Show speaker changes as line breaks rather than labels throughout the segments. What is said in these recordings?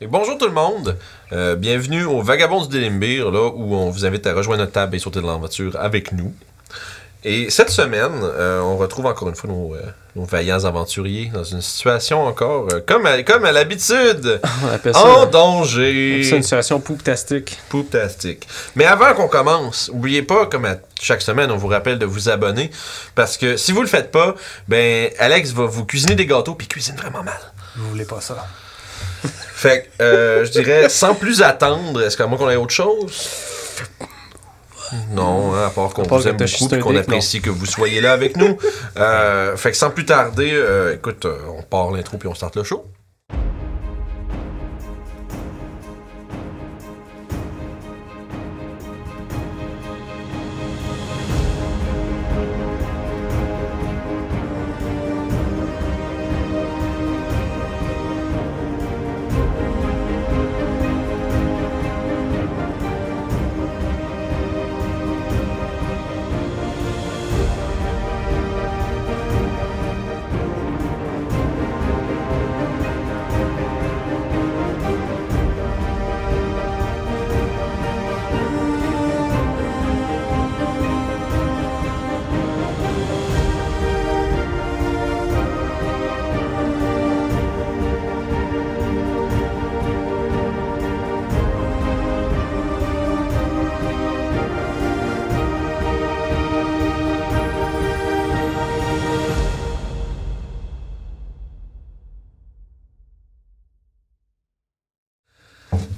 Et bonjour tout le monde, Euh, bienvenue au Vagabond du Délimbir, là où on vous invite à rejoindre notre table et sauter dans l'aventure avec nous. Et cette semaine, euh, on retrouve encore une fois nos, euh, nos vaillants aventuriers dans une situation encore, euh, comme à, comme à l'habitude,
On appelle ça,
en
on appelle ça
danger.
une situation pouptastique.
Fantastique. Mais avant qu'on commence, oubliez pas, comme à chaque semaine, on vous rappelle de vous abonner, parce que si vous le faites pas, ben Alex va vous cuisiner des gâteaux puis il cuisine vraiment mal.
Vous voulez pas ça.
Fait que, euh, je dirais, sans plus attendre, est-ce qu'à moins qu'on ait autre chose? Non, hein, à part qu'on
À part
vous
que
aime
t'as
beaucoup
juste
et
un
qu'on
dick,
apprécie que vous soyez là avec nous. Euh, fait que sans plus tarder, euh, écoute, euh, on part l'intro puis on starte le show.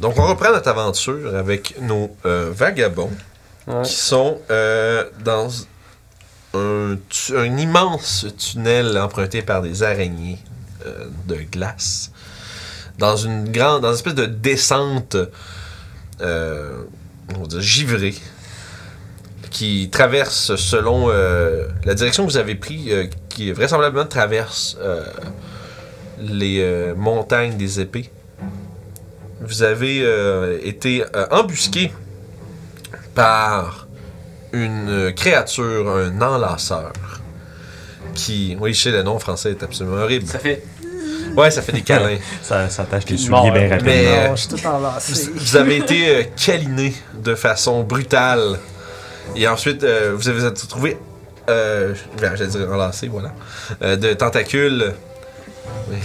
Donc, on reprend notre aventure avec nos euh, vagabonds
Ouais.
qui sont euh, dans un, tu- un immense tunnel emprunté par des araignées euh, de glace. Dans une grande, dans une espèce de descente, euh, on va dire givrée, qui traverse selon euh, la direction que vous avez pris, euh, qui vraisemblablement traverse euh, les euh, montagnes des épées vous avez euh, été euh, embusqué par une euh, créature, un enlaceur. Qui, oui, je sais, le nom français est absolument horrible.
Ça fait.
Ouais, ça fait des câlins.
Ça, ça tâche les
Une
souliers
mort,
bien
hein.
rapidement.
Mais euh,
non, je suis tout enlacé.
vous, vous avez été euh, câliné de façon brutale. Et ensuite, euh, vous avez été trouvé, euh, ben, j'allais dire enlacé, voilà, euh, de tentacules. Oui.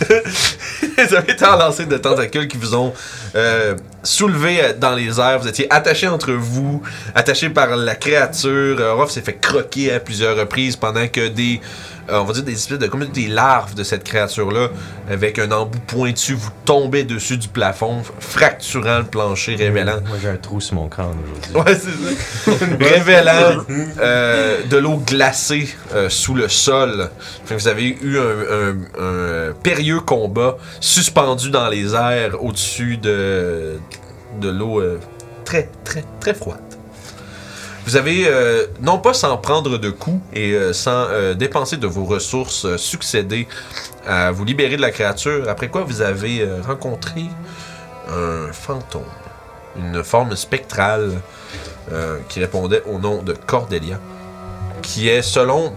vous avez été enlacé de tentacules qui vous ont euh, soulevé euh, dans les airs. Vous étiez attaché entre vous, attaché par la créature. Euh, Ruff s'est fait croquer à plusieurs reprises pendant que des. euh, on va dire des espèces de. Comme des larves de cette créature-là, avec un embout pointu, vous tombez dessus du plafond, f- fracturant le plancher, révélant.
euh, Moi, j'ai un trou sur mon crâne aujourd'hui.
Ouais, c'est ça. révélant euh, de l'eau glacée euh, sous le sol. Fait que vous avez eu un, un- un, euh, périlleux combat suspendu dans les airs au-dessus de, de l'eau euh, très, très, très froide. Vous avez, euh, non pas sans prendre de coups et euh, sans euh, dépenser de vos ressources, euh, succédé à vous libérer de la créature, après quoi vous avez euh, rencontré un fantôme, une forme spectrale euh, qui répondait au nom de Cordelia, qui est selon,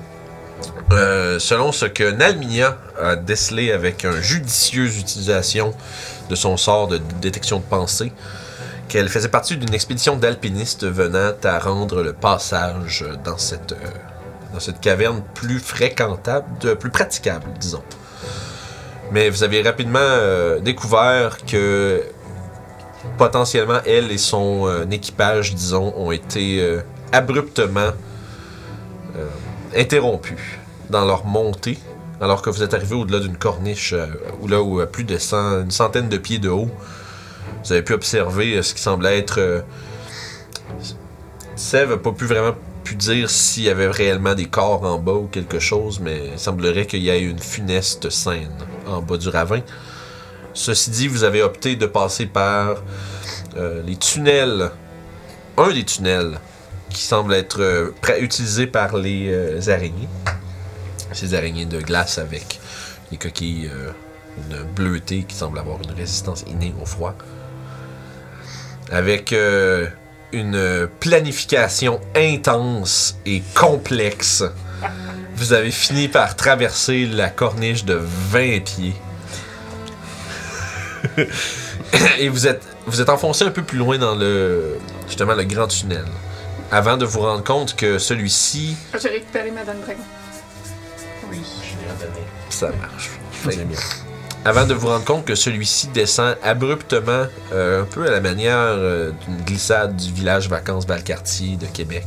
euh, selon ce que Nalminia a décelé avec une judicieuse utilisation de son sort de détection de pensée, qu'elle faisait partie d'une expédition d'alpinistes venant à rendre le passage dans cette, euh, dans cette caverne plus fréquentable, de- plus praticable, disons. Mais vous avez rapidement euh, découvert que potentiellement elle et son euh, équipage, disons, ont été euh, abruptement euh, interrompus dans leur montée, alors que vous êtes arrivé au-delà d'une corniche, euh, où là où à plus de 100 une centaine de pieds de haut, vous avez pu observer euh, ce qui semblait être. euh, Sève n'a pas pu vraiment pu dire s'il y avait réellement des corps en bas ou quelque chose, mais il semblerait qu'il y ait une funeste scène en bas du ravin. Ceci dit, vous avez opté de passer par euh, les tunnels, un des tunnels qui semble être euh, pré- utilisé par les euh, araignées. Ces araignées de glace avec des coquilles euh, une bleutées qui semblent avoir une résistance innée au froid. Avec euh, une planification intense et complexe, vous avez fini par traverser la corniche de 20 pieds. Et vous êtes, vous êtes enfoncé un peu plus loin dans le, justement, le grand tunnel. Avant de vous rendre compte que celui-ci,
J'ai récupéré Madame Dragon.
Oui. Je l'ai redonné.
ça marche. Fait que- Avant de vous rendre compte que celui-ci descend abruptement, euh, un peu à la manière euh, d'une glissade du village vacances Valcartier de Québec.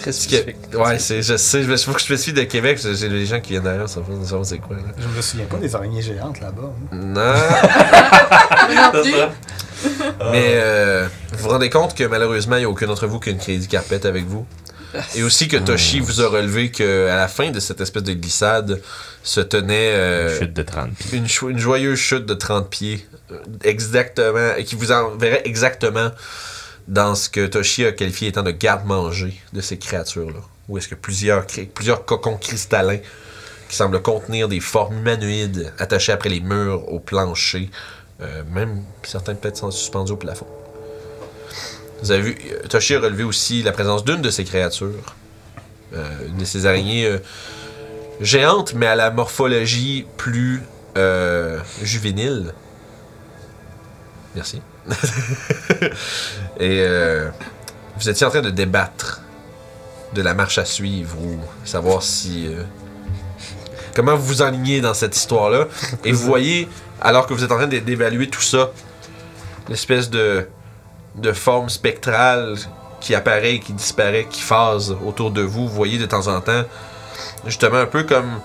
Très spécifique.
Que- ouais, c'est, je sais, je faut que je spécifie de Québec, j'ai j'ai les gens qui viennent d'ailleurs, ça ne savent pas c'est quoi. là.
Je me souviens pas des araignées géantes là-bas. hein.
Non.
Non
C'est
plus.
ça.
Mais euh, vous vous rendez compte que malheureusement, il n'y a aucun d'entre vous qui a une crédit carpette avec vous. Et aussi que Toshi vous a relevé que à la fin de cette espèce de glissade se tenait euh,
Chute de 30 pieds.
une, cho- une joyeuse chute de 30 pieds. euh, Exactement. Et qui vous enverrait exactement dans ce que Toshi a qualifié étant de garde-manger de ces créatures-là. Où est-ce que plusieurs, cré- plusieurs cocons cristallins qui semblent contenir des formes humanoïdes attachées après les murs, au plancher, euh, même certains peut-être sont suspendus au plafond. Vous avez vu, euh, Toshi a relevé aussi la présence d'une de ces créatures. Euh, une de ces araignées euh, géantes, mais à la morphologie plus euh, juvénile. Merci. Et euh, vous étiez en train de débattre de la marche à suivre ou savoir si. euh, comment vous vous enlignez dans cette histoire-là. Et vous voyez, alors que vous êtes en train d'é- d'évaluer tout ça, l'espèce de, de forme spectrale qui apparaît, et qui disparaît, qui phase autour de vous. Vous voyez de temps en temps, justement, un peu comme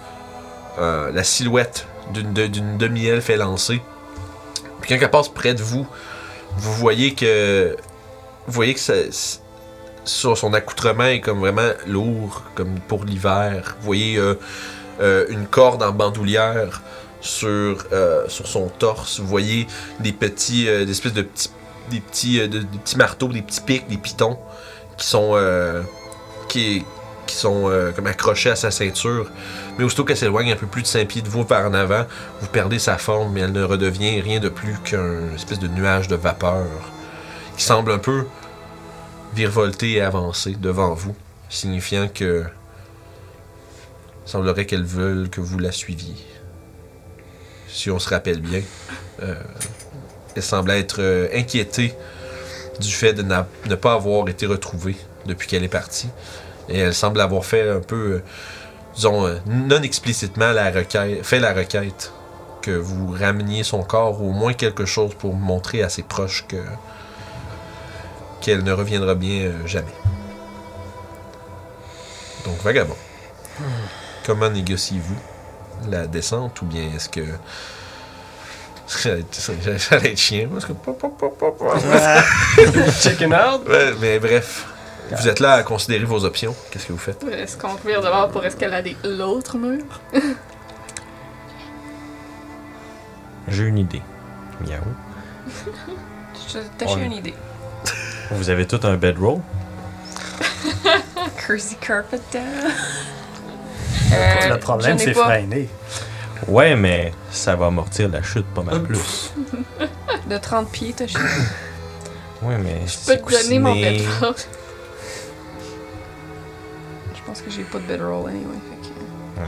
euh, la silhouette d'une de- d'une demi-elfe élancée. Puis quand elle passe près de vous, vous voyez que. Vous voyez que ça, s- sur son accoutrement est comme vraiment lourd, comme pour l'hiver. Vous voyez euh, euh, une corde en bandoulière sur, euh, sur son torse. Vous voyez des petits. euh, des espèces de petits. Des petits, euh, de- des petits marteaux, des petits pics, des pitons qui sont. euh, qui, qui sont euh, comme accrochés à sa ceinture. Mais aussitôt qu'elle s'éloigne un peu plus de 5 pieds de vous par en avant, vous perdez sa forme, mais elle ne redevient rien de plus qu'un espèce de nuage de vapeur qui semble un peu virevolter et avancer devant vous, signifiant que semblerait qu'elle veuille que vous la suiviez. Si on se rappelle bien, euh, elle semble être euh, inquiétée du fait de n'a- ne pas avoir été retrouvée depuis qu'elle est partie. Et elle semble avoir fait un peu euh, disons, euh, non explicitement la requête, fait la requête que vous rameniez son corps ou au moins quelque chose pour montrer à ses proches que qu'elle ne reviendra bien euh, jamais. Donc vagabond, comment négociez-vous la descente ou bien est-ce que J'allais être- j'allais être chien. parce que-
Chicken out.
Ouais, mais bref, vous êtes là à considérer vos options. Qu'est-ce que vous faites?
Est-ce qu'on vire dehors pour escalader l'autre mur?
J'ai une idée. Miaou.
T'as
On-
eu une idée.
Vous avez tout un bedroll.
Ah,
Crazy Carpet down.
Euh,
Le problème, c'est freiner.
Ouais, mais ça va amortir la chute pas mal plus.
De 30 pieds, t'as chier.
Ouais, mais
Je peux te donner mon
coussiné.
pétrole.
Je pense que j'ai pas de bedroll anyway. fait que-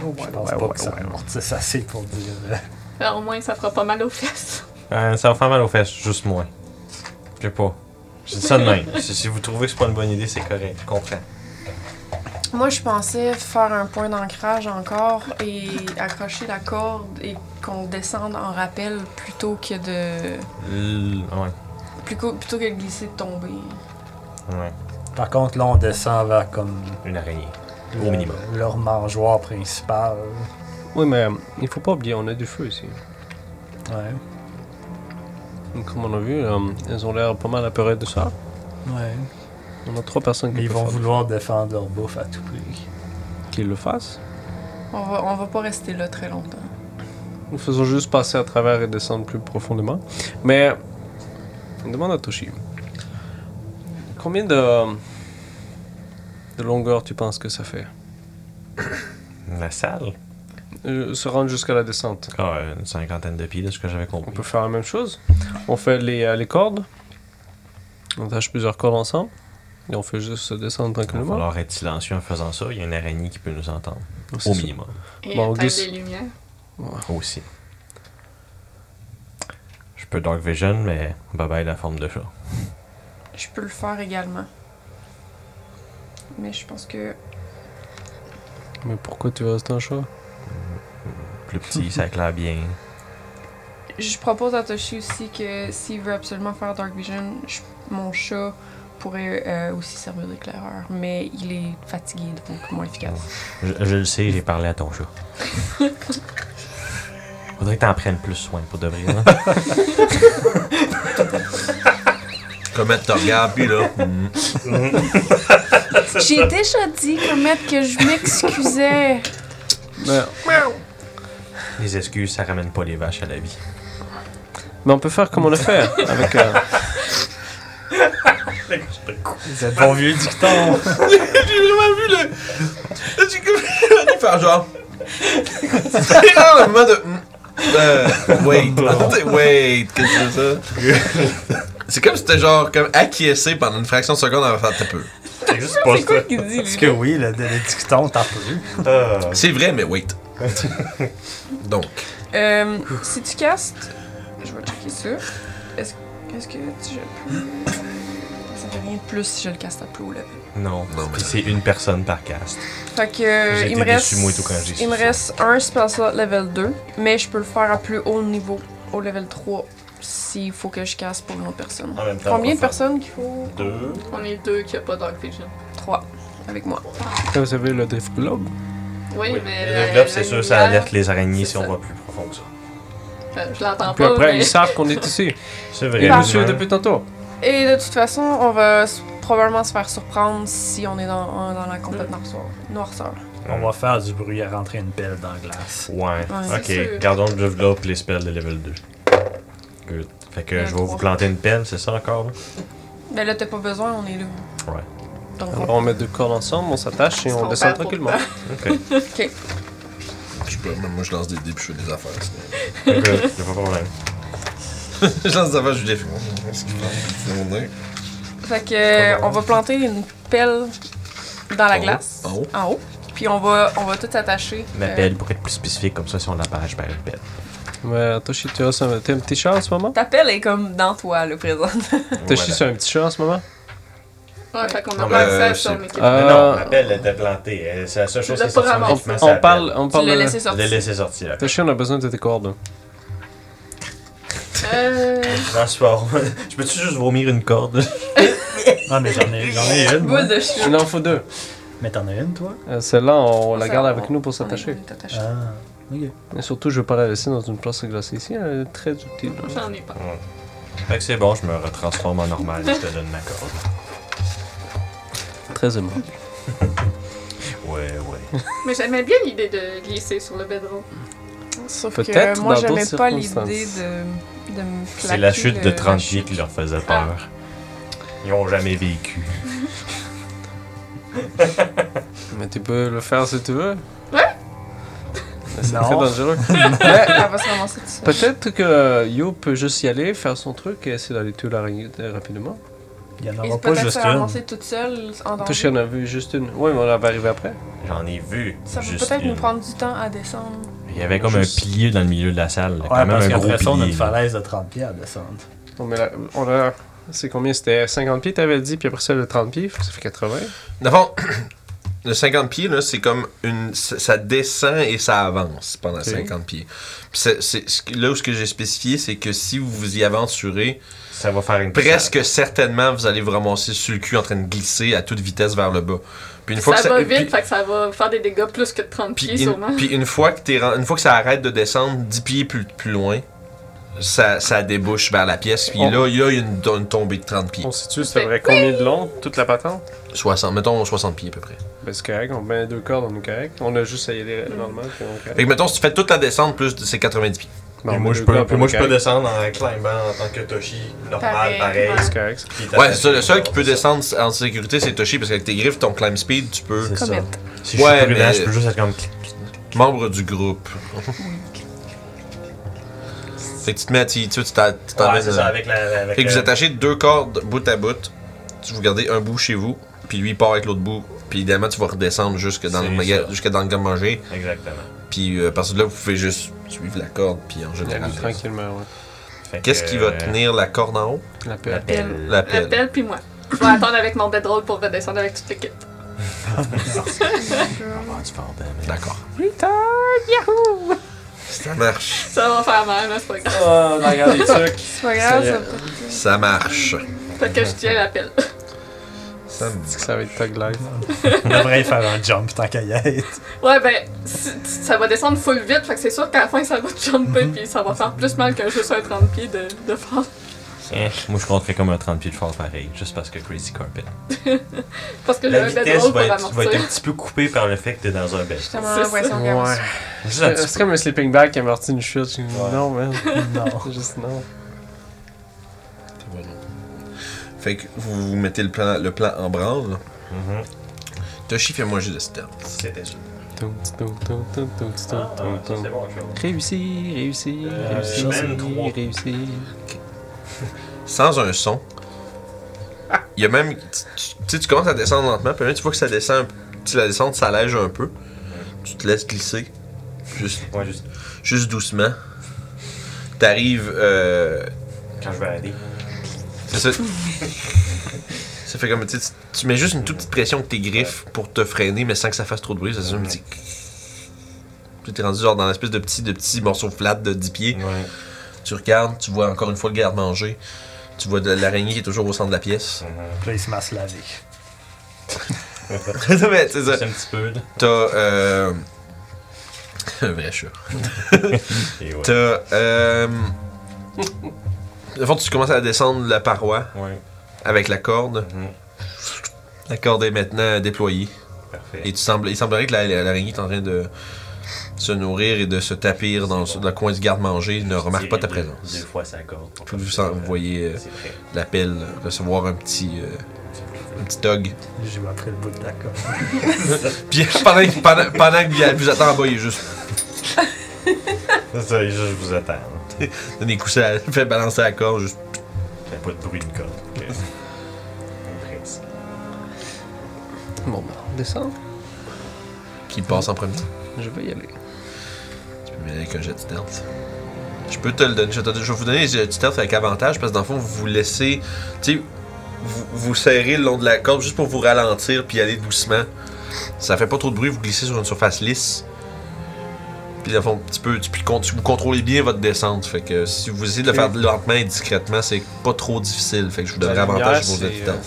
Je pense pas que ça amortisse assez pour dire. euh,
Alors, Ah, au moins, ça fera pas mal aux fesses.
Euh, ça va faire mal aux fesses, juste moi. Je sais pas. Je dis ça de même. si, si vous trouvez que c'est pas une bonne idée, c'est correct. Je comprends.
Moi, je pensais faire un point d'ancrage encore et accrocher la corde et qu'on descende en rappel plutôt que de.
L- Ouais,
plutôt, plutôt que de glisser de tomber.
ouais.
Par contre, là, on descend vers comme.
Une araignée.
le-
minimum.
Leur mangeoire principal.
Oui, mais euh, il faut pas oublier, on a du feu ici.
Ouais.
Comme on a vu, euh, elles ont l'air pas mal apeurées de ça.
Ouais.
On a trois personnes qui,
Mais ils
peuvent
vont
faire-
vouloir défendre leur bouffe à tout prix.
qui le fassent.
On va, on va pas rester là très longtemps.
Nous faisons juste passer à travers et descendre plus profondément. Mais, on demande à Toshi. Combien de, euh, de longueur tu penses que ça fait
La salle.
Euh, Se rendre jusqu'à la descente.
Ah, euh, une cinquantaine de pieds, de ce que j'avais
On
compris.
peut faire la même chose. On fait les, euh, les cordes. On attache plusieurs cordes ensemble. Et on fait juste descendre
Il va
tranquillement.
falloir être silencieux en faisant ça. Il y a une araignée qui peut nous entendre.
C'est
Au
ça.
minimum.
Et
Bon,
éteindre
Auguste.
les lumières.
Aussi.
Je peux Dark Vision, mais bye bye la forme de chat.
Je peux le faire également. Mais je pense que.
Mais pourquoi tu veux rester un chat
Plus petit, ça éclaire bien.
Je propose à Toshi aussi que s'il veut absolument faire Dark Vision, je- mon chat pourrait euh, aussi servir d'éclaireur. Mais il est fatigué, donc moins efficace.
Je, je le sais, j'ai parlé à ton chat. Faudrait que t'en prennes plus soin pour de vrai. hein.
Comment tu regardes, pis là. hmm.
J'ai déjà dit, Comète, que je m'excusais.
mais,
Les excuses, ça ramène pas les vaches à la vie.
mais on peut faire comme on le fait. Avec, euh,
Vous êtes bon vieux dicton.
J'ai vraiment vu le. J'ai comme. faire genre. C'est genre le moment de. hmm, Euh, wait, attendez, wait, qu'est-ce que c'est ça? C'est comme si c'était genre comme acquiescé pendant une fraction de seconde avant de faire un peu.
C'est juste pas
C'est quoi qu'il dit,
Parce
lui?
que oui, le, le dicton, t'en peux.
C'est vrai, mais wait. Donc,
Euh, si tu castes, je vais checker ça. Est-ce est-ce que tu, je peux. Ça fait rien de plus si je le caste à plus haut level.
Non, Puis c'est une personne par cast.
Fait que. euh,
J'ai
il
été
me reste.
déçu, moi, tout, quand j'ai su
il me
ça.
reste un spell slot level 2, mais je peux le faire à plus haut niveau, au level 3, s'il faut que je casse pour une autre personne.
En même temps,
Combien
on
de
va
personnes qu'il faut
faire Deux.
On est deux qui a pas Dark Vision.
3 avec moi.
vous savez, le Drift Globe.
Oui,
Oui.
mais.
Le
la-
globe,
la
c'est sûr, ça
lumière,
alerte les araignées
c'est
si on
ça.
va plus profond que ça.
euh, Je l'entends
Puis
pas.
après,
mais-
ils savent qu'on est ici.
C'est
Et
vrai.
monsieur, depuis tantôt.
Et de toute façon, on va s- probablement se faire surprendre si on est dans, dans la complète noirceur. noirceur.
On va faire du bruit à rentrer une pelle dans la glace.
Ouais.
Ouais,
c'est sûr.
ok, gardons le globe et les spells de level 2. Good. Fait que
Il y a
je vais vous
trois.
planter une pelle, c'est ça encore? là?
Mais Ben là, t'as pas besoin, on est là.
Ouais.
Donc,
Alors on met deux cordes ensemble, on s'attache et on
Ils
descend
sont pas pour
tranquillement.
Ok.
je sais pas, moi je lance des dés pis je fais des affaires. c'est-
Good. Y'a pas de problème.
je lance des affaires, je dis des fous. Qu'est-ce qu'il fait? C'est mon nez.
Fait que euh, on va planter une pelle dans la
En haut,
glace.
en haut.
En haut. Puis on va, on va tout s'attacher.
Ma
euh,
pelle, pour être plus spécifique, comme ça, si on la perd, je perds une pelle.
Mais euh, Toshi, tu as un, t'es un petit chat en ce moment
Ta pelle est comme dans toi, le présent.
Toshi, c'est un petit chat en ce moment
Ouais, fait qu'on a
Non,
pas
mais,
accès à
euh,
ça,
c'est-
mais qu'il-
Euh,
Mais non, ma pelle, elle était plantée. Elle- C'est la seule chose
Je
qui
l'ai
est
pas
sortie.
ramassée.
On,
uniquement, c'est la
on parle,
pelle.
on
tu
parle
l'as
de...
laissé
Je l'ai
sortir.
laissé sortir. la pelle.
Toshi, on a besoin de tes cordes.
Euh,
Transforme. Je peux-tu juste vomir une corde?
Non, mais j'en ai, j'en ai une. moi.
Boule de chou.
Il en faut deux.
Mais t'en as une, toi
Euh, Celle-là, on la
Ça,
garde
on-
avec nous pour
on est-
s'attacher.
on est attaché.
Ah, ok.
Et surtout, je vais pas la laisser dans une place glacée ici, elle est très utile.
J'en ai pas.
Fait que c'est bon, je me retransforme en normal et je te donne ma corde.
Très aimable.
Ouais, ouais.
Mais j'aimais bien l'idée de glisser sur le bedroll.
Sauf
Euh, Peut-être
que moi,
dans
j'aimais
d'autres
pas
circonstances.
l'idée de, de me
C'est la
claquer
chute
le-
de
la
30
chute.
pieds qui leur faisait peur. Ils ont jamais vécu.
Mais tu peux le faire si tu veux.
Ouais.
Mais C'est
Non.
très dangereux. Mais
Elle va se ramasser tout seul.
peut-être que Yo peut juste y aller, faire son truc et essayer d'aller tuer l'araignée euh, rapidement.
Il y en
Et
aura pas
peut-être
juste
se
une.
ramasser toute seule en danger.
Toshi, on a vu juste une. Oui, mais on va arriver après.
J'en ai vu.
Ça va
juste
peut-être nous
une.
prendre du temps à descendre.
Il y avait comme
Juste-
un pilier dans le milieu de la salle.
Ouais,
quand même
parce
un gros
qu'après ça, on a une
pilier.
falaise de 30 pieds à descendre.
On met la- on a. C'est combien C'était 50 pieds, t'avais dit, puis après ça, le 30 pieds, ça fait 80.
Dans le fond, le 50 pieds, là, c'est comme une. Ça ça descend et ça avance pendant 50 pieds. Puis c'est- c'est- ce que- là où ce que j'ai spécifié, c'est que si vous vous y aventurez,
Ça va faire une
presque certainement, vous allez vous ramasser sur le cul en train de glisser à toute vitesse vers le bas. Puis une fois
ça
que
va
puis-
vite, fait que ça va faire des dégâts plus que de 30
puis
pieds,
une,
sûrement.
puis une fois que t'es ren- une fois que ça arrête de descendre 10 pieds plus, plus loin, ça, ça débouche vers la pièce. Puis
On-
là, il y a une, une tombée de 30 pieds.
On situe, ça devrait combien de long, toute la patente
60, mettons 60 pieds à peu près.
Ben, c'est correct, on met deux cordes, on est correct. On a juste à y aller normalement, puis on est correct.
Fait que mettons, si tu fais toute la descente, plus de- c'est 90 pieds.
Bon,
Puis
on
moi,
met
je
deux
peux,
cordes,
puis
on
moi,
est
je peux
correct.
descendre en climbant en tant que Toshi, normal,
Pareil,
pareil.
ouais.
C'est correct.
Puis
Ouais, c'est ça. Le seul
seul
qui peut descendre en sécurité, c'est Toshi, parce qu'avec tes griffes, ton climb speed, tu peux.
C'est ça.
Comète.
Si je
Ouais,
suis prudent,
mais-
je peux juste être comme. clic, clic.
Membre du groupe. fait que tu te mets à t'y- tu sais, tu t'a- tu
Ouais,
t'emmènes,
c'est ça,
euh,
avec la. avec
Fait que
la-
vous attachez deux cordes bout à bout. Tu vous gardez un bout chez vous, puis lui il part avec l'autre bout. Puis idéalement, tu vas redescendre jusque dans le,
C'est
maga-
ça.
jusque dans le garde manger.
Exactement.
Puis euh, parce que là, vous pouvez juste suivre la corde, puis en
On
général.
est tranquillement, ouais.
Fait
Qu'est-ce
que,
qui va
euh,
tenir la corde en haut?
La paix.
La pelle.
La
La
pelle.
pelle puis moi. Je vais attendre avec mon bedroll pour redescendre avec toute l'équipe.
Ah, tu parles bien, mais-
D'accord. Ça marche.
Ça va faire mal, là, c'est pas grave.
Oh, regarde les trucs.
C'est pas grave,
C'est-
ça peut
Ça marche.
Fait que je tiens la pelle.
Ça marche.
Ça va être Tug Life.
On devrait y faire un jump tant qu'à y être.
Ouais, ben, si- si- ça va descendre full vite, fait que c'est sûr qu'à la fin, ça va te jumper, puis ça va faire plus mal qu'un juste un 30 pieds de, de force.
Eh, Moi, je compterais comme un 30 pieds de fort pareil, juste parce que Crazy Carpet.
Parce que j'ai
La
un
vitesse
bedroll pour
va être, va être un
amortir.
petit peu coupée par le fait que t'es dans un bed.
J'ai tellement
C'est
l'impression qu'il y a un
Ouais.
souffle.
Juste un petit
C'est comme un sleeping bag qui a amortit une chute. J'ai dit,
Ouais.
Non, man.
Non.
Juste non.
C'est bon. Fait que vous, vous mettez le plan, le plan en branle.
peu. Mhm.
Toshi, fais-moi juste de stealth.
C'était sûr.
Tum, tum, tum, tum, tum, tum, tum,
Ah,
tum,
ça, c'est
tum.
bon, je vois.
Réussi, réussi,
Euh,
réussi,
semaine trois.
réussi.
sans un son. Il y a même. Tu tu sais, tu commences à descendre lentement, puis là, tu vois que ça descend. un- Tu sais, la descente s'allège un peu. Tu te laisses glisser. Juste,
Ouais, juste
juste doucement. T'arrives. Euh,
quand je vais aller.
c'est ça. ça fait comme. Tu, sais, tu- tu mets juste une toute petite pression avec tes griffes pour te freiner, mais sans que ça fasse trop de bruit. Ça se dit. Tu t'es rendu genre dans l'espèce de petit, de petit morceau flat de 10 pieds.
Ouais.
Tu regardes, tu vois encore une fois le garde-manger. Tu vois de l'araignée qui est toujours au centre de la pièce.
Mhm.
Puis là, il se masse laver.
Mais c'est ça.
Juste un petit peu, là.
T'as. Euh... Un vrai chat.
Et ouais.
T'as. Euh... Au fond, tu commences à descendre la paroi
Ouais.
avec la corde.
Mhm.
La corde est maintenant déployée.
Parfait.
Et tu sembles, il semblerait que la- la- l'araignée est en train de se nourrir et de se tapir dans le, dans le coin du garde-manger. Il ne remarque pas ta
Tirer deux-
présence.
Deux fois ça corde. pour
Puis vous,
faire
sent-
ça,
vous
euh,
voyez euh,
C'est prêt.
l'appel euh, recevoir un petit. euh, un petit dog.
J'ai après le bout de la corde.
Puis pendant, que- pendant, pendant que vous attend en bas, il est juste.
C'est ça, il est juste vous attend. là.
Donne des coups, ça fait balancer la corde. Juste.
Il n'y a pas de bruit de corde. ok. Un prince.
Bon, ben, on descend.
Qui passe en premier.
Je vais y aller.
Mais avec un jet de stealth. Je peux te le donner. Je, te- je vais vous donner les jets de stealth avec avantage parce que dans le fond, vous vous laissez. Tu sais, vous, vous serrez le long de la corde juste pour vous ralentir puis aller doucement. Ça fait pas trop de bruit, vous glissez sur une surface lisse. Puis dans le fond, tu peux, tu, puis con- vous contrôlez bien votre descente. Fait que si vous essayez de le
Ok.
faire lentement et discrètement, c'est pas trop difficile. Fait que je vous donnerai
La lumière,
avantage pour vos
c'est,
jets de
euh,
stealth.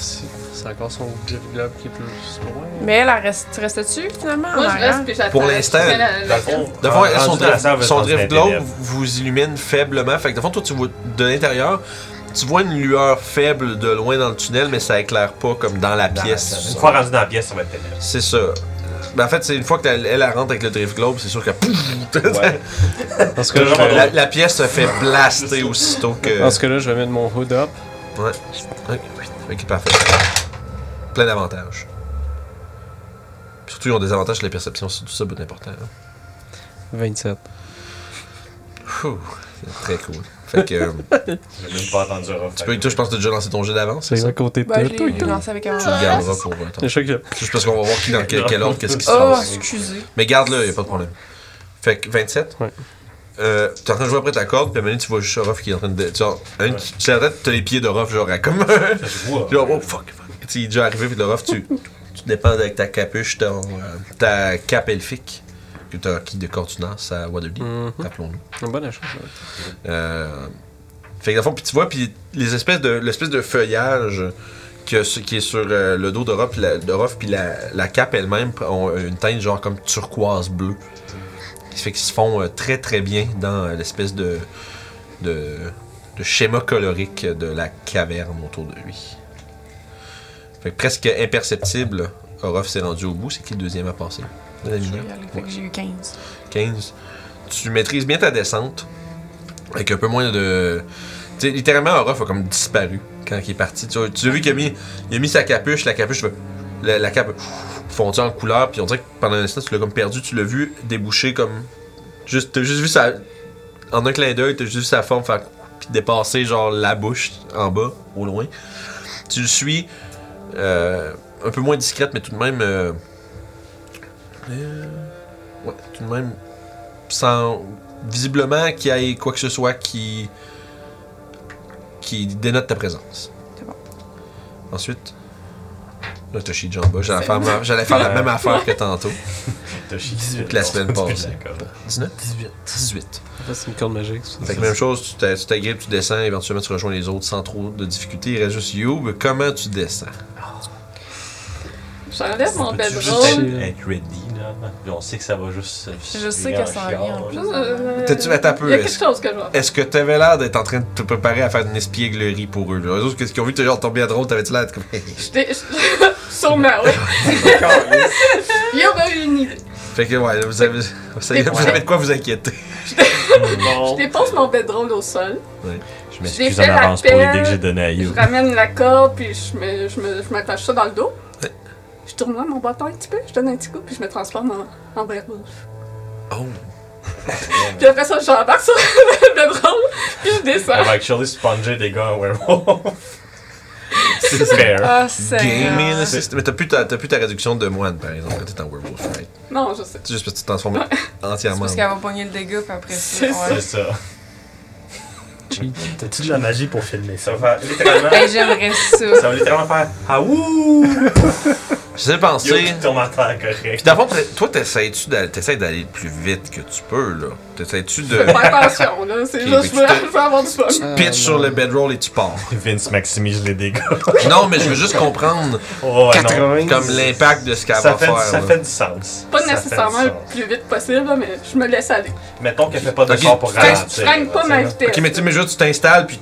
c'est- C'est encore son Jeff Globe qui est plus loin.
Mais elle, elle reste, tu restes dessus finalement? en
Moi, je
arrière?
reste, puis j'attends.
Pour l'instant,
Je fais la- la-
Dans le fond,
De fond,
Ah, rendu
son
à la salle,
drift, son
rendu à la
drift globe
ténèbre.
vous illumine faiblement. Fait que, de fond, toi, tu vois de l'intérieur, tu vois une lueur faible de loin dans le tunnel, mais ça éclaire pas comme dans la
Dans la salle.
pièce.
Une fois rendu dans la pièce, ça va être ténèbre.
C'est ça. Mais en fait, c'est une fois qu'elle elle, elle rentre avec le drift globe, c'est sûr que pouf,
Ouais.
Parce que, là, je
Toujours
vais,
la, la pièce se fait blaster aussitôt que.
parce que là, je vais mettre mon hood up.
Ouais. Ok, ok, parfait. Plein d'avantages. Puis Surtout, ils ont des avantages sur les perceptions, c'est tout ça, but important. hein.
27.
Phew, c'est très cool. Fait que. euh,
J'ai même pas entendu un
tu peux, toi, je pense que t'as déjà lancé ton jeu d'avance.
C'est à côté de
Bah,
toi.
je l'ai lancé avec un
Tu le garderas pour euh, ton-
Le choc, je-
C'est juste parce qu'on va voir qui dans quel, quel ordre, qu'est-ce qui se
Oh,
passe.
excusez.
Mais garde-le, y a pas de problème. Fait que 27.
Ouais.
Euh, t'es en train de jouer après ta corde, puis à un moment donné, tu vois juste Ruff qui est en train de. Tu vois, un, tu tu sais, la tête, t'as les pieds de Ruff, genre, à comme. genre, oh fuck, fuck. Tu sais, il est déjà arrivé, puis le Ruff, tu, tu dépends avec ta capuche, ton, euh, ta cape elfique, que t'as acquis de Cortunas à Waterdeep,
Mhm.
rappelons-nous.
Un bon achat. ça.
Euh, fait que dans le fond, puis tu vois, puis les espèces de l'espèce de feuillage que, ce- qui est sur euh, le dos de Ruff, puis la- de Ruff, puis la, la cape elle-même ont une teinte genre comme turquoise bleu. Qui fait qu'ils se font euh, très très bien dans euh, l'espèce de, de de schéma colorique de la caverne autour de lui. Fait que presque imperceptible, Orof s'est rendu au bout. C'est qui le deuxième à passer? De la
Je vais
lumière?
y aller, fait que J'ai eu 15.
15. Tu maîtrises bien ta descente. Avec un peu moins de. Tu sais, littéralement, Orof a comme disparu quand il est parti. Tu, vois- tu as vu qu'il a mis, il a mis sa capuche, la capuche va- La, la cape fondue en couleur, puis on dirait que pendant un instant, tu l'as comme perdu, tu l'as vu déboucher comme. Juste, t'as juste vu sa. En un clin d'œil, t'as juste vu sa forme faire. Puis dépasser, genre, la bouche en bas, au loin. Tu le suis. euh, un peu moins discrète, mais tout de même. euh, euh, ouais, tout de même sans visiblement qu'il y ait quoi que ce soit qui qui dénote ta présence.
C'est bon.
Ensuite, là, t'as chié de jamba. J'allais faire, ma- j'allais faire la même affaire que tantôt.
T'as chié 18
Que la semaine
Depuis
passée.
la corde.
19,
18.
18.
Ça, C'est une corde magique. ça.
Fait que même chose, tu t'a- tu t'agrippes, tu descends, éventuellement tu rejoins les autres sans trop de difficulté. Il reste juste Youb. Comment tu descends
J'enlève
Oh,
mon
ben,
Peux-tu juste
bedroll.
être- être ready, là. Puis on sait que ça va juste.
Je sais que ça en vient, en plus.
T'as-tu- attends un peu,
euh, Il y a
est-ce-
quelque chose que je vois.
Est-ce que t'avais l'air d'être en train de te préparer à faire une espièglerie pour eux là? Eux autres, qu'est-ce qu'ils ont vu T'es genre tombé à drôle, t'avais-tu l'air d'être comme.
J'étais. Sûrement, oui. Il y aurait eu ben, une idée.
fait que ouais, vous avez, vous savez, vous avez de quoi vous inquiéter.
Je dépose mon bedroll au sol.
Je
J'ai
m'excuse
fait
en avance pour
l'appel.
l'idée que j'ai donnée à You.
Je ramène la corde, puis je me- je me- je m'attache ça dans le dos. Je tourne là mon bâton un petit peu, je donne un petit coup, puis je me transforme en, en bear wolf.
Oh,
Puis après ça, j'embarque sur le bedroll, puis je
Elle
descends.
va actually sponger des gars en werewolf. C'est
Euh,
fair.
Ah, c'est.
gaming assist. Mais t'as plus, ta, t'as plus ta réduction de moine par exemple quand t'es en werewolf, right
Non, je sais.
C'est juste parce que tu te transformes
C'est
entièrement.
parce
en-
qu'elle va pogner le dégât, puis après ça.
C'est
ouais.
C'est ça.
T'as-tu de la magie pour filmer ça?
Ça va littéralement.
Ben, j'aimerais ça.
Ça va littéralement faire Ah ouh!
Je sais
Yo
penser.
qui tombe en terre
Puis
correct.
dans le fond, t'es- toi, t'essayes-tu d'aller, t'essayes d'aller le plus vite que tu peux, là? T'essayes-tu de.
Fais attention, là. C'est
Ok,
juste, je
mais tu te-
veux, je veux avoir du fun.
Tu te pitches sur le bedroll et tu pars.
Vince maximise les dégâts.
non, mais je veux juste comprendre
Oh ouais, non.
comme l'impact de ce qu'elle
Ça
va
fait,
faire.
ça
là.
fait du sens. Ça fait
Pas
du
nécessairement le
sens.
plus vite possible, là, mais je me laisse aller.
Mettons qu'elle fait pas de
Ok,
sort pour
tu fais-
ralentir.
Je freine pas
là,
ma
tu sais,
vitesse.
Ah, Ok, mais tu sais, mais juste, tu t'installes, puis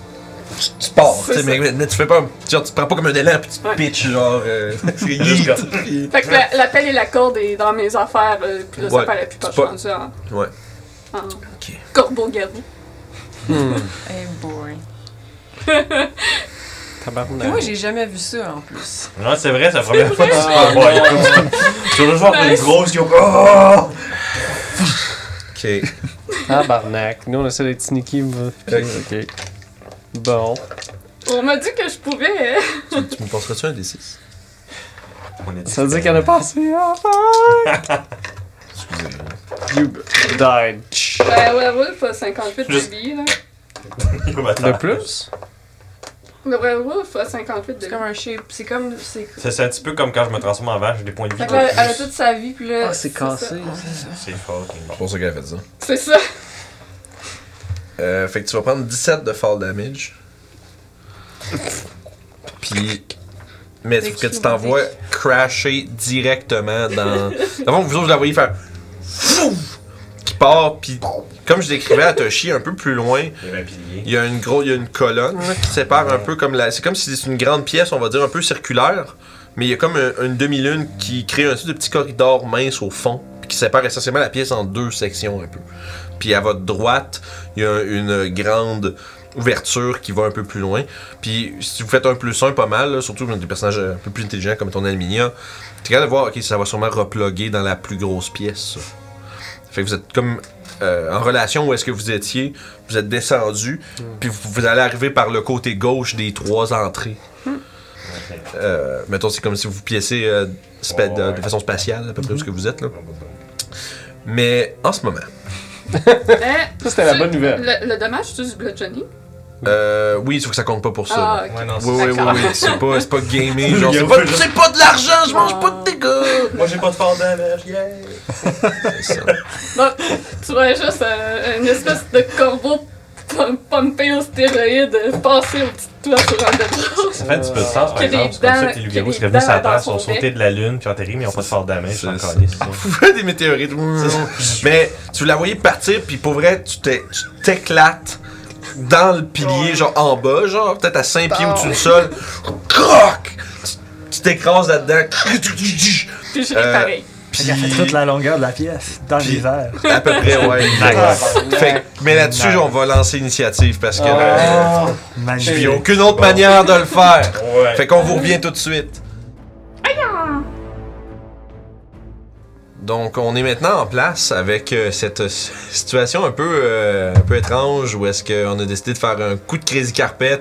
tu- tu pars.
C'est
tu sais, Mais, mais tu fais pas. Genre, tu te prends pas comme un élan, puis tu te
Ouais.
pitches, genre. euh, c'est
Juste
yeet,
comme-
puis-
Fait que la, la pelle et la corde est dans mes affaires, euh, puis là, ça
Ouais,
paraît plus pas. Ah.
c'est pas-
Je suis rendue
Ouais.
en, en
Ok.
corbeau-garou.
Eh, boy.
Tabarnak.
Moi, j'ai jamais vu ça en plus.
là. Non, c'est vrai, c'est la première fois que tu parles. Ouais, comme ça. Tu vas juste voir une grosse yoga.
Ok.
Tabarnak. Nous, on essaie d'être sneaky. mais- Ok. Bon.
On m'a dit que je pouvais. euh,
tu, tu me passeras-tu un des 6
Ça veut dire qu'il y en a pas assez. Ah, fuck.
Excusez.
You died.
Ben, ouais, Wolf a 58 de
Juste-
vie, là.
De plus?
Le Werewolf a 58 de
C'est
vie.
comme un shape. C'est comme. C'est. Fait
C'est c'est un petit peu comme quand je me transforme en vache, j'ai des points de vie.
que là,
euh,
elle a
plus.
toute sa vie, puis là.
cassé,
C'est fucking
C'est pour ça qu'elle a fait ça.
C'est ça.
Euh, fait que tu vas prendre 17 de fall damage. Puis. Mais il faut que tu t'envoies crasher directement dans. D'abord, vous autres, vous la voyez faire. Fou! Qui part, puis comme je décrivais à Toshi, un peu plus loin,
Il y avait un pilier.
il y a une grosse, il y a une colonne là, qui sépare un peu comme la, c'est comme si c'est une grande pièce, on va dire un peu circulaire, mais il y a comme un- une demi-lune qui crée un sorte de petit corridor mince au fond, puis qui sépare essentiellement la pièce en deux sections un peu. Puis à votre droite, il y a une grande ouverture qui va un peu plus loin. Puis si vous faites un plus un pas mal, là, surtout avec des personnages un peu plus intelligents comme ton Alminia, t'es capable de voir, ok, ça va sûrement reploguer dans la plus grosse pièce. ça. Fait que vous êtes comme euh, en relation où est-ce que vous étiez, vous êtes descendu,
Hmm.
puis vous, vous allez arriver par le côté gauche des trois entrées.
Hmm.
Euh, mettons, c'est comme si vous piécez euh, spa- de, de façon spatiale à peu près
Hmm.
où ce que vous êtes là.
Ah,
Mais en ce moment,
Hein?
Ça, c'était la
Tu-
bonne nouvelle.
Le, le dommage, c'est du Blood Johnny.
euh, oui, sauf que ça compte pas pour ça. là.
Ah, ok.
Ouais, non,
Oui, oui, oui,
D'accord.
oui. C'est pas, c'est pas gaming. Genre,
Il y a
c'est pas,
pas-
c'est pas de l'argent, je mange pas de
Ah.
dégâts.
Moi j'ai pas de fort damage, yeah!
C'est ça.
Donc, tu vois juste euh, une espèce de corbeau pom- pompé aux stéroïdes euh, passer au petit toit sur un bedroll.
Ça fait un petit peu de sens par
Que des
exemple, c'est comme
dents-
ça que les
que
loups-garous
des
seraient venus
dents
sur la
dans
terre,
son
sont
bec.
sautés de la lune puis enterrés, mais ils ont pas de fort damage, c'est
C'est ça.
encore lisse.
Des météorites. Mais tu la voyais partir, puis pour vrai, tu t'es- tu t'éclates dans le pilier, genre en bas, genre peut-être à 5 pieds au-dessus du sol. Croc! Tu- Tu t'écrases là-dedans.
Puis je
Euh,
ris pareil.
Puis,
Elle a fait toute la longueur de la pièce, dans
Puis-
l'hiver.
à peu près, ouais. Fait que- mais là-dessus,
Nice.
on va lancer l'initiative parce que euh,
Oh,
il
magnifique.
n'y a aucune autre manière de le faire.
Ouais.
Fait qu'on vous revient tout de suite. Donc, on est maintenant en place avec euh, cette euh, situation un peu, euh, un peu étrange où est-ce qu'on a décidé de faire un coup de crazy carpet.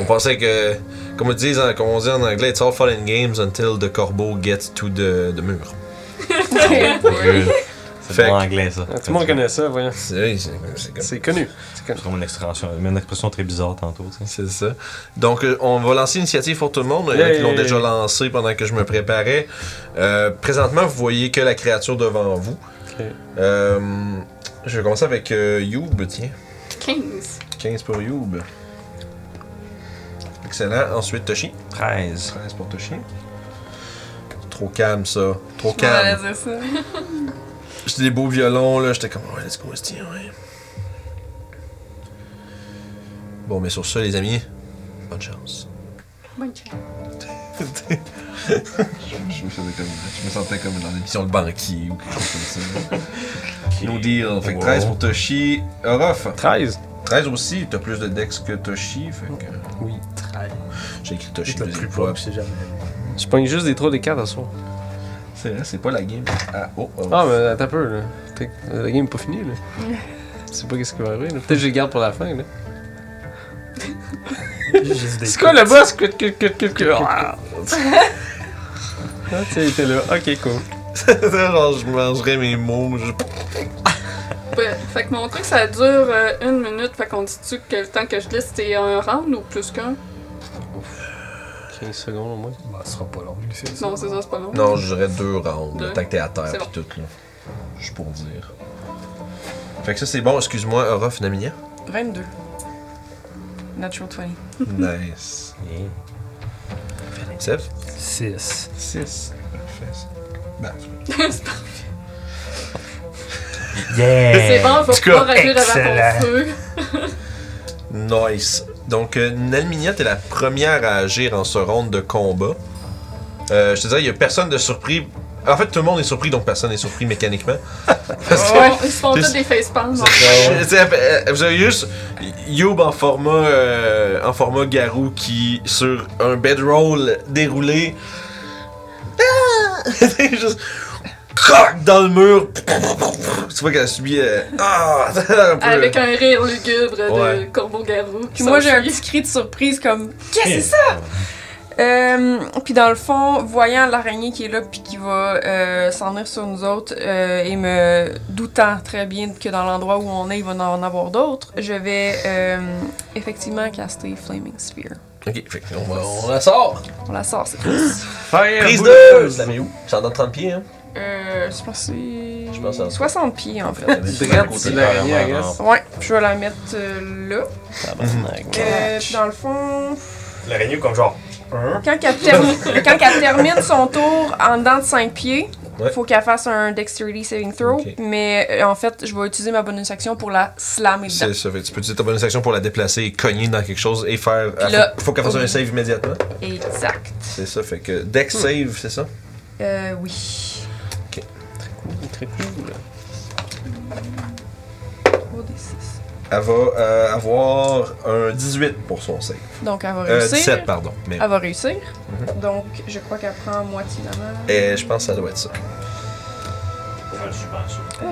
On pensait que, comme on dit en, comme on dit en anglais, it's all fun and games until the corbeau gets to the, the mur.
Ok.
Good.
Fait
C'est bon anglais, ça.
Ah, Tout le monde connaît ça, voyons.
C'est c'est comme
C'est connu. C'est connu.
C'est comme une expression, une expression très bizarre tantôt, tu sais.
C'est ça. Donc, euh, on va lancer l'initiative pour tout le monde. Il y en a qui l'ont
Yay!
déjà lancé pendant que je me préparais. Euh, présentement, vous voyez que la créature devant vous.
Ok.
Euh, je vais commencer avec euh, Youb, tiens.
15.
15 pour Youb. Excellent. Ensuite, Toshi.
13.
13 pour Toshi. Trop calme, ça. Trop
On allait
calme.
dire ça.
J'étais des beaux violons, là. J'étais comme, ouais, let's go, Esti, ouais. Bon, mais sur ça, les amis, bonne chance.
Bonne chance.
Je me, faisais comme- je me sentais comme dans l'émission Le Banquier ou quelque chose comme ça. No deal. Fait que
Wow.
13 pour Toshi. Orof,
13.
13 aussi. T'as plus de dex que Toshi. Fait que j'ai écrit Toshi
Juste le
deuxième
plus
fois.
propre, c'est jamais.
Je pogne juste des 3 des 4 à soir.
C'est vrai, c'est pas la game. Ah, oh, oh.
Ah, mais attends un peu, là. T'es- La game est pas finie, là. Je sais pas qu'est-ce qui va arriver, là. Peut-être que je les garde pour la fin, là. C'est quoi le boss? Cut, cut, cut, cut, cut. Ah, tiens, il était là. Ok, cool.
Genre, je mangerais mes mots. Je...
Ouais, fait que mon truc, ça dure euh, une minute. Fait qu'on dit-tu que le temps que je glisse, c'est un round ou plus qu'un?
15 secondes au moins.
Bah, ce sera pas long, c'est ça.
Non, c'est ça, c'est pas long.
Non, je dirais deux rounds.
Deux.
Le temps que t'es à terre
C'est
pis tout, là. Juste pour dire. Fait que ça, c'est bon. Excuse-moi, Orof Naminia.
22. Natural 20.
nice.
Yeah.
Seb?
6.
6. Parfait. ça. Ben,
c'est pas-
Yeah!
Eh,
c'est bon, je vais
tout
pouvoir
cas,
agir avant
excellent.
ton feu.
Nice. Donc, euh, Nalminia, t'es la première à agir en ce round de combat. Euh, je te dirais, il y a personne de surpris. En fait, tout le monde est surpris, donc personne n'est surpris mécaniquement. Parce que.
Ils se font
C'est-
tous des hein, facepalms.
Je- tu sais, euh, Vous avez juste Yob en format, euh, en format garou qui, sur un bedroll déroulé, ah! juste coq dans le mur. Tu vois qu'elle a subi. euh, ah! un peu.
Avec un rire lugubre de
Ouais.
corbeau-garou.
Puis moi, j'ai un petit cri de surprise comme Qu'est-ce que c'est ça? Euh, puis dans le fond, voyant l'araignée qui est là puis qui va euh, s'en venir sur nous autres euh, et me doutant très bien que dans l'endroit où on est, il va en avoir d'autres, je vais euh, effectivement caster Flaming Sphere.
Ok, fait qu'on va- on la sort.
On la sort, c'est
Prise
boule.
2! Je la mets où? J'en donne 30 pieds, hein?
Euh, je pense que
Je pense à
c'est
ça.
60 pieds en fait.
Direct sur l'araignée, I guess.
Ouais, je vais la mettre euh, là. Euh, puis dans le fond,
L'araignée comme genre.
Quand qu'elle termine, quand qu'elle termine son tour en dedans de 5 pieds,
Ouais.
faut qu'elle fasse un dexterity saving throw.
Ok.
Mais euh, en fait, je vais utiliser ma bonus action pour la slammer dedans.
C'est ça, fait que tu peux utiliser ta bonus action pour la déplacer et cogner dans quelque chose et faire. ah,
Puis là-
faut faut qu'elle fasse un save immédiatement.
Exact.
C'est ça, fait que deck save, c'est ça?
Euh, oui.
Très cool.
3d6.
Elle va euh, avoir un 18 pour son save.
Donc elle va
Euh,
réussir. Ah.
17, pardon. Mais
Elle va réussir. Donc je crois qu'elle prend moitié la main.
Et eh, je pense que ça doit être ça.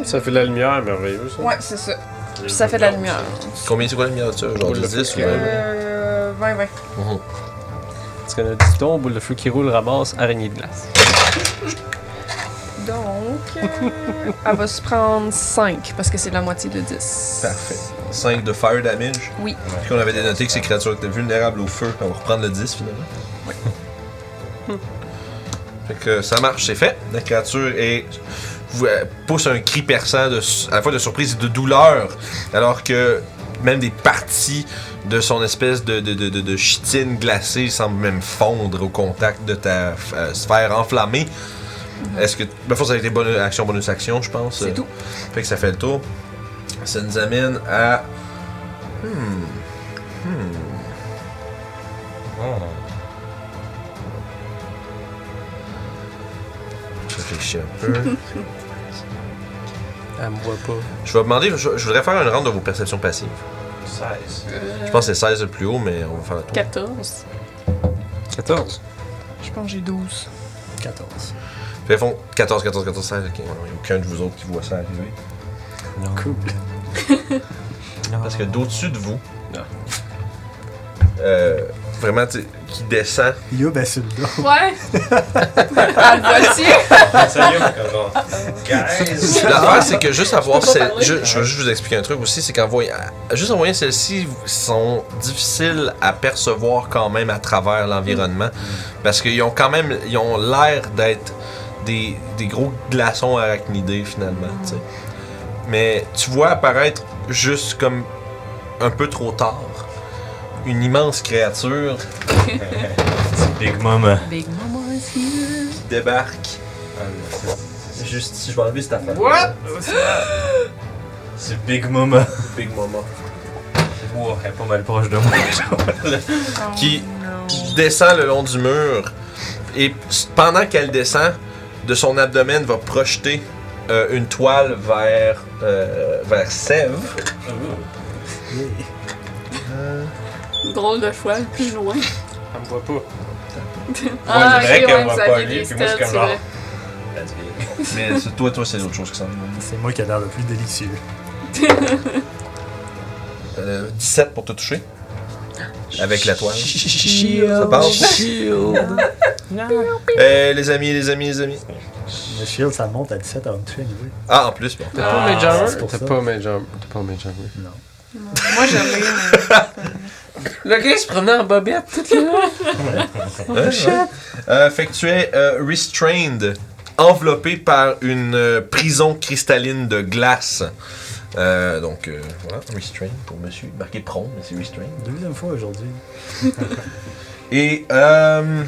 Ça fait de la lumière, merveilleux, ça.
Ouais, c'est ça. Puis ça fait de la lumière.
Combien c'est quoi la lumière de ça? Genre
Boule de
10 ou
feu.
même?
Euh, 20, 20.
Parce qu'on a dit ton boule de feu qui roule, ramasse, araignée de glace.
Donc euh, elle va se prendre 5 parce que c'est la moitié de 10.
Parfait. 5 de fire damage.
Oui.
Puis on avait dénoté que ces créatures étaient vulnérables au feu. On va reprendre le 10 finalement. Fait que ça marche, c'est fait. La créature est, vous- elle pousse un cri perçant de, su- à la fois de surprise et de douleur, alors que même des parties de son espèce de, de, de, de- de chitine glacée semblent même fondre au contact de ta f- euh, sphère enflammée. Est-ce que. Ben, faut que ça a été bonne action, bonus action, je pense.
Mm-hmm. C'est tout.
Fait que ça fait le tour. Ça nous amène à. Hmm. Je réfléchis un peu.
Elle me voit pas.
je vais demander. Je, je voudrais faire une rente de vos perceptions passives.
16.
Je pense que c'est 16 le plus haut, mais on va faire le tour.
14.
14.
Je pense que j'ai 12.
14.
Fait ils font 14, 14, 14, 16. Ok, il n'y a aucun de vous autres qui voit ça arriver.
Cool.
Parce que d'au-dessus de vous,
Ah.
euh, vraiment tu sais, qui descend.
Yo, ben c'est le dos.
Ouais.
Ah, vois-tu?
Sérieux, genre. Guys!
L'affaire, c'est que juste avoir
Je peux pas
celle.
parler.
Je, je veux juste vous expliquer un truc aussi, c'est qu'en voyant. Juste en voyant celles-ci sont difficiles à percevoir quand même à travers l'environnement.
Mm.
Parce qu'ils ont quand même. Ils ont l'air d'être des, des gros glaçons arachnidés finalement, tu sais. Mais tu vois apparaître juste comme un peu trop tard une immense créature
Big Mama.
Big Mama is here.
qui débarque.
Juste si je vais enlever cette affaire.
What?
C'est Big Mama.
Big Mama.
Wow, elle est pas mal proche de moi.
Qui-
non.
descend le long du mur et s- pendant qu'elle descend, de son abdomen va projeter euh, une toile vers, euh, vers Sève.
Drôle de choix, plus loin.
Elle me voit pas.
Ah,
dirait
ok,
qu'elle
ouais,
va
vous
pas
aviez
aller,
des
puis moi, je suis
stats,
comme
c'est
genre-
vrai.
Mais c'est- toi, toi, c'est autre chose que ça.
C'est moi qui a l'air le plus délicieux.
Euh, 17 pour te toucher. Avec la toile.
Shield.
Ça passe.
Shield.
Euh, les amis, les amis, les amis.
Le shield, ça monte à 17 avant de tuer, anyway.
Ah, en plus, bon.
T'es
Ah,
pas
c'est
Major?
pour ça.
T'es pas Major. T'es pas Major. oui.
Moi, j'aime
Le gars, il se promenait en bobette tout le long.
Hein, ouais. Euh, fait que tu es euh, restrained, enveloppé par une euh, prison cristalline de glace. Euh, donc euh, voilà, restrained pour monsieur, marqué prompt, mais c'est restrained.
Deuxième fois aujourd'hui.
Et euh,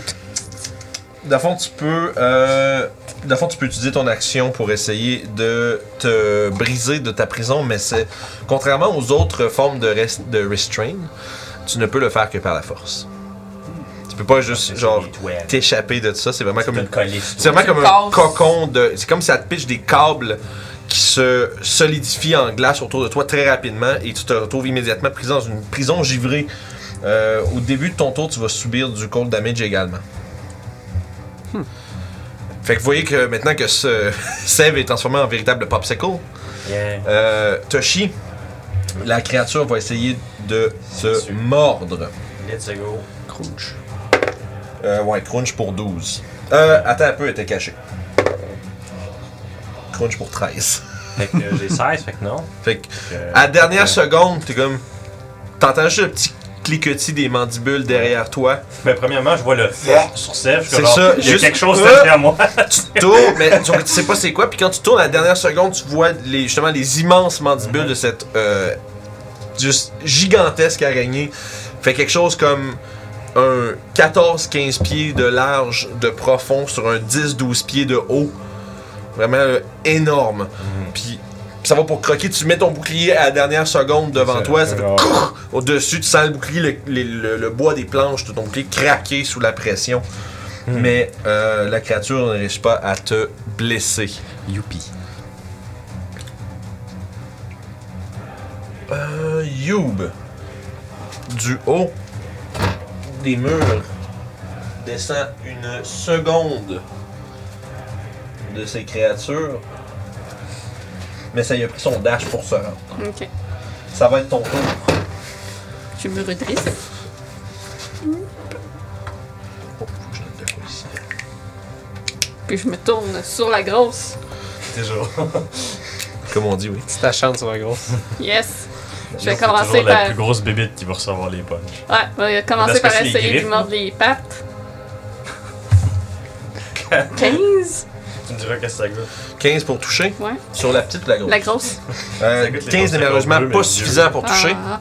dans le fond, tu peux, euh, dans le fond, tu peux utiliser ton action pour essayer de te briser de ta prison, mais c'est contrairement aux autres formes de, rest- de restrain, tu ne peux le faire que par la force. Tu peux pas
Ah,
juste genre t'échapper de ça. C'est vraiment comme une c'est vraiment
Tu
comme un
casses.
cocon de. C'est comme ça te pitche des câbles qui se solidifient en glace autour de toi très rapidement et tu te retrouves immédiatement pris dans une prison givrée. Euh, au début de ton tour, tu vas subir du cold damage également. Hmm. Fait que vous voyez que maintenant que ce Sève est transformé en véritable popsicle,
Yeah.
euh, Toshi, la créature va essayer de se
sûr.
mordre.
Let's go.
Crunch.
Euh, ouais, crunch pour 12. Euh, attends un peu, elle était cachée. Crunch pour 13.
Fait que euh, j'ai 16, fait que non.
Fait que,
Fait que,
à la dernière
euh,
seconde, t'es comme. T'entends juste le petit cliquetis des mandibules derrière toi.
Mais Ben, premièrement, je vois le sur Sèvres.
C'est ça,
Il y a
juste-
quelque chose
Ah!
derrière moi.
Tu te tournes, mais tu, tu sais pas c'est quoi. Puis quand tu tournes à la dernière seconde, tu vois les, justement les immenses mandibules de cette euh, juste gigantesque araignée. Fait quelque chose comme un 14-15 pieds de large, de profond, sur un 10-12 pieds de haut. Vraiment euh, énorme. Puis ça va pour croquer. Tu mets ton bouclier à la dernière seconde devant
Ça-
toi. Ça fait
genre-
couf Au-dessus, tu sens le bouclier, le, le- le- le bois des planches de ton bouclier craquer sous la pression.
Hmm.
Mais euh, la créature ne réussit pas à te blesser. Youpi. Euh, Youb. Du haut des murs descend une seconde de ces créatures. Mais ça y a pris son dash pour se rendre.
Ok.
Ça va être ton tour.
Je me redresse.
Oh, faut que je note de quoi ici.
Puis je me tourne sur la grosse.
Toujours.
Comme on dit, oui.
C'est ta chance, ma grosse.
Yes. Je vais
C'est
commencer
toujours la
par.
plus grosse bébite qui va recevoir les punches.
Ouais, on va
Parce
commencer
que
par
c'est les
essayer de lui
griffes,
mordre les pattes. 15?
Tu me diras qu'est-ce que ça goûte.
15 pour toucher.
Ouais.
Sur la petite ou la grosse?
La grosse.
Euh,
Ça goûte les
15 n'est
grosses,
malheureusement
les grosses
pas
bleus,
suffisant
mais
pour toucher.
Ah, ah.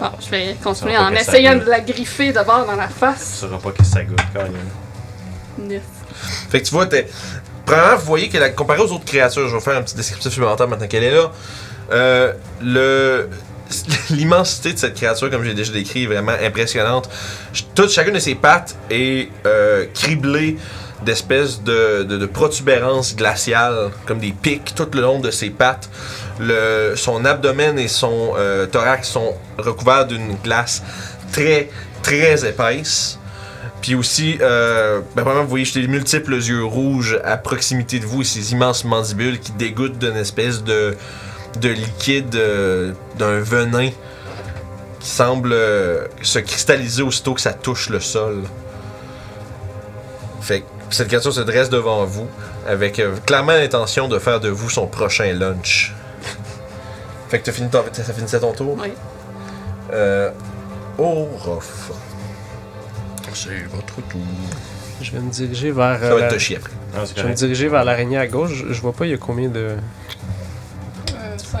Bon, je vais continuer
Ça va
en
pas que ça
essayant
goûte.
de la griffer d'abord dans la
Tu
face.
sauras pas qu'est-ce que ça goûte quand même.
Neuf.
Fait que tu vois, t'es... Premièrement, vous voyez que la... comparé aux autres créatures, je vais vous faire un petit descriptif supplémentaire maintenant qu'elle est là. Euh, le... L'immensité de cette créature, comme j'ai déjà décrit, est vraiment impressionnante. Ch- Toute, chacune de ses pattes est euh, criblée d'espèces de, de- de protubérances glaciales, comme des pics tout le long de ses pattes. Le- son abdomen et son euh, thorax sont recouverts d'une glace très, très épaisse. Puis aussi, euh, ben, premièrement, vous voyez j'ai des multiples yeux rouges à proximité de vous et ces immenses mandibules qui dégoûtent d'une espèce de, de liquide, euh, d'un venin qui semble euh, se cristalliser aussitôt que ça touche le sol. Fait que cette créature se dresse devant vous avec euh, clairement l'intention de faire de vous son prochain lunch. Fait que t'as fini ton- ça finissait ton tour?
Oui.
Euh, Orof. C'est votre tour.
Je vais me diriger vers.
Ça
euh,
va
la-
être Toshi après.
Ah, c'est
Je vais me
correct.
diriger vers l'araignée à gauche. Je, je vois pas il y a combien de.
Euh, c'est-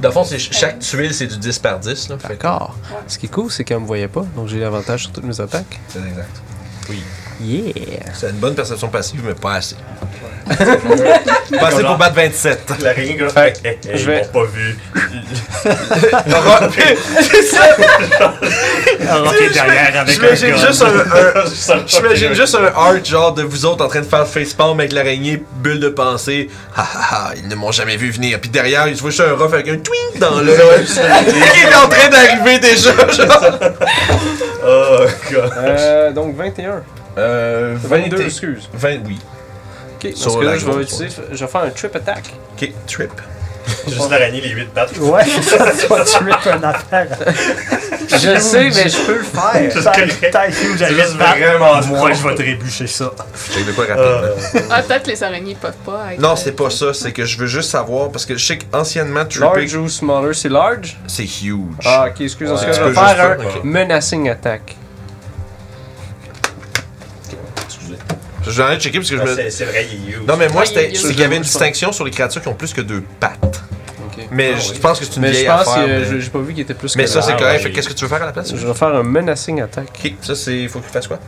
Dans le fond, c'est ch- chaque tuile, c'est du 10 par 10. Là. Fait que-
D'accord. Ce qui est cool, c'est qu'elle me voyait pas, donc j'ai l'avantage sur toutes mes attaques.
C'est exact.
Yeah!
C'est une bonne perception passive, mais pas assez. pas assez pour battre 27.
La ring, là.
Fait
Hey, hey,
je vais-
Ils m'ont pas vu.
Rocker derrière avec un
J'imagine
gun.
juste un, un- j'imagine
J'imagine
juste un art genre de vous autres en train de faire facepalm avec l'araignée, bulle de pensée. Ha ha ha, ils ne m'ont jamais vu venir. Puis derrière, ils se voient juste un rough avec un twing dans le. qui est en train d'arriver déjà, genre.
Oh, god.
Euh, donc 21.
Euh,
22, excuse.
20, oui.
Ok, parce
Sur
que là,
la
je vais
grosse
utiliser. Je vais faire un trip attack.
Ok, trip.
Juste l'araignée, les 8 pattes.
Ouais, c'est pas tu mets ton affaire.
Je sais, mais je peux le faire.
T'as t'as essayé où
C'est
j'allais
juste
te battre.
vraiment
Je crois que je vais te trébucher ça.
Fait que de quoi rapidement.
Euh,
Ah, peut-être les araignées peuvent pas être.
Non, c'est pas ça, c'est que je veux juste savoir, parce que je sais qu'anciennement,
Large
tripping,
ou smaller, c'est large?
c'est huge.
Ah, ok, excuse, moi
Ouais.
je
Tu peux
vais faire un
juste faire, ok.
menacing attack.
Excusez. Je vais aller checker parce que je
ah,
me.
c'est- C'est vrai, il est huge.
Non, mais moi,
Ouais,
c'était-
il y a-
c'est qu'il y avait une
je pense.
distinction sur les créatures qui ont plus que deux pattes.
Ok.
Mais
Ah
je
oui.
pense que c'est une
Mais
vieille
je pense
affaire.
que
mais-
je- j'ai pas vu qu'il était plus
Mais
que
ça,
large.
c'est
Ah,
correct.
ouais.
Fait que qu'est-ce que tu veux faire à la place
Je vais faire un menacing attack.
Ok, ça, c'est. Faut que tu fasses quoi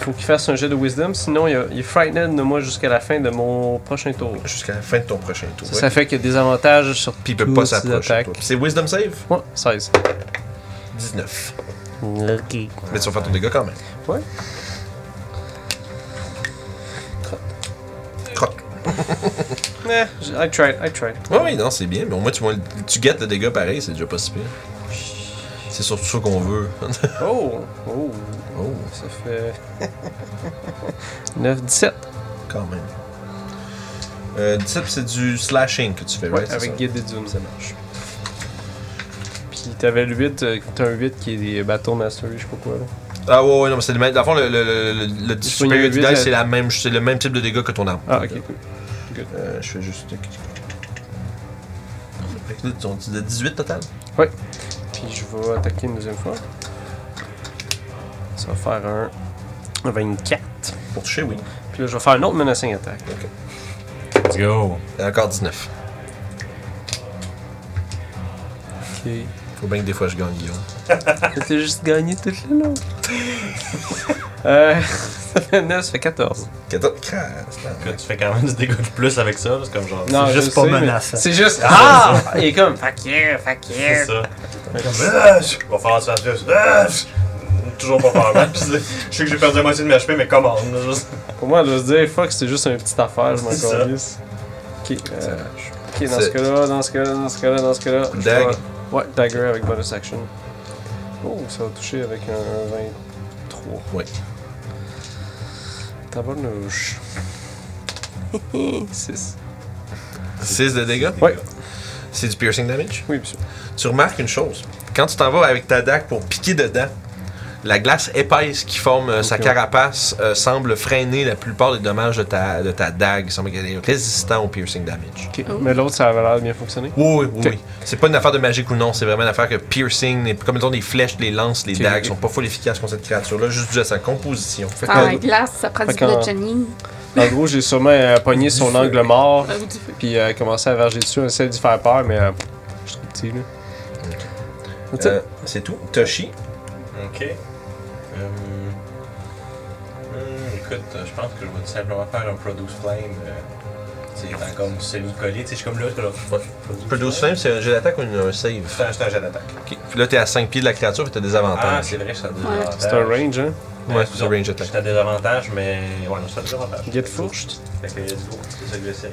Faut qu'il fasse un jet de wisdom, sinon il, a- il est frightened de moi jusqu'à la fin de mon prochain tour.
Jusqu'à la fin de ton prochain tour.
Ça,
ouais.
ça fait qu'il y a des avantages sur
Puis il
toutes
peut pas
ses
s'approcher.
attaques.
toi. C'est Wisdom Save
Ouais, 16.
19. Mais tu vas faire ton dégât quand même.
Ouais.
Croc.
Eh, j- I tried, I tried.
Ouais, oui, non, c'est bien, mais au moins, tu, vois- tu guettes le dégât pareil, c'est déjà pas si pire. C'est surtout ça qu'on veut.
Oh, oh,
oh,
ça fait 9, 17.
quand même. Euh, 17, c'est du slashing que tu fais,
Ouais,
right? C'est
avec
ça?
Guided Zoom, ça marche. Puis t'avais le 8, euh, t'as un 8 qui est des bâtons mastery, je sais pas quoi là.
Ah ouais, ouais, non, mais c'est le même. Dans le fond, le, le, le, le, le
Tu
superior
soignes le
dice,
huit,
c'est la même- c'est le même type de dégâts que ton arme.
Ah, ok, cool.
Euh, je fais juste. Fait que là, tu- tu dis 18 total?
Puis je vais attaquer une deuxième fois. Ça va faire un 24.
Pour toucher, oui.
Puis là, je vais faire une autre menacing attack.
Let's go.
Et encore 19.
Ok. Ah,
Faut bien que des fois je gagne, Guillaume.
T'as juste gagné tout le long. euh, ça fait 9, ça fait 14.
14. Crasse, là.
Que Tu fais quand même du dégât de plus avec ça, c'est comme genre.
Non,
C'est
je
juste pas
sais, mais
menaçant.
C'est juste. Ah! Il est comme. Fuck yeah, fuck
C'est
yeah.
ça. Ah, je vais faire ça, je vais- ah, je- Toujours pas faire mal. Puis c'est- Je sais que j'ai perdu la moitié de mes HP, mais comment là, juste-
Pour moi, elle doit se dire, fuck, c'est juste une petite affaire, je m'en
C'est ça.
calisse. Ok, euh, ok, dans
C'est-
ce cas-là, dans ce cas-là, dans ce cas-là, dans ce cas-là. je
Dag.
vais- Ouais, dagger avec bonus action. Oh, ça va toucher avec un, un 23.
Ouais.
Tabarnouche. 6.
6 de dégâts?
Ouais.
C'est du piercing damage?
Oui, monsieur.
Tu remarques une chose. Quand tu t'en vas avec ta dague pour piquer dedans, la glace épaisse qui forme euh, sa
Ok.
carapace euh, semble freiner la plupart des dommages de ta, de ta dague. Il semble qu'elle est résistante au piercing damage.
Ok,
Ah
Mais l'autre, ça avait l'air de bien fonctionner.
Oui, oui, oui.
Ok.
oui. C'est pas une affaire de magique ou non, c'est vraiment une affaire que piercing, les- comme disons des flèches, les lances, les
Ok,
dagues
ok.
sont pas full efficaces contre cette créature-là, juste dû à sa composition. Fait que-
Ah, la glace, ça prend
Fait
du
qu'en-
blood Jenny.
En gros, j'ai sûrement euh, pogné son angle mort,
Ah, ou du feu.
puis euh, commencé à verger dessus, on essaie d'y faire peur, mais euh, je suis trop petit, là. That's it.
Euh, c'est tout. Toshi.
Ok. Euh, hmm, écoute, euh, je pense que je vais tout simplement faire un Produce Flame. euh, tu sais, étant comme semi-collé. Tu sais, je suis comme là, je suis comme là. Produce,
Produce Flame, c'est un jet d'attaque ou une- un save?
C'est un- c'est un jet d'attaque.
Ok. Puis là, t'es à 5 pieds de la créature, puis t'as des
Ah,
avantages.
c'est vrai, ça a des
Ouais.
avantages. Euh,
C'est
Euh,
un range, hein?
ouais, c'est un range attack.
J'étais à des avantages, mais. Ouais, non, c'est un désavantage.
Get fourched.
Fait que let's go, c'est ça que j'essaie.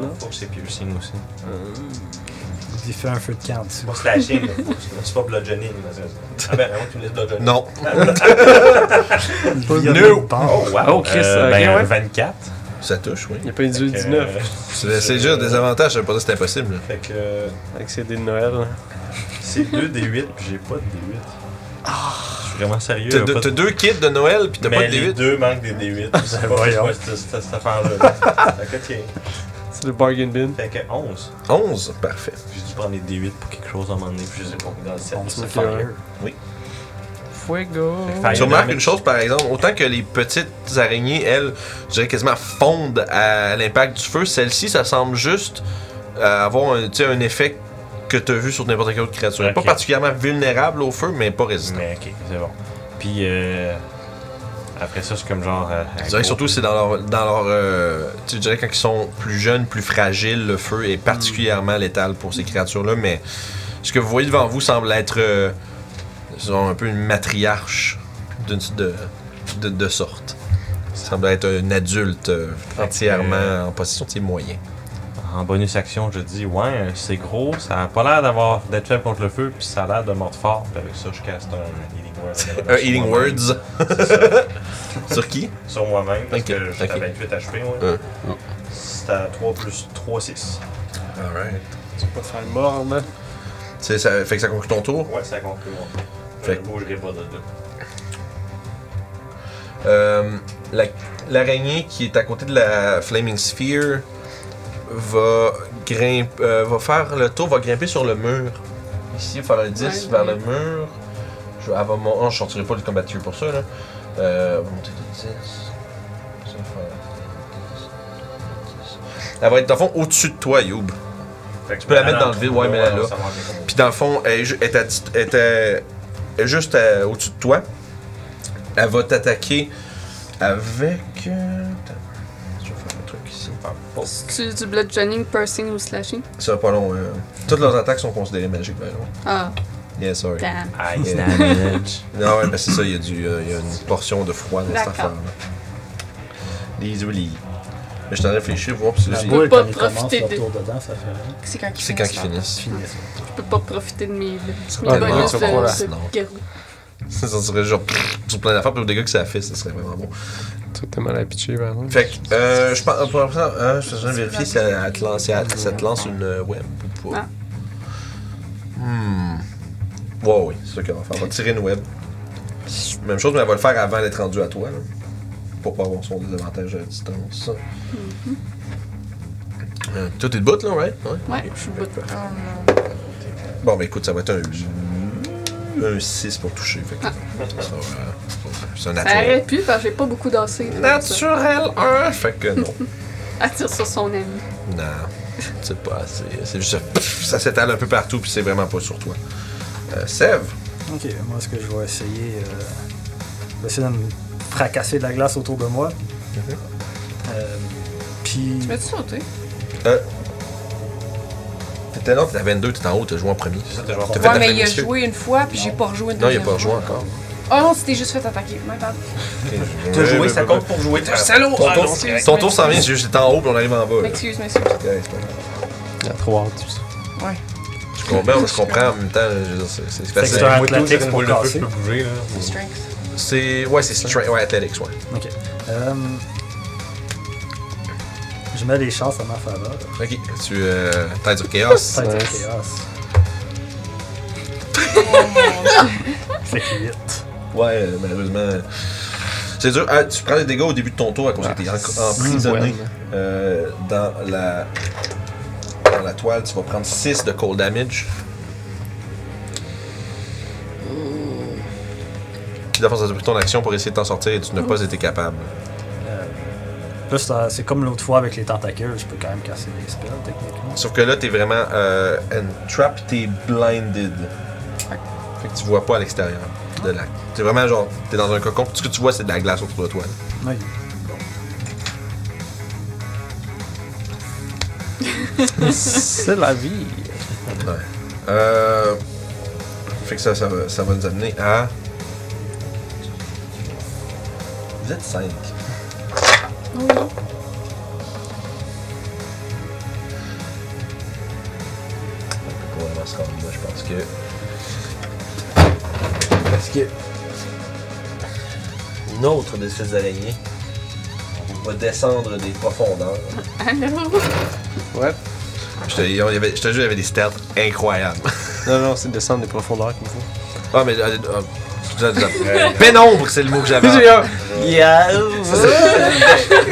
Non, faut que c'est piercing aussi.
J'ai fait un feu de camp dessus.
C'est pas slashing, là. c'est pas bludgeoning. là, c'est- Ah ben, avant que tu me laisses bludgeoning.
Non.
Il y a
No.
une barre.
Oh, wow.
Oh, Chris, ok,
ben,
ouais.
24.
Ça touche, oui.
Il a pas eu 18,
Fait que,
19.
euh,
C'est c'est juste des avantages, ça veut pas dire que c'est impossible.
Fait que.
Avec ses dés de Noël. hein.
C'est 2 des 8, puis j'ai pas de D8. Je suis vraiment sérieux.
T'as
là,
deux-
pas de-
t'as deux kits de Noël, puis t'as
mais
pas de
les
D8.
deux manquent des D8. Je sais pas
Voyons.
pourquoi c'est cette cette affaire-là. Fait que, ok.
C'est le bargain bin.
Fait que 11.
11, parfait.
J'ai dû prendre les D8 pour quelque chose à un moment donné, puis je sais pas, dans le 7.
On se
Ok,
fire.
ouais. Fuego.
Fire
Tu remarques
damage.
une chose, par exemple, autant que les petites araignées, elles, je dirais quasiment fondent à l'impact du feu, celle-ci, ça semble juste euh, avoir un, tu sais, un effet que t'as vu sur n'importe quelle autre créature. Elle est
Ok.
Pas particulièrement vulnérable au feu, mais pas résistante.
Mais ok, c'est bon. Puis euh, après ça, c'est comme genre. euh,
Je dirais
go.
surtout c'est dans leur, dans leur euh, tu sais, je dirais quand ils sont plus jeunes, plus fragiles, le feu est particulièrement létal pour ces créatures-là, mais ce que vous voyez devant vous semble être euh, disons, un peu une matriarche d'une de, de, de sorte. Ça semble être un adulte euh, entièrement
euh,
en possession de ses moyens.
En bonus action, je dis ouais, c'est gros, ça a pas l'air d'avoir d'être faible contre le feu, puis ça a l'air de mordre fort. Puis avec ça, je casse un Healing Word.
Un Healing
Sur
Euh, Words
moi-même. C'est ça,
sur qui
sur moi-même, parce
Ok,
que j'étais
ok.
à 28 HP, moi.
Euh,
C'est à 3 plus 3, 6.
Oh. Alright.
Tu peux pas te faire mordre.
C'est ça fait que ça conclut ton tour.
Ouais, ça conclut. moi.
Fait
Je bougerai pas de deux.
Euh, la- l'araignée qui est à côté de la Flaming Sphere va, grimper, va faire le tour, va grimper sur le mur. Ici, faire un 10
Ouais,
vers
ouais.
le mur. Je, elle va mon- oh, je sortirai pas le combat de tuer pour ça. Là. Euh, elle va monter de 10. Ça va faire 10, 10. Elle va être, dans le fond, au-dessus de toi, Youb.
Fait que
Tu peux la mettre dans le vide, ouais, mais là, là. Puis dans le fond, elle est ju- est à dist- est à- est juste à- au-dessus de toi. Elle va t'attaquer avec. euh, attends, Je vais faire un truc ici. Ah,
Tu du bludgeoning, piercing ou slashing?
Ça va pas long. euh, Toutes leurs attaques sont considérées magiques, par exemple.
Ah,
Yeah, sorry.
damn.
Ice
Yeah.
damage.
Non, ouais, ben c'est ça, il y, a du, euh, il y a une portion de froid dans cette
D'accord.
affaire-là. Les oublies. Mais je t'en réfléchis, voir si
La
j'ai-
boule,
pas
quand il commence
profiter
le
de-
tour dedans, ça fait rien.
C'est quand il
C'est
finit
quand
ça.
qu'ils finissent.
Fini.
Je peux pas profiter de mes, mes
Ah, non,
bonus
c'est
de,
pas là.
de
Non.
garou.
ça serait genre sur plein d'affaires, puis au dégât que ça fait, ça serait vraiment bon.
Tu t'es mal à pitcher, par exemple.
Fait que, euh, je pense, euh, pour l'instant, euh, je suis en train de vérifier si elle, elle te lance, si elle- si elle te lance une euh, web ou pas.
Ah.
Hmm. Ouais, oui, c'est ça qu'elle va faire. Elle va tirer une web. Même chose, mais elle va le faire avant d'être rendue à toi, là, pour pas avoir son désavantage à distance. Euh, toi, t'es debout, là, ouais? ouais?
Ouais, je suis bonne.
Oh non.
Bon, bah écoute, ça va être un, un 6 pour toucher. Fait que, ça va- c'est un
Ça
naturel.
aurait pu, parce que j'ai pas beaucoup dansé. Ça.
Naturel 1! Fait que non.
Elle tire sur son ami.
Non, c'est pas assez. C'est juste pff, ça s'étale un peu partout puis c'est vraiment pas sur toi. Euh, Sève,
Ok, moi, ce que je vais essayer, euh, je vais essayer de me fracasser de la glace autour de moi.
Mhm.
Euh, Puis.
Tu veux-tu sauter?
t'étais là, t'étais à 22, t'étais en haut, t'as joué en premier.
C'est ça, t'es genre.
T'as fait
Ouais,
ta
mais il a
flamissure.
joué une fois, puis j'ai pas rejoué une
Non, il a
deuxième
pas joué
fois.
encore.
Oh non, c'était juste fait attaquer. My bad.
Ouais, ouais, ouais, ouais.
pour jouer,
euh,
t'es
Salaud!
Ton
Ah,
tour-
non, c'est-
Ton tour s'en vient, c'est juste j'étais en haut puis on arrive en bas. là.
M'excuse, m'excuse.
Ok, c'est pas grave.
Il y a trop hâte, tout ça.
Je comprends, je comprends en même temps. je veux dire, c'est- C'est
Fait que
facile.
c'est un
Moi, tout,
athletics
c'est une
pour
boule de feu,
casser.
je peux bouger, là.
Strength.
C'est. Ouais, c'est strength. Ouais, athletics, ouais.
Ok. Euh, je mets des chances à ma faveur.
Ok, tu. Euh, T'as du chaos.
Ça va être
Nice.
chaos. Fait que 8.
Ouais, euh, malheureusement. C'est dur. Ah, tu prends des dégâts au début de ton tour à cause que t'es en- emprisonné. Euh, dans la dans la toile, tu vas prendre 6 de cold damage. Puis d'abord, ça a pris ton action pour essayer de t'en sortir et tu n'as pas été capable.
Là, ça- euh, c'est comme l'autre fois avec les tentacules, je peux quand même casser des spells techniquement.
Sauf que là, t'es vraiment euh, entrapped, t'es blinded. Fait que tu vois pas à l'extérieur de la. T'es vraiment genre, t'es dans un cocon. Ce que tu vois, c'est de la glace autour de toi. là.
Oui.
C'est la vie.
Euh, fait que ça, ça, va- ça va nous amener à. Vous êtes 5. Pour vraiment se rendre là, je pense que. Parce que. Une autre de ces araignées va descendre des profondeurs.
Allô?
Ouais.
Je te, il y avait- je te jure, il y avait des stats incroyables.
Non, non, c'est descendre des profondeurs qu'il me faut.
Ah, mais. euh, euh, euh, euh, Pénombre, c'est le mot que j'avais. Je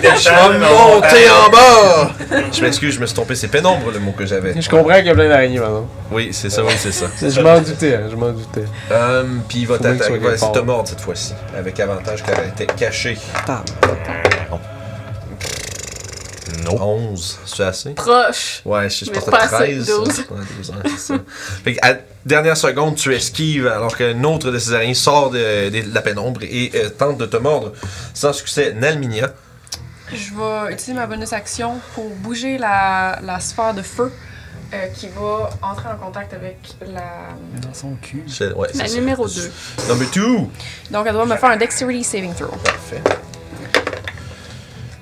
vais monter en bas! Je m'excuse, je me suis trompé, c'est pénombre le mot que j'avais.
Je comprends qu'il y a plein d'araignées maintenant.
Oui, c'est ça, oui, c'est ça.
Je m'en doutais, hein, je m'en doutais.
Hum, puis il va
Faut bien que
t'attaquer,
tu sois
va essayer de te
capable.
mordre cette fois-ci, avec avantage qu'elle était cachée.
Non.
11, c'est assez?
Proche.
Ouais, je, je
Mais
pense
pas
à
assez,
13.
12.
Ouais, 12 ans, c'est ça. Fait que, à dernière seconde, tu esquives alors qu'un autre de ces araignées sort de, de la pénombre et euh, tente de te mordre sans succès. Nalminia.
Je vais utiliser ma bonus action pour bouger la, la sphère de feu euh, qui va entrer en contact avec la.
Dans son cul.
C'est- Ouais,
La
c'est ça.
numéro 2.
Number 2.
Donc elle doit me faire un dexterity saving throw.
Parfait.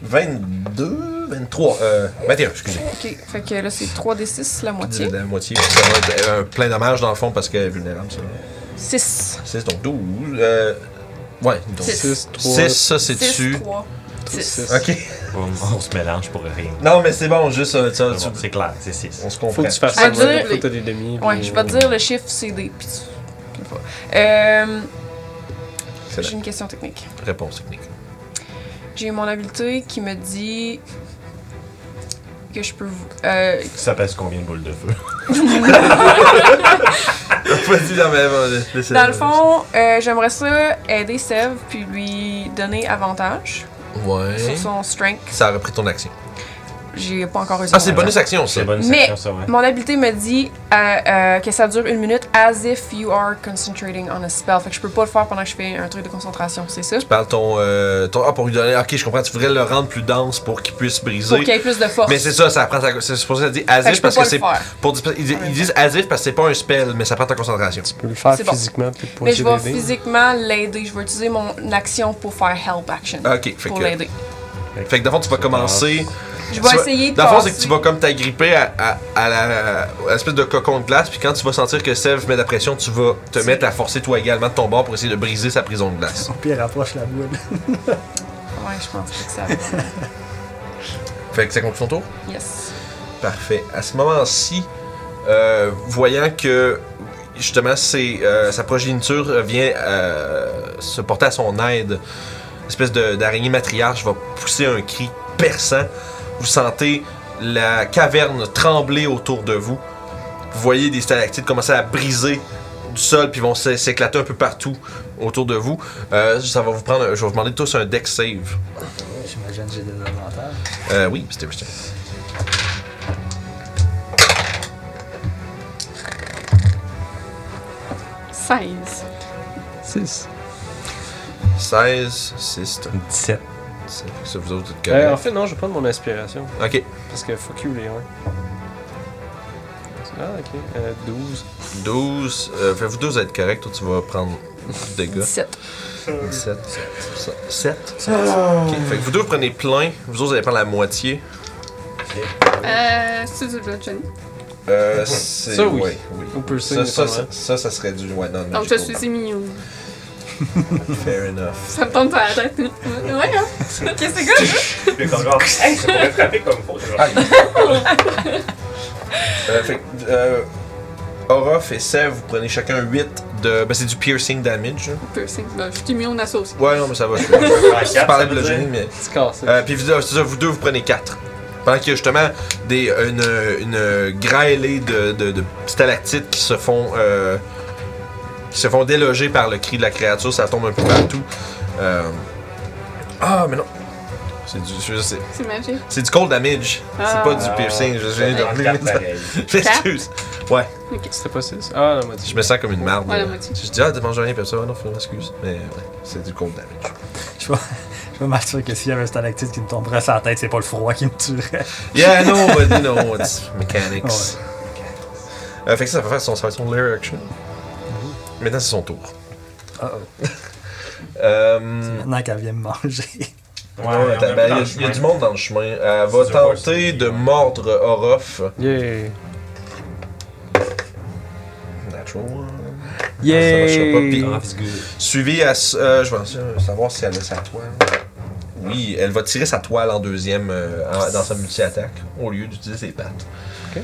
22, 23, euh, 21, excusez.
Ok, fait que là c'est 3d6, la moitié.
La moitié. Ça va être euh, plein dommage dans le fond parce qu'elle est vulnérable, ça.
6.
6, donc 12. Euh, ouais, donc
Six.
6, 3,
6, ça c'est
6,
dessus.
3, 6.
Ok.
On se mélange pour rien.
Non, mais c'est bon, juste euh, ça,
Bon,
tu-
C'est clair, c'est 6.
on se comprend.
Faut que tu fasses
Ah,
ça,
tu veux
ouais,
dire-
faut que t'as des demi.
Ouais, je vais te dire le chiffre CD. Puis tu... je sais pas. Euh,
Excellent.
J'ai une question technique.
Réponse technique.
J'ai mon habileté qui me dit que je peux vous. Euh,
Ça pèse combien de boules de feu?
Vas-y, non, mais, euh, laissez-
Dans le fond, euh, j'aimerais ça aider Sev puis lui donner avantage
Ouais.
sur son strength.
Ça a repris ton action.
J'ai pas encore eu
Ah, c'est
bon.
bonus action, ça.
C'est bonne
Mais-
section, ça, ouais.
Mon habileté me dit euh, euh, que ça dure une minute as if you are concentrating on a spell. Fait que je peux pas le faire pendant que je fais un truc de concentration, c'est ça?
Tu parles ton, euh, ton- Ah, pour lui donner. Ok, je comprends, tu voudrais le rendre plus dense pour qu'il puisse briser.
Pour qu'il y ait plus de force.
Mais c'est ça, ça prend ta. C'est pour ça que ça dit as
Fait que
if
je peux
parce
pas
que
le
c'est.
faire.
Pour, dire- ils, ils disent as if parce que c'est pas un spell, mais ça prend ta concentration.
Tu peux le faire
C'est bon.
physiquement, puis pour
Mais je vais
essayer d'aider.
physiquement l'aider. Je vais utiliser mon action pour faire help action.
Ok, fait
pour
que.
l'aider.
Fait que dans le fond, tu vas commencer.
Je
Tu
vais
vas-
essayer de.
Dans le fond, c'est que
passer-
tu vas comme t'agripper à, à, à la à l'espèce de cocon de glace, puis quand tu vas sentir que Sev met de la pression, tu vas te mettre à forcer toi également de ton bord pour essayer de briser sa prison de glace.
Puis elle rapproche la boule.
Ouais, je pense pas que ça va.
Fait que ça conclut son tour?
yes.
Parfait. À ce moment-ci, euh, voyant que justement c'est, euh, sa progéniture euh, vient euh, se porter à son aide, espèce de- d'araignée matriarche va pousser un cri perçant. Vous sentez la caverne trembler autour de vous. Vous voyez des stalactites commencer à briser du sol puis vont s'é- s'éclater un peu partout autour de vous. Euh, ça va vous prendre. un- Je vais vous demander tous un deck save.
J'imagine que j'ai des avantages.
Euh, oui, c'était Christian.
Size.
6.
16, 6,
17.
Ça fait que ça, vous autres, vous êtes
Euh, en
corrects.
fait, non, je vais prendre mon inspiration.
Ok,
Parce que fuck you, les ouais. Ah, ok. Euh, 12.
12. Euh, fait que vous deux êtes corrects, toi tu vas prendre du dégât.
17.
7. 7. Ok, fait que vous deux vous prenez plein, vous autres vous allez prendre la moitié.
Euh, c'est du Blood Johnny.
Euh, c'est.
Ça, oui.
ouais, oui.
On peut le signer,
Ça, ça,
pas
ça,
mal.
ça, ça serait du. Ouais, non, non.
Donc je suis immune.
Fair enough.
Ça me tombe sur la tête. ouais, hein.
Ok, c'est good.
Puis comme genre, c'est pour être frappé comme faut. c'est genre-
Ah, euh, fait que. Euh, Orof et Sev, vous prenez chacun 8 de. Ben, c'est du piercing damage. là.
Piercing. Là, ben, je suis immune à ça aussi.
Ouais, non, mais ça va. Je, je
Ah, quatre,
parlais
ça
de
veut
le génie,
dire?
mais.
C'est cassé.
Euh, puis vous, c'est ça, vous deux, vous prenez 4. Pendant qu'il y a justement des, une, une grêlée de, de, de stalactites qui se font euh, qui se font déloger par le cri de la créature, ça tombe un peu partout. Euh, Ah, mais non. C'est du, je- c'est,
C'est magique.
c'est du cold damage. C'est
Ah.
pas du piercing. Je viens de
Dans le quatre,
revenir.
pareil.
Excuse. Ouais,
C'était pas 6. Ah, la moitié.
je me sens comme une merde.
Ouais, la moitié.
Je dis, ah, t'as mangé rien, puis ça, Ah non, finalement, excuse. Mais ouais, c'est du cold damage.
Je suis mal sûr que s'il y avait un stalactite qui me tomberait sur la tête, c'est pas le froid qui me tuerait.
Yeah, no, but you know, it's mechanics.
Ouais.
Euh, fait que ça, ça va faire son, ça va être son layer action. Maintenant, c'est son tour.
Oh,
Euh,
Maintenant qu'elle vient me manger.
ouais, attends, ben, il y a- il y, a du monde dans le chemin. Elle va
C'est sûr,
tenter de mordre Orof.
Yeah.
Natural.
Yeah.
Ça marchera pas, pis-
Ah, c'est good.
Suivi à. s- euh, je vais en- savoir si elle a sa toile. Oui, elle va tirer sa toile en deuxième euh, en- dans sa multi-attaque au lieu d'utiliser ses pattes.
Ok.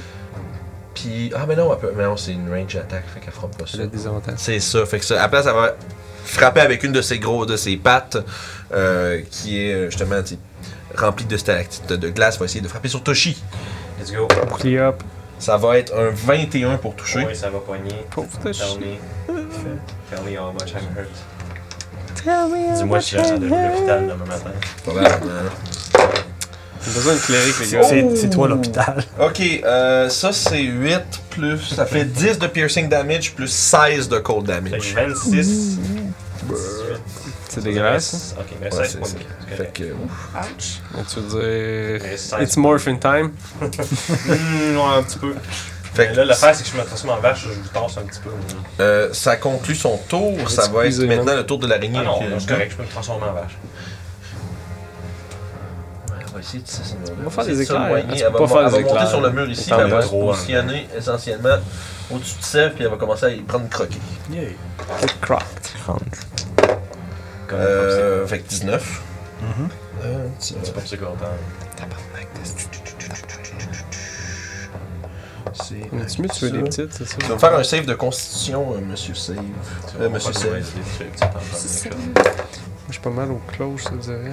Puis. Ah, mais non, elle peut- mais non c'est une range attack, fait qu'elle frappe pas ça.
Elle a des avantages.
C'est ça, fait que ça. À la place, elle va frapper avec une de ses gros, de ses pattes, euh, qui est euh, justement tu sais, remplie de stalactites de glace, va essayer de frapper sur Toshi.
Let's go.
Pris up.
Ça va être un 21 pour toucher.
Oui, ça va poigner.
Pauvre
Tell
Toshi.
me. Tell me how much I'm hurt.
Dis-moi si j'ai un de l'hôpital demain matin.
Probablement.
J'ai besoin de cléric, les gars.
C'est c'est toi l'hôpital.
Ok, euh, ça c'est 8 plus. Ça fait 10 de piercing damage plus 16 de cold
Fait que
damage.
26.
Oh. C'est dégueulasse.
Ok, mais
hein? Ouais,
16
c'est
points.
ça.
C'est
Fait
correct.
que. ouf.
Ouch.
Mais tu veux
Mais
dire.
cinq.
It's morphin time.
Hmm, ouais, un petit peu.
Fait
Mais
que
là, l'affaire, c'est que je me transforme en vache, je vous torse un petit peu. Ah
euh, ça conclut son tour. Ça va être
Excusez-moi.
maintenant le tour de l'araignée.
Ah non,
Puis,
non,
euh,
c'est correct, je peux me transformer en vache.
On va essayer de s'éloigner.
On va faire
Essayer
des
de
éclairs.
s'éloigner.
Ah, tu
Elle
peux
va,
pas faire
elle
des
va monter
éclairs.
sur le mur ici,
T'en
puis elle
as
va se
trop, hein.
positionner essentiellement au-dessus de Sèvres, puis elle va commencer à y prendre croquer.
Get crocked.
Comme
Euh, fait que 19. Euh, tu-
c'est pour ça content.
c'est-
On est-tu mieux de tuer des petites, c'est ça?
Tu vas me faire un save de constitution, euh, monsieur Save. Euh, monsieur Save.
C'est
Seb.
Moi, Je suis pas mal au cloche, je te dirais.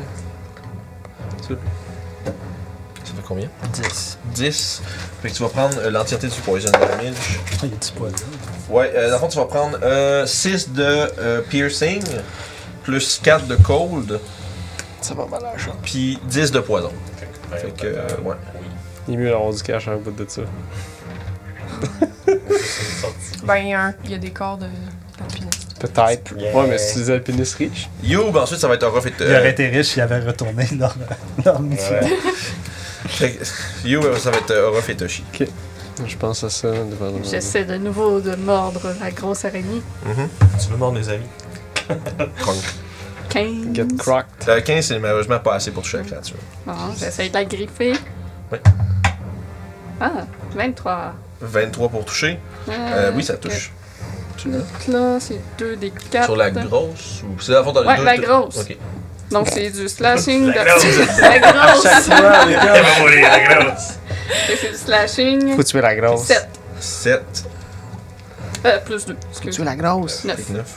Ça fait combien
10.
10. Fait que tu vas prendre euh, l'entièreté du poison damage.
Il Ah, y a du poil.
Ouais, euh, dans le fond, tu vas prendre euh, 6 de euh, piercing, plus 4 de cold,
Ça va mal à la
puis 10 de poison. Fait que, euh, ouais.
Il est mieux d'avoir du cash à bout de ça.
Ben, un. Il y a des corps de d'alpinistes.
Peut-être.
Yeah.
Ouais, mais c'est des alpinistes riches.
Youb, ensuite, ça va être un rough euh, et
Il aurait été riche, il avait retourné leur, euh, leur mission.
Fait que- You, euh, ça va être euh, Orof et Toshi.
Je pense à ça devant le
J'essaie de nouveau de mordre la grosse araignée.
Tu veux mordre les amis?
Crunk.
15.
Get crocked.
Euh, 15, c'est malheureusement pas assez pour toucher la créature.
Bon, j'essaie de la griffer.
Ouais.
Ah, 23.
23 pour toucher. Euh,
Euh,
oui, ça touche. Tu l'as?
Donc là, c'est 2 des 4.
Sur la grosse ou. C'est dans le fond dans les
Ouais,
deux-
la grosse.
Ok.
Donc c'est du slashing de.
La grosse.
la grosse.
Ah,
Elle
bah,
va mourir, la grosse.
C'est du slashing.
Faut tuer la grosse.
7.
7,
Euh, plus 2. Excuse.
la grosse.
9.
9.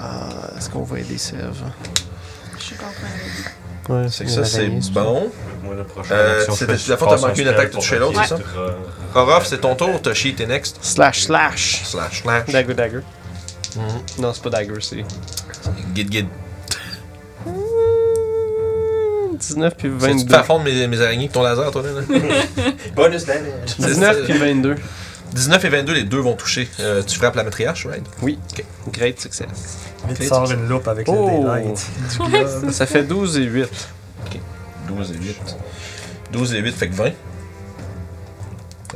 Ah, est-ce qu'on va aider Sev?
Je suis contre un-
Ouais,
C'est que ça, c'est bon.
Moi, le prochain.
Euh, c'était- la fois, t'as manqué une attaque, t'as touché l'autre, c'est
euh,
Orof, c'est ton tour. Toshi, t'es next.
Slash, slash.
Slash, slash.
Dagger, dagger. Non, c'est pas dagger, c'est.
Guide, guide.
19 puis
Tu
22.
te fais fondre mes, mes araignées avec ton laser, toi, là. là.
Bonus damage.
19 puis 22.
19 et 22, les deux vont toucher. Euh, tu frappes la matriarche, right?
Oui.
Ok.
Great success.
Vite, sort une loupe avec
Oh.
le daylight du globe.
Ça fait 12 et 8.
12 et 8. 12 et 8, fait que 20. Ça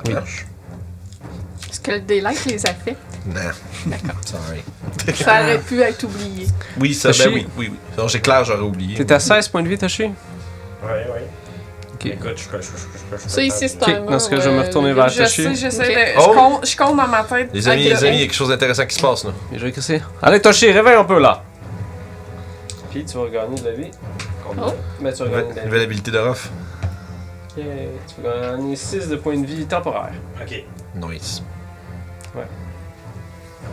Oui.
marche?
Est-ce que le daylight les a fait?
Non. D'accord. Sorry.
Ça aurait pu être oublié.
Oui, ça,
Toshi.
ben oui, oui, oui. Non, j'ai clair, j'aurais oublié.
T'es à 16 points de vie, Taché?
Ouais, ouais.
Ok.
Écoute, je peux. je peux- je peux- je peux- je peux-
Ça ici, c'est un.
Ok,
mur,
dans ce cas, je vais me
euh,
retourner
de-
vers- Ah,
Je
Toshi.
sais, j'essaie de.
Oh.
Je compte, je compte dans ma tête.
Les amis,
Ok,
les amis, il y a quelque chose d'intéressant qui se passe, là.
Mais je vais crisser. Allez, Toshi, réveille un peu là. Puis tu vas gagner de la vie.
Oh.
Mais tu vas gagner de
Nouvelle
la vie.
nouvelle habilité de Ruff.
Yeah. Tu vas gagner 6 de points de vie temporaires.
Ok.
Nice.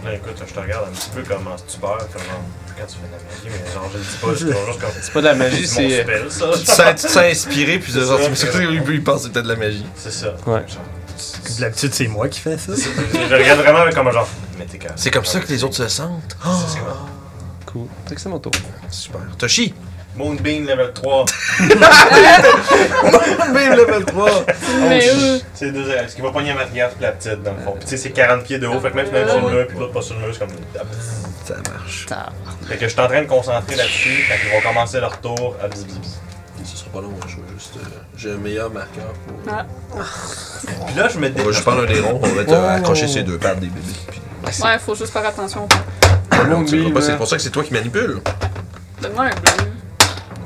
Là, écoute, je te regarde un petit peu comme en stupeur, comme en- quand tu fais de la magie, mais genre, je le dis pas, je suis toujours juste comme.
C'est pas de la magie,
C'est mon
c'est.
spell,
Tu te
ça.
sens, tu te sens inspiré, puis genre, tu me sens lui, il pense que c'est peut-être de la magie.
C'est ça.
Ouais.
Genre, c'est- c'est-
D'habitude, c'est moi qui fais ça.
Je regarde vraiment comme genre. Mais t'es calme.
C'est comme ça que les autres se sentent. Oh,
C'est comme-
Cool. Fait que c'est mon tour.
super. Toshi!
Moonbeam level 3.
Même level 3!
Mais euh,
C'est deux Ce qui va pogner ma filière la petite dans le fond. Puis tu sais, c'est 40 pieds de haut. Fait que même si l'un est sur le mur, puis l'autre pas sur le mur, c'est comme.
Ça marche.
Fait que je suis en train de me concentrer là-dessus. Fait qu'ils vont commencer leur tour à bzz, bzz, bzz.
Ce sera pas long, moi, je vais juste. euh, J'ai un meilleur marqueur pour.
Ah,
Puis là, je me
On va
déplace.
juste prendre un des ronds, on va euh, te accrocher ses deux pattes des bébés. Puis...
ouais, faut juste faire attention. au temps.
Non, tu
Moonbeam,
verras pas,
là.
C'est pour ça que c'est toi qui manipules.
Donne-moi un bleu.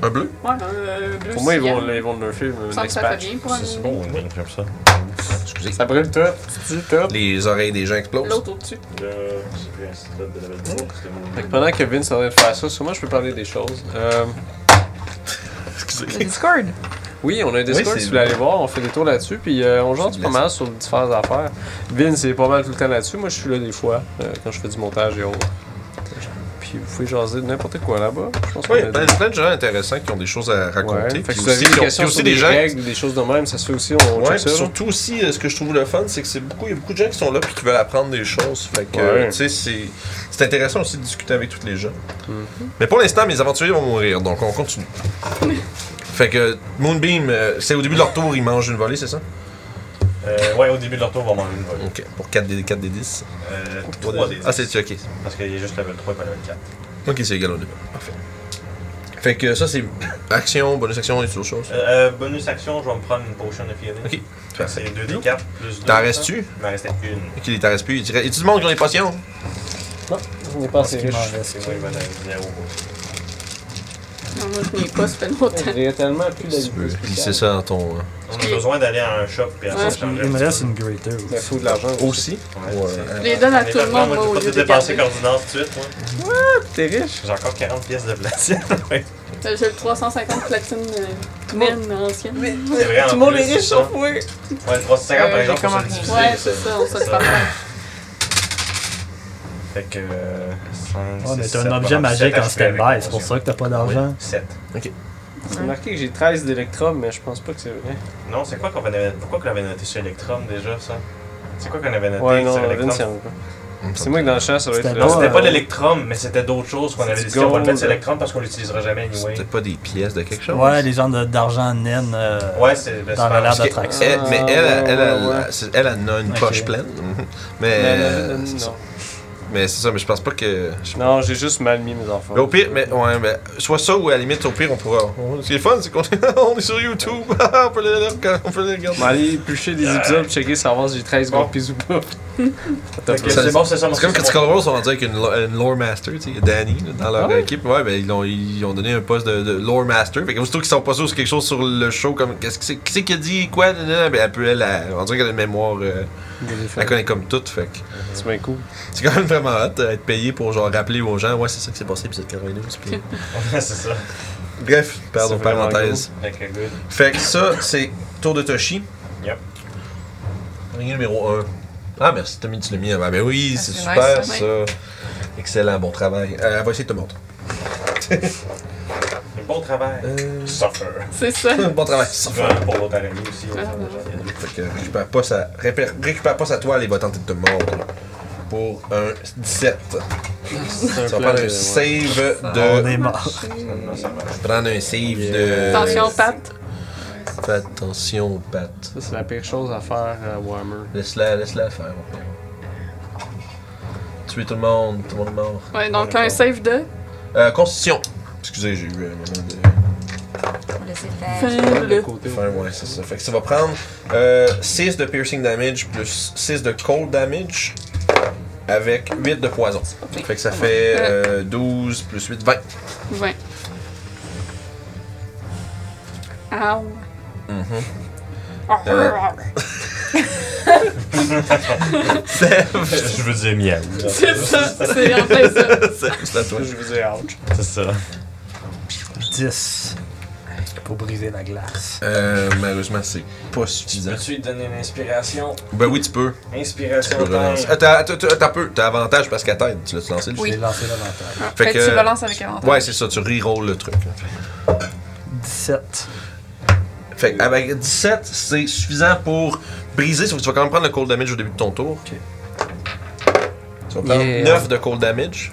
Un bleu?
Ouais, un euh, bleu.
Pour moi, ils vont,
cyan.
ils vont le nerfer. mais
Il me
une
semble que ça fait
expatch.
bien pour
C'est
un.
bon, une ligne comme ça.
Excusez.
Ça brûle tout. C'est top.
Les oreilles des gens explosent.
L'autre au-dessus.
Euh, j'ai pris un stud de level 3,
Fait
c'était
que
Moonbeam.
pendant que Vince est en train de faire ça, sûrement je peux parler des choses. Euh,
Excusez.
le Discord.
Oui, on a un Discord
Oui, c'est-
si vous voulez aller voir, on fait des tours là-dessus, puis euh, on jante pas mal sur différentes affaires. Vin, c'est pas mal tout le temps là-dessus, moi je suis là des fois, euh, quand je fais du montage et autres. Puis vous pouvez jaser de n'importe quoi là-bas. Je pense qu'on
Oui, ben, il y
a
a plein,
dit-
plein de gens intéressants qui ont des choses à
Ouais,
raconter.
fait que
puis
si vous avez
aussi,
des
qui ont-
questions
puis aussi
sur
des
des
gens
règles, des choses de même, ça se fait aussi, on
Ouais,
check ça.
puis
là.
surtout aussi, euh, ce que je trouve le fun, c'est que c'est beaucoup, il y a beaucoup de gens qui sont là puis qui veulent apprendre des choses. Fait que,
Ouais.
tu sais, c'est, c'est intéressant aussi de discuter avec tous les gens.
Mhm.
Mais pour l'instant, mes aventuriers vont mourir, donc on continue. fait que Moonbeam, euh, c'est au début de leur tour, ils mangent une volée, c'est ça?
Euh, ouais, au début de leur tour, on va manger une volée.
Ok, pour 4 des, 4 des 10.
Euh, 3 des
Ah,
10,
c'est ok.
Parce qu'il est juste level 3 et pas level 4.
Ok, c'est égal au début. Parfait. Fait que ça, c'est action, bonus action et toutes autres choses.
Euh, euh, bonus action, je vais me prendre une potion de healing.
Ok.
C'est 2 des 4 plus 2.
T'en restes-tu?
Il m'en restait une.
Ok, il t'en reste plus. Y a du monde qui ont des potions?
On n'est pas assez
Il m'en
riche.
reste,
C'est moi, il m'en reste zéro.
Non, moi, je n'ai pas, ça fait longtemps.
J'ai tellement plus
Si tu veux glisser ça dans ton. euh,
On a besoin d'aller à un shop et à
Ouais.
un
Il me reste une greater aussi.
Il Ben, faut de l'argent.
Aussi? Ouais.
Je les donne à tout le monde, moi, au
Moi,
lieu
j'ai
de
pas dépensé
garder.
coordination tout de suite, moi.
T'es riche?
J'ai encore 40 pièces de platine.
Euh, J'ai le 350 platine euh, même ancienne.
Mais,
C'est vrai,
tout
en
le monde
plus,
est riche
ça.
sauf moi.
Ouais, 350 par
Euh,
exemple,
j'ai
on se le
commandé.
divise,
Ouais, c'est ça, on se le partage.
Fait que. euh, cinq,
Ouais,
six,
mais t'as
sept,
un objet
bon,
magique
sept
en
HP
stand-by,
avec
c'est pour
potion.
ça que t'as pas
Oui,
d'argent.
7.
J'ai remarqué que j'ai 13 d'électrum, mais je pense pas que c'est vrai.
Non, c'est quoi qu'on avait. Pourquoi qu'on avait noté chez Electrum déjà, ça C'est quoi qu'on avait noté
Ouais, non,
sur
Vin,
Electrum
c'est un peu. C'est moi que dans le chat, ça doit être
C'était
là.
Non, c'était pas
Ouais.
euh,
l'Electrum, mais c'était d'autres choses qu'on
C'est
avait
du
décidé. On va le mettre
gold.
sur Electrum parce qu'on l'utilisera jamais anyway.
C'était pas des pièces de quelque chose?
Ouais, les gens de- d'argent naine. euh,
Ouais, c'est. ben, c'est
Dans
pas-
la lab
parce que-
Parce
d'attraction.
que elle-
Ah,
mais elle, elle, elle,
ouais,
elle-
ouais.
c'est- elle, elle en a une
Ok.
poche pleine. Mais,
Non, non,
euh,
non,
c'est ça.
non.
mais c'est ça, mais je pense pas que. je-
Non, j'ai juste mal mis mes enfants.
Mais au pire, mais ouais, mais soit ça ou à la limite, au pire, on pourra. on- Ce qui est fun, c'est qu'on est, on est sur YouTube. on peut les regarder. On peut les regarder.
Mais aller éplucher des épisodes, checker, savoir si j'ai 13
Bon.
gros pis ou pas.
Fait que
Ça-
C'est bon, c'est ça. mon-
C'est comme
mon-
Critical Role, on va dire qu'une lo- une lore master, tu sais, Danny, là, dans leur
Ah ouais?
équipe. Ouais, ben ils ont, ils ont donné un poste de, de lore master. Fait que surtout qu'ils sont pas sûrs sur quelque chose sur le show, comme qu'est-ce que c'est, qui c'est qui a dit quoi, nan, nan, ben elle peut, elle, elle- on dirait qu'elle a une mémoire, euh, elle connaît comme tout, fait que
C'est bien cool.
c'est quand même vraiment hot euh, être payé pour genre rappeler aux gens, ouais, c'est ça qui s'est passé, puis c'est 92. Puis...
Ouais, c'est ça.
Bref, pardon,
C'est vraiment
parenthèse.
Fait que good.
Fait que ça, c'est tour de Toshi.
Yep.
Ring numéro 1. Ah, merci, Tommy, tu l'as mis avant. Mais oui,
Ah,
c'est
c'est
super
nice, ça,
ça. Excellent, bon travail. Euh, elle va essayer de te montrer.
Bon travail.
Euh,
Suffer.
C'est ça.
bon travail.
Tu veux un pour l'autre araignée aussi. on va faire déjà.
Fait que récupère pas sa, répère- récupère pas sa toile et va tenter de te mordre. Pour un 17.
C'est
Ça va prendre un
ouais.
save
On
de.
est mort.
Non, ça marche.
Prendre un save de.
Attention, Pat.
Fais attention, Pat.
Ça, c'est la pire chose à faire à Warhammer.
Laisse-la, laisse-la faire, mon père. Tuer tout le monde, tout le monde est mort.
Ouais, donc un save de.
Euh, constitution. Excusez, j'ai eu un moment de.
Fais-le.
Côté,
Enfin, ouais, c'est ça. Fait que ça va prendre euh, 6 de piercing damage plus 6 de cold damage avec 8 de poison. Fait que ça fait euh, 12 plus 8, 20.
20. Ow.
Euh.
Je veux dire miel.
C'est ça, c'est en fait ça.
c'est à toi.
Je vous ai ouch.
C'est ça.
10. Pour briser la glace.
Euh, malheureusement, c'est pas suffisant.
lui donner une inspiration?
Ben oui, tu peux. Tu
Inspiration
peux relancer. Ah, t'as- t'as- t'as t'as peu. T'as avantage parce qu'à tête, tu l'as lancé le
Je
Oui.
l'ai lancé l'avantage.
Fait
Fait
que-
que tu relances avec avantage.
Ouais, c'est ça, tu reroll le truc.
17.
Fait que avec 17, c'est suffisant pour briser, sauf que tu vas quand même prendre le cold damage au début de ton tour. Tu vas prendre
Yeah.
9 de cold damage.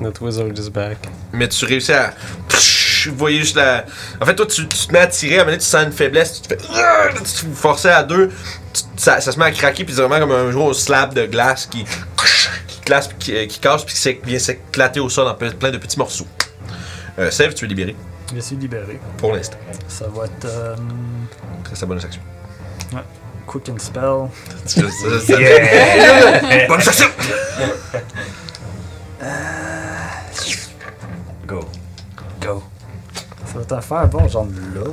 Notre wizard is back.
mais tu réussis à. Psh, Vous voyez juste la. En fait, toi, tu, tu te mets à tirer, à un moment donné, tu sens une faiblesse, tu te fais. Ah Tu te forces à deux, tu- ça, ça se met à craquer, puis c'est vraiment comme un gros slab de glace qui. qui classe, puis qui, qui casse, puis qui s'é- vient s'éclater au sol en pe- plein de petits morceaux. Euh, Save, tu es libéré,
Je suis libéré.
pour l'instant.
Ça va être euh,
Très sa bonne action.
Quick and Spell.
Bonne action!
Go.
Go. Ça va t'en faire bon, genre de là.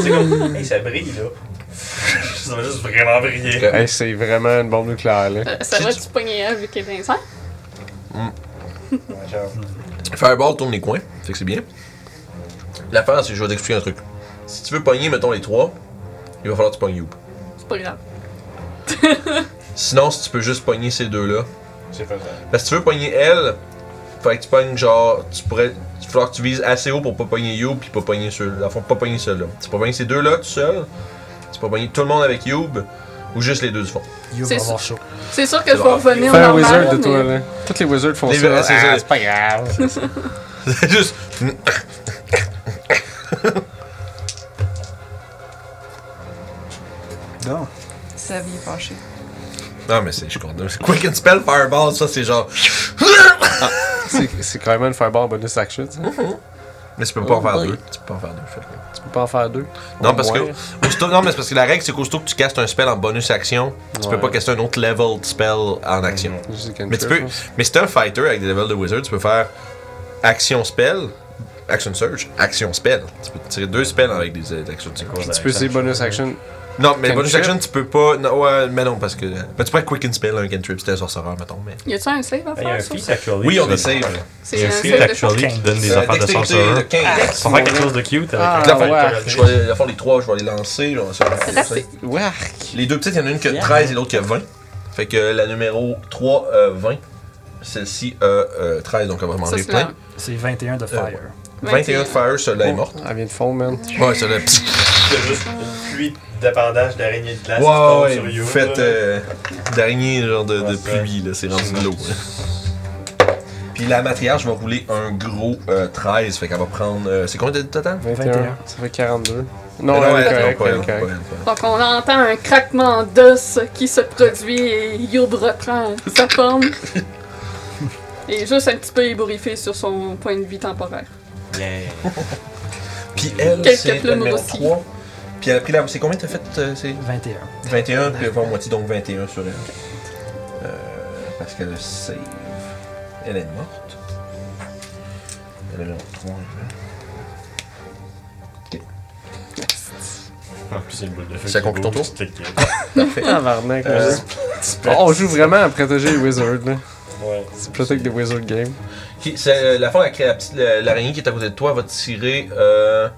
C'est comme. Hey, ça brille là. ça va juste vraiment briller.
Hey, c'est vraiment une bombe nucléaire, là.
Euh, Ça va, tu pognes un vu qu'il est vincent?
Fireball tourne les coins, fait que c'est bien. L'affaire, c'est que je vais t'expliquer un truc. si tu veux pogner, mettons les trois, il va falloir que tu pognes Youp.
C'est pas grave.
Sinon, si tu peux juste pogner ces deux-là.
C'est faisable.
Parce que si tu veux pogner elle, fait que tu pognes genre. Tu pourrais. Il va falloir que tu vises assez haut pour pas pogner Youb puis pas pogner ceux-là. Dans le fond, pas pogner ceux-là. Tu peux pogner ces deux-là tout seul. Tu peux pogner tout le monde avec Youb ou juste les deux du fond.
Yo va
C'est
avoir chaud.
C'est sûr que je vais revenir
Fais un
normal,
wizard de
mais-
toi, là. Toutes les wizards font
Les-
ça.
c'est
Ah,
ça.
c'est pas grave.
C'est juste.
Non.
Ça vient fâché.
Non, mais c'est. Je suis content. C'est Quick and Spell Fireball, ça c'est genre.
C'est c'est quand même une fireball bonus action, ça.
Mais tu peux pas en faire
Oh,
deux. Tu peux pas en faire deux, fait que-
Tu peux pas en faire deux.
Non, parce que.
Ouais.
aussitôt- non, mais c'est parce que la règle, c'est qu'aussitôt que tu castes un spell en bonus action, tu peux
Ouais.
pas caster un autre level de spell en action.
Juste des
Mais tu
cantrips,
peux-
hein.
Mais si t'es un fighter avec des levels de wizard, tu peux faire action spell, action surge, action spell. Tu peux tirer deux spells avec des euh, actions de surge.
Cool,
Tu peux essayer bonus action.
Non, mais
Cantrip.
bonus action, tu peux pas. Non, ouais, mais non, parce que. Mais tu peux faire quick and spell, un cantrip, c'était un sorcerer, mettons. Mais...
Y a-tu un save à
Ben,
Il y a un
faire, Ah, ça?
feat actually.
Oui,
qui
on
va-
est safe.
Il y a
C'est
un
un
feat
save de quoi?
actually qui donne des
Euh,
affaires de
dextérité
sorcerer.
de 15.
On va faire quelque chose de cute
Ah,
avec
La
un
fin,
ouais.
fighter.
Je vais la faire les trois, je vais les lancer. je vais lancer les
Ça,
lancer.
c'est-
Wark.
Les deux petites, il y en a une qui a 13 et l'autre qui a 20. Fait que la numéro 3 a 20. Celle-ci a euh, 13, donc elle va
ça,
manger
c'est
plein.
la-
C'est 21
Euh,
de fire.
ouais. 21 de fire,
Oh.
celle-là est morte.
Elle vient de fond, man.
Ouais, celle-là.
C'est juste une pluie d'appendage d'araignées de glace qui
Wow,
tombe
ouais,
Ah, sur You.
vous faites
là.
euh, d'araignée genre de, de
Ouais, ça.
pluie, là, c'est rendu de l'eau. là. Puis la matriarche va rouler un gros euh, 13, fait qu'elle va prendre. euh, c'est combien de total
21.
21.
Ça fait 42. Non,
Euh, non,
elle est correcte,
pas
elle
elle,
est
pas
correcte.
elle, pas
Donc on entend un craquement d'os qui se produit et Yob reprend sa forme. Et juste un petit peu ébouriffé sur son point de vie temporaire.
Yeah.
elle. Puis elle,
Quelques
c'est la
plumes
numéro
aussi.
3. Puis elle a pris la. C'est combien t'as fait euh, c'est
21.
21, puis elle va en moitié, donc 21 sur elle. Euh, parce qu'elle a save. Elle est morte. Elle est numéro 3.
En plus, c'est une boule de feu.
Ça
qui
conclut ton
bouge,
tour?
qui clique.
Tabarnak,
Euh,
man. Oh, On joue vraiment à protéger les wizards, là.
Ouais.
C'est protect des wizard game.
Qui- c'est, euh, la fois, la, la petite- la- l'araignée qui est à côté de toi va tirer. Euh...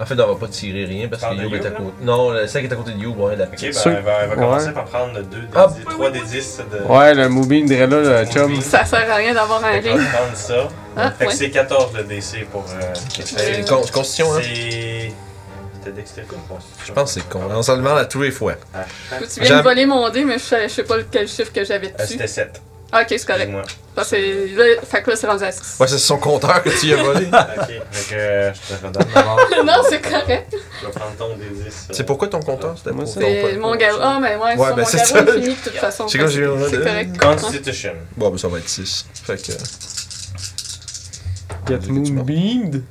En fait, elle va pas tirer rien parce
Parle
que
de
Youb est à
Youb, là?
côté. Non, la- celle qui est à côté de Youb, ouais, la
Ok, ben,
Ceux-
elle va, elle va commencer
Ouais.
par prendre 2
Ah,
des 3 des 10 de.
Ouais, le moving dirait là, le chum.
Ça sert à rien d'avoir un
Fait qu'on
ring.
va prendre ça.
Ah,
Fait que
ouais.
c'est 14 le DC pour. euh,
C'est une con- constitution, hein?
C'est. C'était dextérité ou constitution?
Je pense que c'est con. On s'en demande à tous les fois.
Ah,
Faut que Tu viens
J'aime-
de voler mon dé, mais je sais, je sais pas quel chiffre que j'avais
ah,
dessus.
C'était 7.
Ah, ok, c'est correct.
Excuse-moi.
Parce que là, fait que là, c'est rendu à 6.
Ouais, c'est son compteur que tu as volé.
Ok, fait que euh, je te redonne d'abord.
non, c'est correct.
Je vais prendre ton euh, des 10.
c'est pourquoi ton compteur C'était
Moi,
pour
c'est-
ton
C'est
pote.
mon gars. Ah, mais ouais,
Ouais,
sur
ben,
mon
c'est
gars,
ça.
il est fini de toute façon.
C'est comme j'ai eu un
C'est
de-
correct.
Constitution.
Bon, ben, ça va être 6. Fait que. euh,
Get moonbeamed.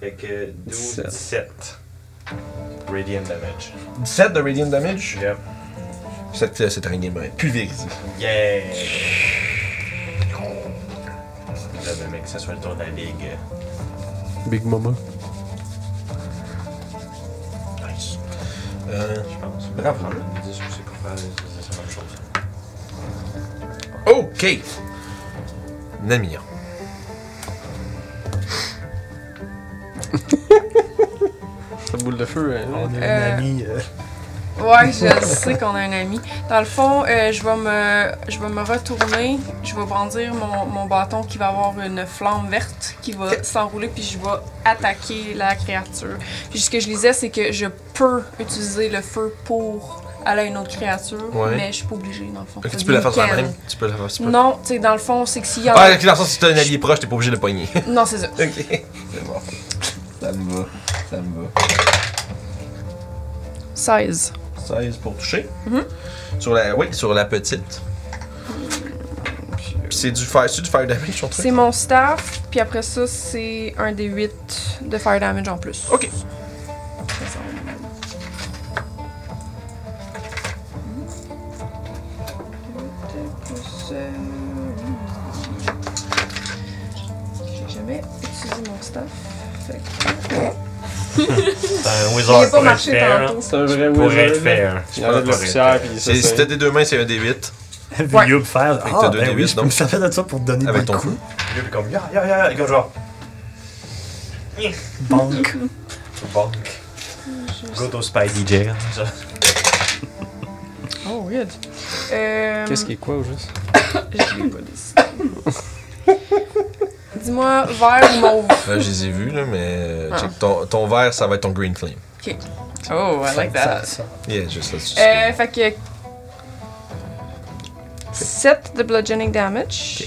Fait que 12,
Sept.
17. Radiant damage.
17 de radiant damage.
Yep.
Cette, euh, cette araignée meurt. Pulvérisée.
Yeah! J'avais aimé que ce soit le tour de la ligue.
Big Mama.
Nice.
Euh...
Je pense.
Bravo.
Prendre le 10, je sais pas faire c'est la même chose.
Ok. Namia.
Sa boule de feu, hein.
On a
Euh,
une amie. euh,
Ouais, je sais qu'on a un ami. Dans le fond, euh, je, vais me, je vais me retourner, je vais brandir mon, mon bâton qui va avoir une flamme verte qui va s'enrouler, puis je vais attaquer la créature. Puis ce que je disais, c'est que je peux utiliser le feu pour aller à une autre créature,
Ouais.
mais je suis pas obligée, dans le fond.
Ok, tu peux la faire sur la
Can.
même. Tu peux la faire. tu peux-
Non, tu sais, dans le fond, c'est que s'il y en a...
Ah, ok, dans le sens, si t'as un allié proche, t'es pas obligé de le pogner.
Non, c'est ça.
Ok. C'est bon. Ça me va. Ça me va.
16.
16 pour toucher.
Mhm.
Sur la. Oui, sur la petite. Puis c'est du fire. C'est du fire damage son truc?
C'est mon staff, puis après ça, c'est un des 8 de fire damage en plus.
Ok.
J'ai jamais utilisé mon staff. fait que-
C'est un
Il est
wizard
pas
pour être
marché
fair.
tantôt.
C'est un vrai
Pour être
wizard. là.
fair.
Il enlève l'officière, puis il
C'est- Si t'as
s'essaye.
des deux mains, c'est un des 8.
Ouais.
Youb faire.
Fait que t'as
Ah,
deux
ben
des
oui,
huit,
je
donc.
me servais de ça pour te donner
Avec
des
ton
coups.
coup.
Lui, puis comme, ya, ya, ya, ya, comme genre,
Bonk.
bonk. Go to Spidey Jail.
Oh, weird. Euh,
Qu'est-ce qui est quoi au juste
Je l'ai pas décidé. Dis-moi, vert ou mauve?
Là, je les ai vus, là, mais
Ah.
check, ton, ton vert, ça va être ton green flame.
Oh, I like that.
Ça- ça-
Yeah, juste là-dessus.
Euh, fait que. 7 de bludgeoning damage.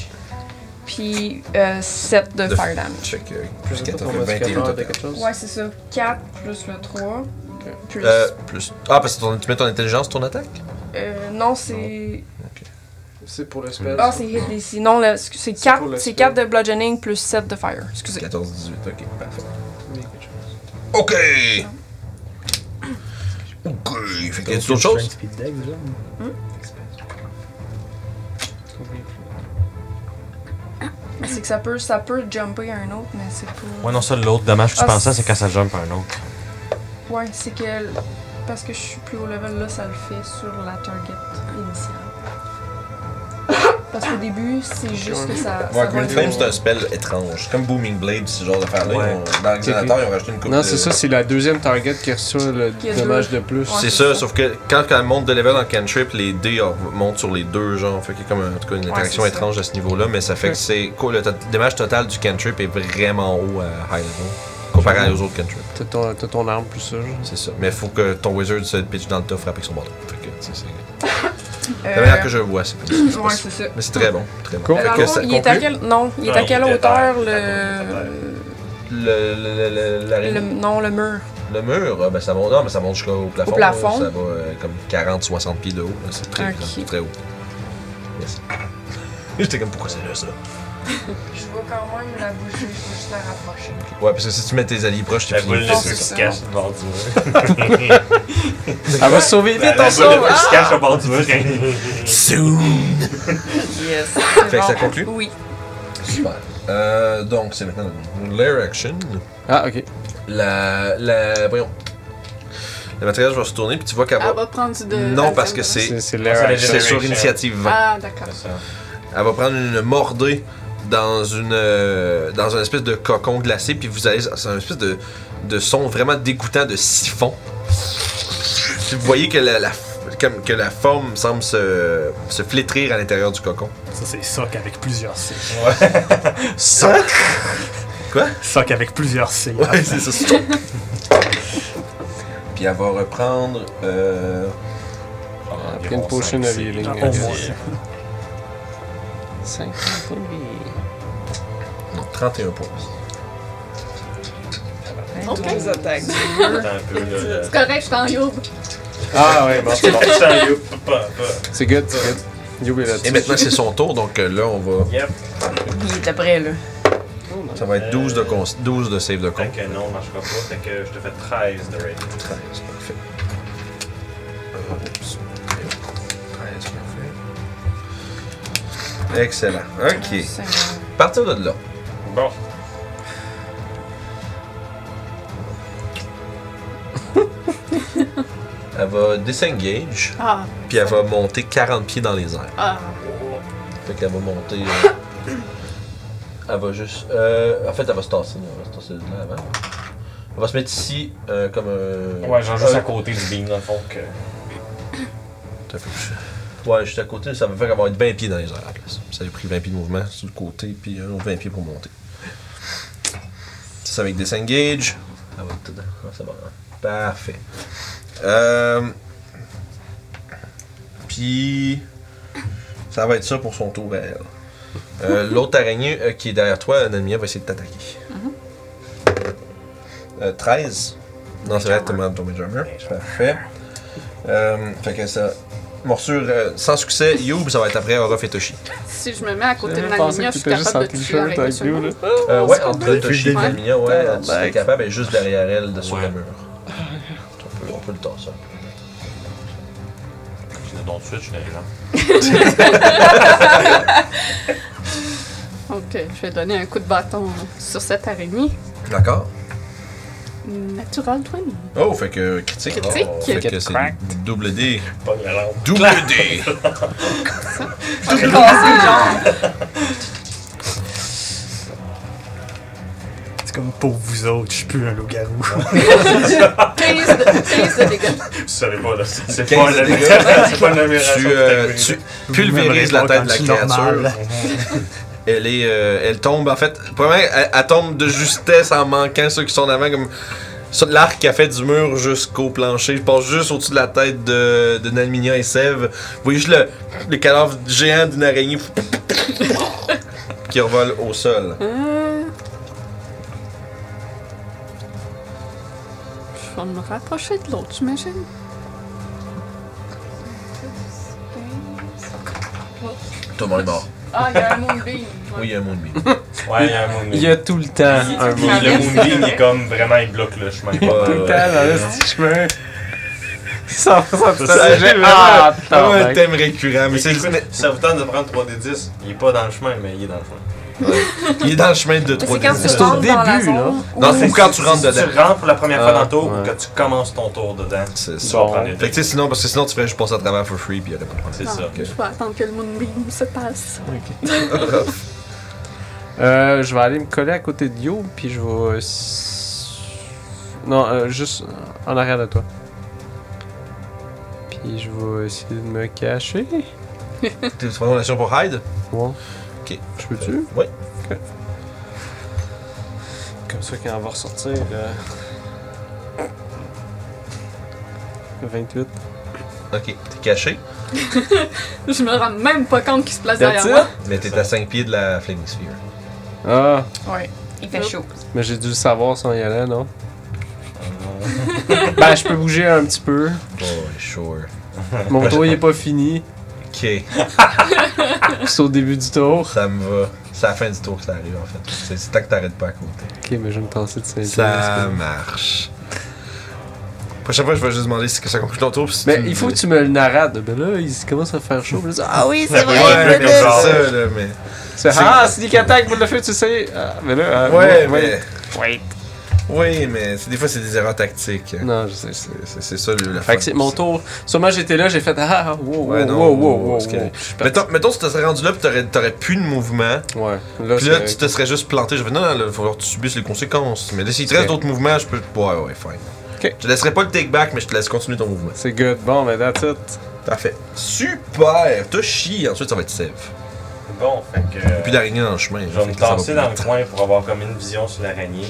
Puis 7 de,
De-
fire damage.
Check, euh,
Je
plus
sais
4, ça
pas ton
fait 21 au
modificateur de
total.
quelque chose.
Ouais, c'est ça. 4 plus le 3. Plus.
Euh,
Euh,
plus. Ah, parce que ton- tu mets ton intelligence, ton attaque
non, c'est.
C'est pour le spell.
Ah, c'est hit DC. Non, le- c'est
C'est pour
4,
le
c'est
spell.
4 de bludgeoning plus 7 de fire. Excusez.
14, 18, ok, parfait.
Oui, quelque chose.
Ok Ok, fait qu'il y a d'autres choses
Strength puis dex, genre.
Oublie.
C'est que ça peut, ça peut jumper un autre, mais c'est pas.
Ouais, non, ça, l'autre dommage que je
Ah,
pensais, c'est
c'est-
quand ça jump un autre.
Ouais, c'est que. Parce que je suis plus haut level, là, ça le fait sur la target initiale. Parce qu'au début, c'est juste que ça. ça
Ouais,
va
Green
être-
Flame, c'est un spell étrange. Comme Booming Blade, ce genre d'affaire-là.
Ouais.
ils ont- Dans l'ordinateur, ils ont rajouté une coupe
Non,
de-
c'est ça, c'est la deuxième target qui reçoit le
Qui a deux.
dommage de plus.
Ouais.
C'est ça, sauf que quand elle monte de level en cantrip, les dés euh, montent sur les deux, genre. Fait qu'il y a comme en tout cas, une interaction
c'est ça.
étrange à ce niveau-là, mais ça fait
Ouais.
que c'est. quoi, le to- dommage total du cantrip est vraiment haut à high level. Comparé aux autres cantrips,
T'as ton, t'as ton arme plus ça, genre.
c'est ça. Mais faut que ton wizard se pitch dans le tas, frappe avec son bâton. Fait que, tu sais, c'est.
Euh,
La manière que je le vois, c'est comme ça. c'est pas
Ouais,
ça.
c'est ça.
Mais c'est très bon, très bon.
Cool.
Fait
Alors,
que ça
il est à
conclut
quelle. Non, il est
Ouais,
à quelle
il était
hauteur
à-
le.
le, le, le, le, la-
le- Non, le mur.
le mur, ah, ben, ça monte, non, mais ça monte jusqu'au plafond. là.
plafond.
ça va euh, comme 40-60 pieds de haut. là. C'est très,
Ok.
grand, très haut. Merci. J'étais comme, pourquoi c'est là, ça?
Je vais quand même la bouger, je vais juste la rapprocher.
Ouais, parce que si tu mets tes alliés proches, t'es
La boule
fini.
de
Non,
feu
c'est
qui se
ça.
cache au bord du mur.
Elle va se sauver
La
vite,
boule de
on sauve!
feu qui
Ah!
se cache au bord du mur.
Yes.
Fait que ça conclut?
Oui.
Super. Euh, donc, c'est maintenant l'air action.
Ah, ok.
La. la voyons. Le matériel va se tourner, puis tu vois qu'elle
Ah,
Elle
bah.
va.
va prendre du de.
Ah Non, parce que
d'alcool.
c'est.
C'est c'est
Ça,
l'air.
la
action.
C'est sur
Generation.
initiative 20.
Ah, d'accord.
Elle va prendre une mordée dans une euh, dans un espèce de cocon glacé puis vous allez c'est un espèce de, de son vraiment dégoûtant de siphon. Puis Vous voyez que la, la f- comme que la forme semble se, se flétrir à l'intérieur du cocon.
Ça, c'est soc avec plusieurs C.
Ça
Soc avec plusieurs C.
Ouais, c'est ça. c'est- puis elle va reprendre euh,
Elle a pris une potion of healing.
Ah,
ok.
Au moins.
50 points de vie.
non, 31 points.
Ok.
Toutes les attaques.
Attends un peu, là.
C'est correct, je suis en youb.
Ah, ouais, bon, c'est bon.
Je sens you. Pas, pas.
C'est good, c'est good. You'll be
Et
là-dessus.
maintenant c'est son tour donc euh, là on va
Yep.
Il est après, là.
ça va être 12 de cons- 12 de save de con.
Fait que non, marchera pas. Fait que je te fais 13 de rating.
13, parfait. Euh, oups. 13, parfait. Excellent. Ok. Partir de là.
Bon.
Elle va disengage,
Ah,
puis elle va monter 40 pieds dans les airs.
ah.
Fait qu'elle va monter. euh, elle va juste. euh, en fait, elle va se tasser. Elle va se tasser de là avant. Elle va se mettre ici, euh, comme un.
Ouais, genre juste
un-
à côté du beam, dans le fond. Que...
T'as fait que- Ouais, juste à côté, ça va faire avoir 20 pieds dans les airs à la place. Ça lui a pris 20 pieds de mouvement sur le côté, puis un autre 20 pieds pour monter. Ça avec disengage. Ah va tout dedans. Ah, c'est bon. hein. Parfait. Euh... Puis. Ça va être ça pour son tour à elle. Euh, L'autre araignée euh, qui est derrière toi, Namia, va essayer de t'attaquer. Euh, 13. Non, c'est vrai, t'as demandé ton Major Parfait. Euh, fait que ça. Morsure euh, sans succès, Youb, ça va être après Aura Fetoshi.
Si je me mets à côté de
J'avais
la
pensé
mignonne,
que
je suis
t'étais juste en
capable de tuer
t-shirt
la
avec nous, là.
mignonne.
Euh, ouais, entre Fetoshi et
début.
Mignon, ouais,
Ah,
tu es
nice.
capable, elle est juste derrière elle, de- sur
Ouais.
le mur. On peut, on peut le tasser.
Je donne tout de suite, je suis
Donc, euh, je vais donner un coup de bâton sur cette araignée.
D'accord.
Natural 20.
Oh, fait que critique.
Critique.
Oh, fait que c'est double D.
Pas de la lampe.
Double D!
C'est comme pour vous autres, je suis plus un loup-garou.
15 de, 15 de dégâts.
Tu savais pas, là. C'est
15
pas la
dégâts.
C'est pas une aberration
Tu,
qui
euh,
t'arrive.
tu pulvérises la tête de la créature. Elle est, euh, elle tombe en fait. Premièrement, elle, elle tombe de justesse en manquant ceux qui sont en avant comme ça, l'arc qui a fait du mur jusqu'au plancher. Je passe juste au-dessus de la tête de, de Nalminia et Sève. Vous voyez juste le, le cadavre géant d'une araignée qui revole au sol.
Hum. Je vais me rapprocher de l'autre, j'imagine.
Tout le monde est mort.
Ah, il y a un moonbeam.
Oui, il y a un moonbeam.
Ouais, il y a un moonbeam.
Il y a tout le temps un
Il y
Puis
a-
mot.
le moonbeam, il est comme vraiment, il bloque le chemin.
Ouais,
Tout le temps
ouais.
dans le petit chemin. Ça, ça, ça,
Ça,
j'ai-
j'ai
Ah,
vraiment
tabarnak.
un thème récurrent, mais c'est
Écoute, Ça vous tente de prendre 3D10, il est pas dans le chemin, mais il est dans le chemin.
il est dans le chemin de
Mais
trois
c'est quand tu
C'est
dizaines.
au
rentres dans la
début, là.
zone.
Dans
oui.
le fond, quand tu rentres
Si
dedans.
tu rentres pour la première fois
Ah,
dans le tour ou
ouais.
que tu commences ton tour dedans,
C'est
tu
ça.
vas prendre les
Fait que
dés.
tu sais, sinon, parce que sinon tu ferais juste passer à travers for free puis il y aurait pas de problème.
C'est ça.
Je vais attendre que le moonbeam se passe.
Euh, je vais aller me coller à côté de Yo, puis je vais. euh, s- Non, euh, juste en arrière de toi. Puis je vais essayer de me cacher.
Tu prends l'action pour hide?
Ouais.
Ok.
Je peux-tu?
Oui.
Comme ça, quand on va ressortir. euh, 28.
Ok. T'es caché,
Je me rends même pas compte qu'il se place
That's
derrière moi.
mais t'es à 5 pieds de la Flaming Sphere.
Ah,
Ouais, il fait chaud.
mais j'ai dû le savoir sans y aller, non? ben, je peux bouger un petit peu.
Oh, sure.
Mon tour il est pas fini.
Ok.
C'est au début du tour.
Ça me va. C'est à la fin du tour que ça arrive en fait. C'est c'est tant que t'arrêtes pas à côté.
Ok, mais je vais me tasser de 5
Ça marche. Prochaine fois, je vais juste demander si ça conclut ton tour. puis si
Mais
tu-
il faut que tu me le narrates. Ben là, il commence à faire chaud. puis là, ça- ah oui,
Ça
c'est
peut
vrai.
Ouais,
être
mais
comme
c'est
genre-
ça, là, mais.
C'est
C'est-
ah, sneak attack pour le feu, tu sais. Ah, mais là, ah,
Ouais,
ouais,
mais.
ouais.
Oui, mais c'est- des fois, c'est des erreurs tactiques.
Non, je sais. je sais.
C'est- C'est c'est ça le. la
Fait
fun.
que c'est mon tour. Sûrement j'étais là, j'ai fait ah, wow, wow,
Ouais, non,
wow, wow,
wow,
wow,
c'est correct.
wow. Je suis parti.
Mettons, mettons, si tu serais rendu là, puis t'aurais, t'aurais plus de mouvement.
Ouais. Là,
Puis là, tu
c'est-
te serais juste planté. Je vais non, non, là, il va falloir que tu subisses les conséquences. Mais là, s'il te reste
Ok.
d'autres mouvements, je peux. Ouais, ouais, fine.
Ok.
Je te laisserai pas le take back, mais je te laisse continuer ton mouvement.
c'est good. Bon, mais that's it.
Parfait. Super! T'as chié. Ensuite, ça va être save.
Bon, fait que.
Plus d'araignée dans le chemin.
Je vais
Fait
me
que ça va
tasser
plus
dans le
vite.
coin pour avoir comme une vision sur l'araignée.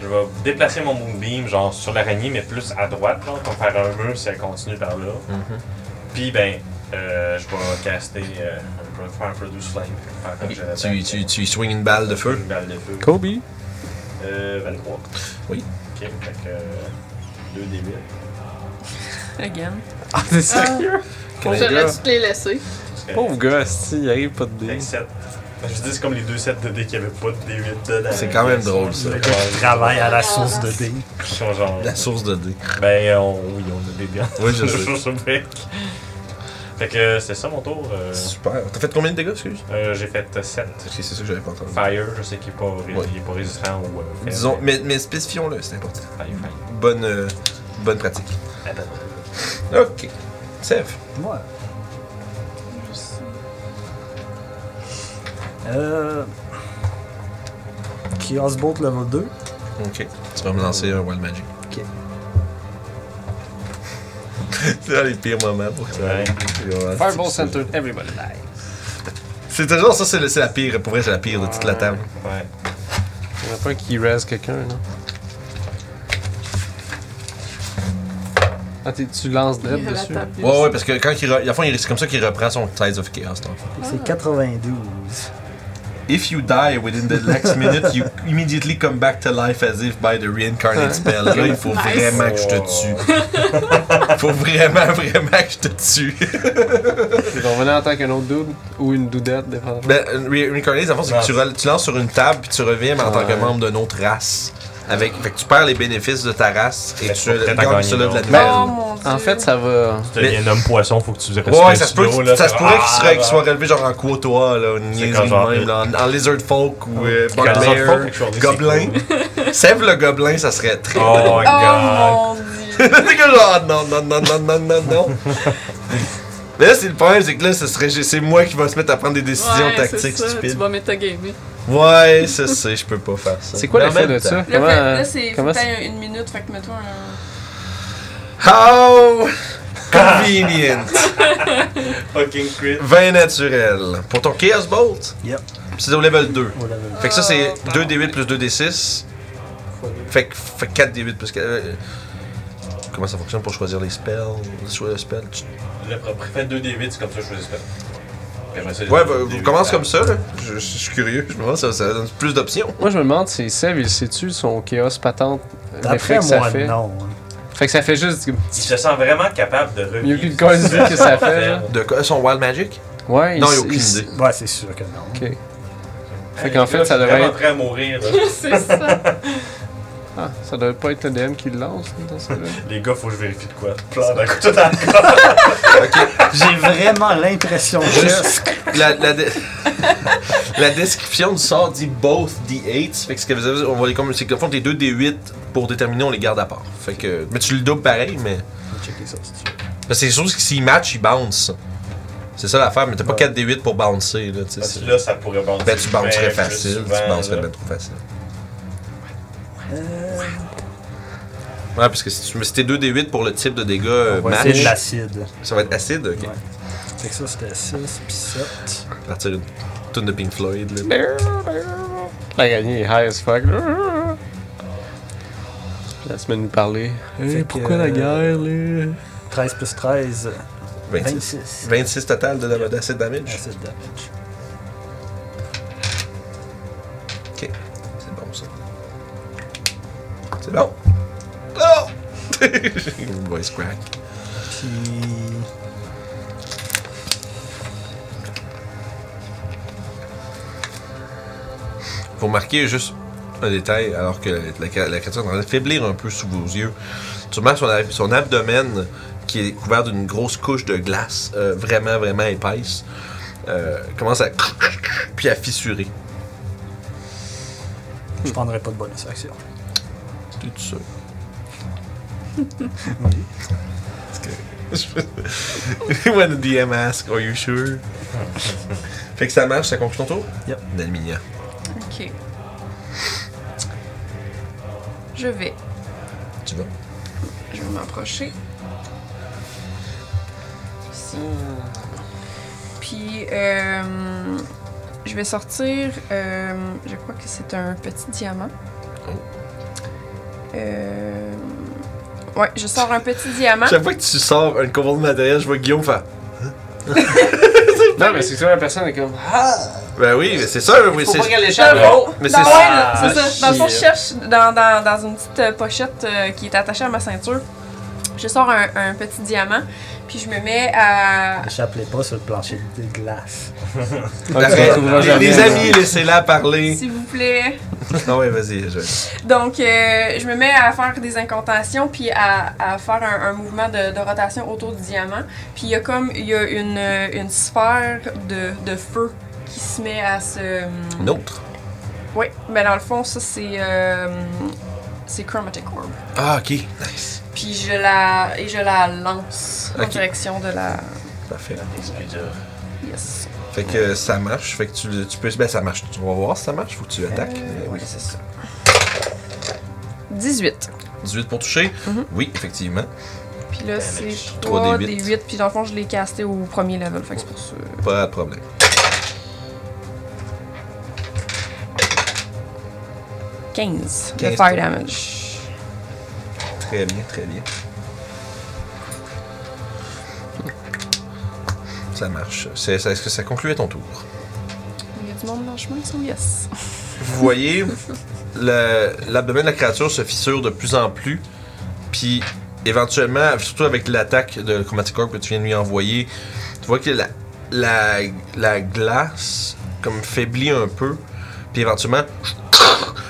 Je vais déplacer mon moonbeam, genre sur l'araignée, mais plus à droite, là, pour faire un mur si elle continue par là.
Mhm.
Puis, ben, euh, je vais caster. euh, je vais faire un Produce Flame. Faire comme j'avais fait.
Tu, tu, tu swings une balle de feu.
Une balle de feu.
Kobe.
Euh, 23.
Oui.
Ok, fait que. euh, 2 d
Again.
Ah, t'es sérieux? Pauvre
J'aurais
gars.
dû te les laisser.
Pauvre gars, si, il arrive pas de dé.
Fait que 7. Je dis, c'est comme les deux sets de dés qui avaient pas de D8 dedans.
C'est quand même drôle, ça.
Ouais,
Je travaille à la source de dés.
ils sont genre-
La source de dés.
Ben, euh, on- oui, on a des biens.
Oui, je sais.
Fait que c'est ça mon tour. Euh,
Super. T'as fait combien de dégâts, excuse?
euh, J'ai fait 7.
Parce que C'est ça que j'avais pas entendu.
Fire, je sais qu'il est pas, ré-
Ouais.
il est pas résistant ou. euh, faible.
Disons, mais, mais spécifions-le, c'est important.
Fire, fire.
Bonne, euh, bonne pratique.
Attends.
Ok. Save.
Ouais. Euh. Chaos Bolt level 2.
Ok. Tu vas me lancer un Wild Magic.
Ok.
c'est dans les pires moments pour que ça.
Ouais.
Ouais,
Fireball
c'est-
centered, everybody.
C'est toujours ça, c'est le- c'est la pire. Pour vrai, c'est la pire de toute la table.
Ouais.
Il y en a pas un qui rase quelqu'un, non? Ah, t'es- tu lances direct
Il y a la
dessus.
table.
Ouais, ouais, parce que quand il. Re... à la fin, il- c'est comme ça qu'il reprend son Tides of Chaos, dans le fond.
C'est 92.
If you die within the next minute, you immediately come back to life as if by the reincarnate spell. Là, il faut
Nice.
vraiment que je te tue. faut vraiment, vraiment que je te tue.
Ils vont venir en tant qu'un autre dude ou une doudette, dépendamment.
Ben, re- reincarnate, en fait, c'est que tu, rel- tu lances sur une table puis tu reviens, mais en tant que
Ouais.
membre d'une autre race. Avec, fait que tu perds les bénéfices de ta race et
Mais
tu
c'est pas prêt à
gagnes
gagner,
cela de la
non.
nouvelle.
Oh mon dieu.
En fait, ça va.
Tu
Mais-
deviens un homme poisson, faut que tu respectes
Ouais, ça se peut,
l'eau, là,
ça se
c'est-
pourrait qu'il serait- qu'il
Ah,
soit relevé genre en quatois, là, une
C'est
niaiserie
quand
de
genre-
même, là, en, en lizard folk ou euh,
Quand les enfants font
bugbear,
quelque chose, c'est
gobelin.
cool.
Sève le gobelin, ça serait très
Oh my
Oh
god.
mon dieu.
C'est que genre, ah, non, non, non, non, non, non, non. Mais là, c'est le problème, c'est que là, ce serait, c'est moi qui va se mettre à prendre des décisions
Ouais, c'est
tactiques
ça, Tu
stupides.
vas metagamer.
Ouais, c'est ça, je peux pas faire ça.
C'est quoi
Mais en
l'effet
même
de
temps-
ça?
Là,
Comment,
fait-
euh,
là, c'est faut
comment c'est-
peut-être une minute, fait que euh, mets-toi un.
How convenient!
Fucking crit.
20 naturel. Pour ton Chaos Bolt?
Yep.
C'est au level 2.
Au level.
Fait que ça, c'est
Oh,
2d8 plus 2d6. Fait que, fait 4d8 plus 4. euh, Comment ça fonctionne pour choisir les spells? Choisir le spell? tu-
Le propre fait 2d8, c'est comme ça que je choisis ça. Puis après ça,
Ouais,
j'ai
bah,
des
vous
D8.
commence comme ça, là. Je, je suis curieux. Je me demande si ça, ça donne plus d'options.
Moi, je me demande si Seb, il sait-tu son chaos patente euh, l'effet
D'après
que ça
moi,
fait?
non.
Fait que ça fait juste.
Il se sent vraiment capable de revivre.
Il y a aucune cause
ce
que ça fait, là.
De quoi? Son Wild Magic?
Ouais,
Non, il
il
n'y a aucune
il-
idée.
hein. Ouais, c'est sûr que non.
Ok. Fait qu'en fait, ça
Je
devrait
suis vraiment
être.
prêt à mourir. là.
C'est ça.
Ah, ça devrait pas être le DM qui le lance dans ce cas-là.
Les gars, faut que je vérifie de quoi. Plein d'un coup, tout à l'heure.
J'ai vraiment l'impression que.
La, la, de- la description du sort dit both D8. Fait que ce que vous avez, on va les comme. C'est que, au fond, les deux D8 pour déterminer, on les garde à part. Fait que. Mais tu le doubles pareil, mais.
Checker ça si tu veux.
Parce que c'est sûr que s'ils matchent, ils bounce. C'est ça l'affaire, mais t'as pas
Ouais.
4 D8 pour bouncer, là, tu sais.
Parce
c'est-
que là, ça pourrait bouncer.
Ben, tu bouncerais
bien plus
facile, tu
souvent,
bouncerais
là.
bien trop facile.
Euh,
Ouais, parce que si tu mets si t'es 2 D8 pour le type de dégâts euh,
on va essayer de
match,
l'acide.
ça va être acide, ok.
Ouais. Fait que ça, c'était 6 puis 7.
Partir une tonne de Pink Floyd, là.
Ben,
La gagnée est high as fuck. là. Puis la semaine nous parler.
Fait
Hey,
que,
Eh, pourquoi la
euh,
guerre, là
13 plus 13,
26.
26.
26 total de dam- d'acide damage.
Acid damage.
Ok, c'est bon ça. C'est bon. Oh! Une voice crack.
Puis.
Vous remarquez juste un détail, alors que la, cra- la créature est en train de faiblir un peu sous vos yeux. Tu remarques son, ab- son abdomen qui est couvert d'une grosse couche de glace euh, vraiment, vraiment épaisse. euh, commence à puis à fissurer.
Je prendrai pas de bonus action.
T'es tout seul. When the DM asks, are you sure? fait que ça marche, ça conclut ton tour?
Yep.
Nalminia.
Ok. Je vais.
Tu vas.
Hein? Je vais m'approcher. Ici. Puis, euh, je vais sortir. euh, je crois que c'est un petit diamant.
Oh.
Euh, ouais, je sors un petit diamant.
Chaque fois que tu sors un combo de matériel, je vois Guillaume faire.
Non, mais c'est que la personne est comme.
Ben oui, mais c'est ça, oui, c'est.
Dans le fond-
Mais c'est-
dans- ouais, là, c'est
Ah,
ça. Dans le fond, je
shit.
cherche dans, dans- dans une petite euh, pochette euh, qui est attachée à ma ceinture. Je sors un, un petit diamant, puis je me mets à.
Échappez pas sur le plancher de glace.
Ah, tu
Arrête.
retrouveras
les,
jamais,
les
là.
amis, laissez-la parler.
S'il vous plaît.
Non, ouais, vas-y, je
Donc, euh, je me mets à faire des incantations, puis à, à faire un, un mouvement de, de rotation autour du diamant. Puis il y a comme il y a une, euh, une sphère de, de feu qui se met à se.
Une autre.
Oui, mais dans le fond, ça c'est. euh, c'est Chromatic Orb.
Ah, ok. Nice.
Puis je la et je la lance en
Ok.
direction de la
Parfait.
yes.
Fait que ça marche. Fait que tu, tu peux. Ben, ça marche. On va voir si ça marche. Faut que tu attaques.
Euh,
Mais
ouais,
oui.
c'est ça. 18.
18 pour toucher.
Mhm.
Oui, effectivement.
Puis là c'est 3
Trois des
des 8 puis dans le fond je l'ai casté au premier level fait que c'est pour ça.
Pas de problème.
euh, 15 de
15,
fire
toi.
damage.
Très bien, très bien. Ça marche. C'est- ça- Est-ce que ça concluait ton tour?
Il y a du monde dans le chemin ça yes.
vous voyez, le- l'abdomen de la créature se fissure de plus en plus. Puis, éventuellement, surtout avec l'attaque de Chromatic Orb que tu viens de lui envoyer, tu vois que la, la, la glace comme faiblit un peu. Puis, éventuellement,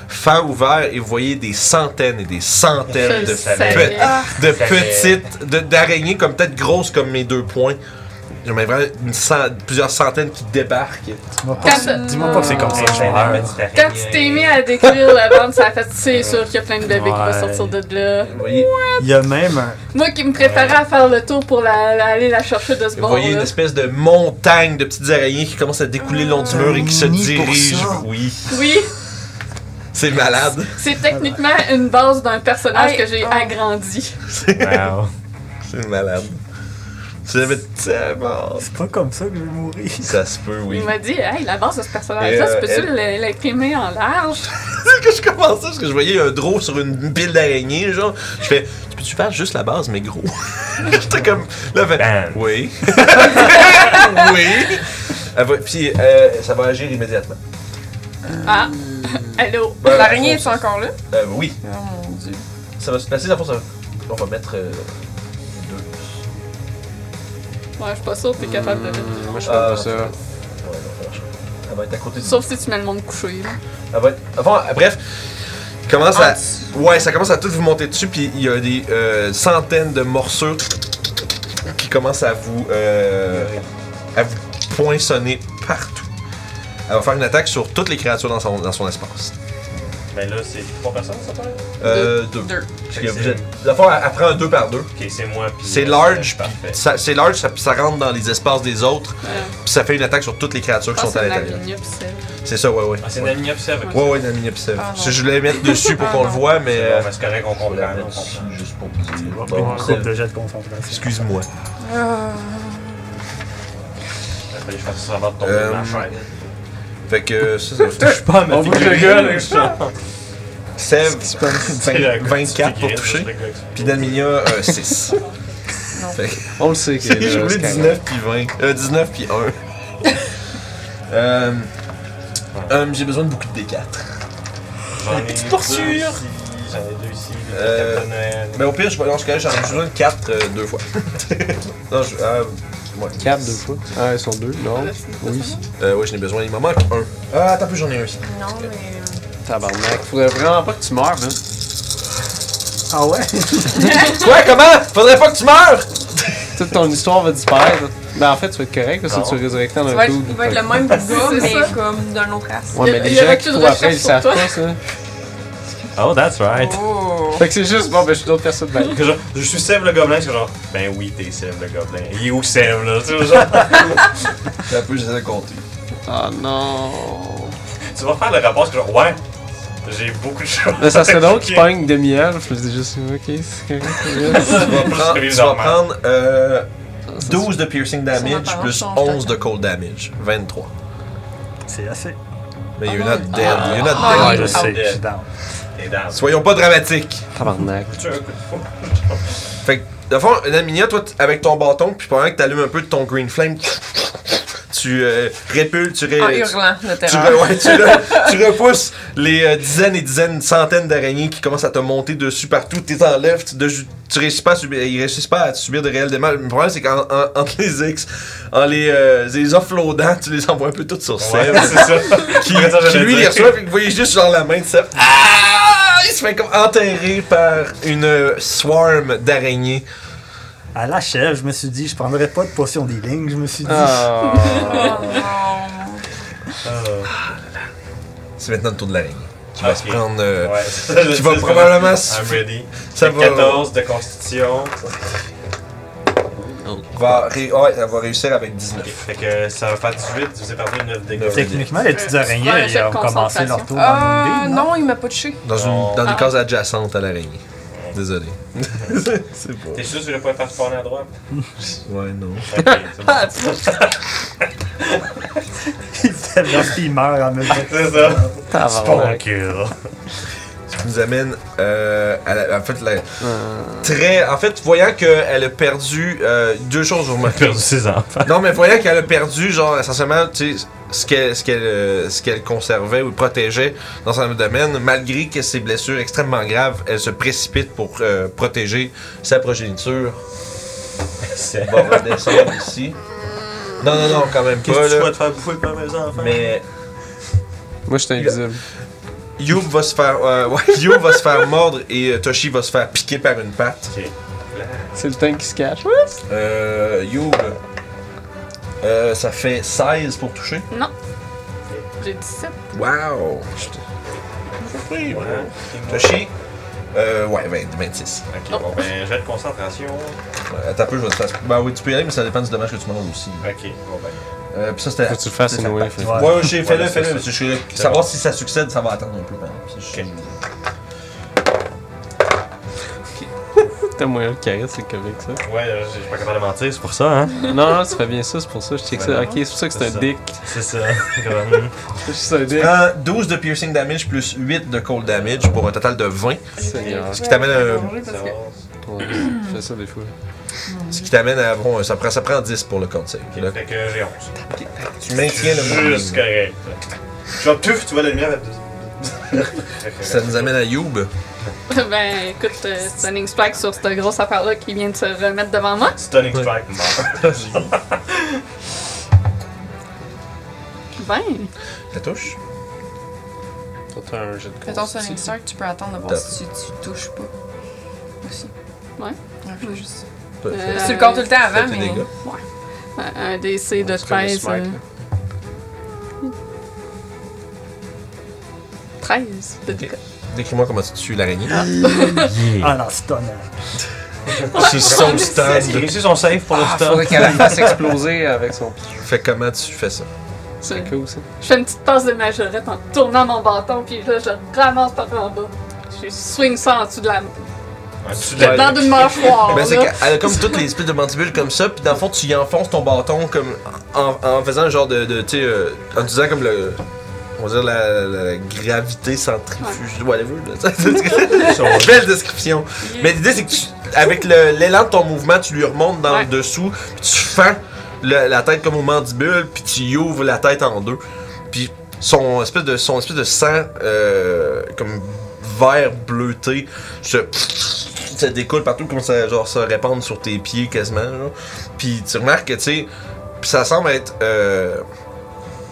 fin ouvert et vous voyez des centaines et des centaines
Je
de,
savais.
pe- de
Ça fait-
petites, de- d'araignées comme peut-être grosses comme mes deux poings J'aimerais vraiment une cent- plusieurs centaines qui débarquent.
Dis-moi pas,
Quand-
Ah, dis-moi pas que c'est comme ça,
Hey,
je
j'ai l'air
meurs.
petite araignée.
Quand tu t'es mis à décrire la bande, ça a fait c'est sûr qu'il y a plein de bébés qui vont sortir de là.
Vous voyez,
Il y a même un.
Moi qui me préparais à faire le tour pour la- la- aller la chercher de ce
vous voyez une
bord-là.
espèce de montagne de petites araignées qui commencent à découler le long du mur et qui se
Ni pour ça.
dirigent. Oui,
Oui,
c'est malade.
c'est techniquement une base d'un personnage
Hey,
que j'ai
oh.
agrandi.
Wow.
C'est malade. Tu l'avais tellement.
C'est pas comme ça que je vais mourir.
Ça se peut, oui.
Il m'a dit, hey, la base de ce personnage-là,
Et, euh,
tu peux-tu l- l'imprimer en large?
que je commençais parce que je voyais un drôle sur une pile d'araignées, genre. Je fais, tu peux-tu faire juste la base, mais gros? J'étais comme, là, elle fait,
Bam.
oui. oui. Elle va- puis euh, ça va agir immédiatement.
Ah, allô?
Ben,
L'araignée est
on-
encore là?
euh, Oui,
Oh mon dieu.
ça va se placer, dans le fond, ça va- on va mettre euh, deux.
Ouais, je suis pas sûre que t'es capable de le
Hmm, Moi, je fais
Ah.
pas ça.
Ouais, non, ça marche pas. euh, Elle va être à côté de
Sauf si tu mets le monde couché. là.
Elle va être- enfin, euh, bref, commence
En
à.
dessous.
Ouais, ça commence à tout vous monter dessus, puis il y a des euh, centaines de morsures qui commencent à vous. euh, à vous poinçonner partout. Elle va faire une attaque sur toutes les créatures dans son, dans son espace.
Mais là, c'est trois personnes, ça parle?
Euh, deux.
Deux.
Parce que vous êtes- la fois, elle elle prend un deux par deux.
Ok, c'est moi. puis-
C'est large,
Parfait.
Ça- C'est large, ça, ça rentre dans les espaces des autres, puis
Euh,
ça fait une attaque sur toutes les créatures
je
qui
pense
sont à
que
l'intérieur.
Lavinia, pis c'est-
C'est ça, ouais, ouais.
Ah, c'est
ouais.
Namina puis avec
Ouais, ouais, une amine obsède.
Ah, non.
Je voulais mettre dessus pour
Ah,
qu'on le
non.
voit, mais.
C'est
euh,
bon, parce que rien qu'on
On la
comprend.
met
on
dessus,
comprend.
juste pour vous dire.
Une
Bon,
coupe
c'est-
de jet de concentration.
Excuse-moi.
Ah.
Après, je fasse ça avant de tomber
Euh,
dans la chaise.
Fait que euh, ça, ça
Je suis pas à
ma On voit figurine. que le gars, là, je
Sève,
la
24 pour toucher. Puis euh, Dalminia, 6.
Non.
Fait que
On le sait qu'il
j'ai
est là,
joué
ce
19 puis 20. Euh, 19 puis 1. euh, euh, j'ai besoin de beaucoup de D4.
J'en ai
petites
deux
morsures.
ici, J'en ai deux ici. le
Euh,
Captain Noël.
Mais au pire, je, non, je, connais, j'en ai besoin de 4 deux fois. non, je, euh, ouais.
Cap deux fois. Ah, ils sont deux, non? Oui.
Euh, ouais, j'en ai besoin. Il m'en manque un. Ah, attends, un peu, j'en ai un ici.
Non, mais.
Tabarnak. Faudrait vraiment pas que tu meures, man.
Ah ouais?
Quoi, comment? Faudrait pas que tu meurs!
Toute ton histoire va disparaître. Ben, en fait, tu vas être correct parce que
Non.
tu es résurrecté en
Tu vas
un
être,
coup.
il va être le même gars,
C'est
mais
ça.
comme d'un autre race.
Ouais, mais
Il y
les
avait
gens
plus
qui
de
courent après, ils
recherche
savent
sur
pas ça.
Oh, that's right.
Oh.
Fait que c'est juste, bon, ben, je suis d'autres personnes. Ben,
Que genre, je suis Sèvres le gobelin, c'est genre, ben oui, t'es Sèvres le gobelin. Il est où Sèvres là? Tu, vois, genre,
J'ai un peu, j'essaie de compter.
oh non.
tu vas faire le rapport, c'est genre, ouais, j'ai beaucoup de choses.
Ben, ça serait drôle
Ok.
qu'ils pognent demi-elfe. Je dis juste, ok, c'est correct.
Tu vas prendre, tu vas
normal.
prendre euh,
c'est
12 de piercing damage
apparence
plus
change
11 de cold damage. 23.
C'est assez.
Mais
Ah
you're not dead. You're not
Ah,
dead.
il
je
est
sais,
out.
je suis down.
T'es dans.
Soyons pas dramatiques.
Tabarnak.
Tu as un coup de fou.
Fait que, de fond, Naminia, toi, t- avec ton bâton, puis pendant que t'allumes un peu de ton green flame, tu euh, répules, tu, ré-
Ah,
En
tu-
hurlant, de
tu,
terreur.
re- ouais, tu re- tu repousses les euh, dizaines et dizaines, centaines d'araignées qui commencent à te monter dessus partout. Tu les enlèves, tu, de- tu réussis pas à subir, ils réussissent pas à subir de réels dommages. Le problème, c'est qu'en en- entre les X, en les, euh, les offloadant, tu les envoies un peu toutes sur scène.
Ouais, c'est ça.
qui,
Ouais, ça,
qui,
j'allais
lui
dire.
les reçoit, fait que vous voyez juste genre la main de Seth. Ah! Il se fait comme enterré par une euh, swarm d'araignées.
À la chèvre, je me suis dit, je prendrais pas de potion lignes, je me suis dit.
Ah.
Euh,
C'est maintenant le tour de l'araignée. Qui va
Ok.
se prendre. euh,
Ouais, c'est ça, je
Qui va
dis,
probablement
c'est comme,
se-
I'm ready.
Ça va.
14 de constitution.
va ré- ouais, elle va réussir avec 19.
Ok, Fait que ça va faire 18 divisé par 2, 9 dégâts.
Neuf.
Techniquement, les petites
Ouais,
araignées, ils
cette
ont commencé
concentration.
leur tour en
Ah,
une ligne,
non, il m'a pas touché.
Dans, une, dans
Ah.
des cases adjacentes à l'araignée. Désolé. c'est bon.
T'es sûr que tu voulais pas faire spawner à droite?
Ouais, non.
Ok, c'est bon.
Tellement qu'ils meurent en même temps.
C'est ça.
Ah,
Spawn
Tabarnak.
kill.
Ce qui nous amène euh, à la, en fait, la- très. En fait, voyant qu'elle a perdu euh, deux choses, vous remarquez.
Perdu ses enfants.
Non, mais voyant qu'elle a perdu, genre, essentiellement, tu sais, ce qu'elle ce qu'elle, euh, ce qu'elle conservait ou protégeait dans son domaine, malgré que ses blessures extrêmement graves, elle se précipite pour euh, protéger sa progéniture.
C'est
On va redescendre ici. Non, non, non, quand même pas,
Qu'est-ce que tu vas
là.
te faire bouffer par mes enfants?
Mais
Moi, je suis invisible.
Youb va se faire, euh, ouais, Youb va se faire mordre et euh, Toshi va se faire piquer par une patte.
C'est le tank qui se cache.
Euh, Youb, Euh, ça fait 16 pour toucher.
Non. J'ai 17.
Wow! Surpris, moi. Touché. Euh, ouais, 20, 26.
Ok, bon, ben, jet de concentration.
Euh, Attends un peu, je vais te faire. Bah oui, tu peux y aller, mais ça dépend du dommage que tu manges aussi.
Ok, bon, ben.
Euh, puis ça, c'était.
Faut que tu le fasses,
c'était
anyway,
sa
fait.
partie. Ouais, ouais, j'ai- fais-le,
Ouais,
fais-le.
c'est
parce que je suis-
C'est
Savoir
bon.
si ça succède, ça va attendre un peu. hein. Puis je-
Ok.
T'as moyen de carré, c'est correct ça.
Ouais, euh, j'ai j'ai pas capable de mentir, c'est pour ça, hein.
non, non, ça fait bien ça, c'est pour ça, je check ça.
Ouais.
Ok, c'est pour ça que Ben c'est
C'est
un
ça.
dick. Ah,
C'est ça. Comme-
C'est juste un dick.
Euh, 12 de piercing damage plus 8 de cold damage pour un total de 20.
Seigneur.
Ce qui t'amène à-
Parce que-
Ouais, je fais ça des fois.
Ce qui t'amène à. Bon, ça prend, ça prend 10 pour le compte save. Là,
Fait que j'ai 11.
tu maintiens le
Juste correct.
Genre, tuf, tu vois la lumière. elle-
Ça nous amène à Youb.
ben écoute, euh, Stunning Strike sur cette grosse affaire-là qui vient de se remettre devant moi.
Stunning strike, mort.
20.
La touche.
T'as un jeu de
Mettons sur une strike, tu peux attendre de voir
T'as-
si tu, tu touches pas. Aussi.
Ouais.
je fais juste.
Euh,
Tu le comptes tout le temps avant,
tes
mais.
dégâts.
Un- Un DC de 13. euh, 13 euh, de
Ok.
dégâts.
Décris-moi comment tu tues l'araignée.
Ah non, stun.
C'est son stun.
Ah,
Il réussit son save pour le
Ah,
stun.
faudrait qu'elle la fasse exploser avec son petit
Fait comment tu fais ça?
Je
coup, ça.
je fais une petite passe de majorette en tournant mon bâton, puis là, je le ramasse par en bas. Je swing ça en dessous de la.
Tu
Ouais.
Dans une mâchoire.
Ben, c'est
là.
qu'elle a comme toutes les espèces de mandibules comme ça, puis dans le fond, tu y enfonces ton bâton comme en, en faisant un genre de. de tu sais, euh, en utilisant comme le. On va dire la, la gravité centrifuge, whatever. là.
Son-
Belle description. Mais l'idée, c'est que tu- avec le- l'élan de ton mouvement, tu lui remontes dans
Ouais.
le dessous, puis tu fends le- la tête comme aux mandibules, puis tu y ouvres la tête en deux. Puis son espèce de, son espèce de sang, euh, comme vert bleuté, se, se découle partout, comme ça, genre, se répandre sur tes pieds quasiment. Genre. Puis tu remarques que, tu sais, puis ça semble être. Euh,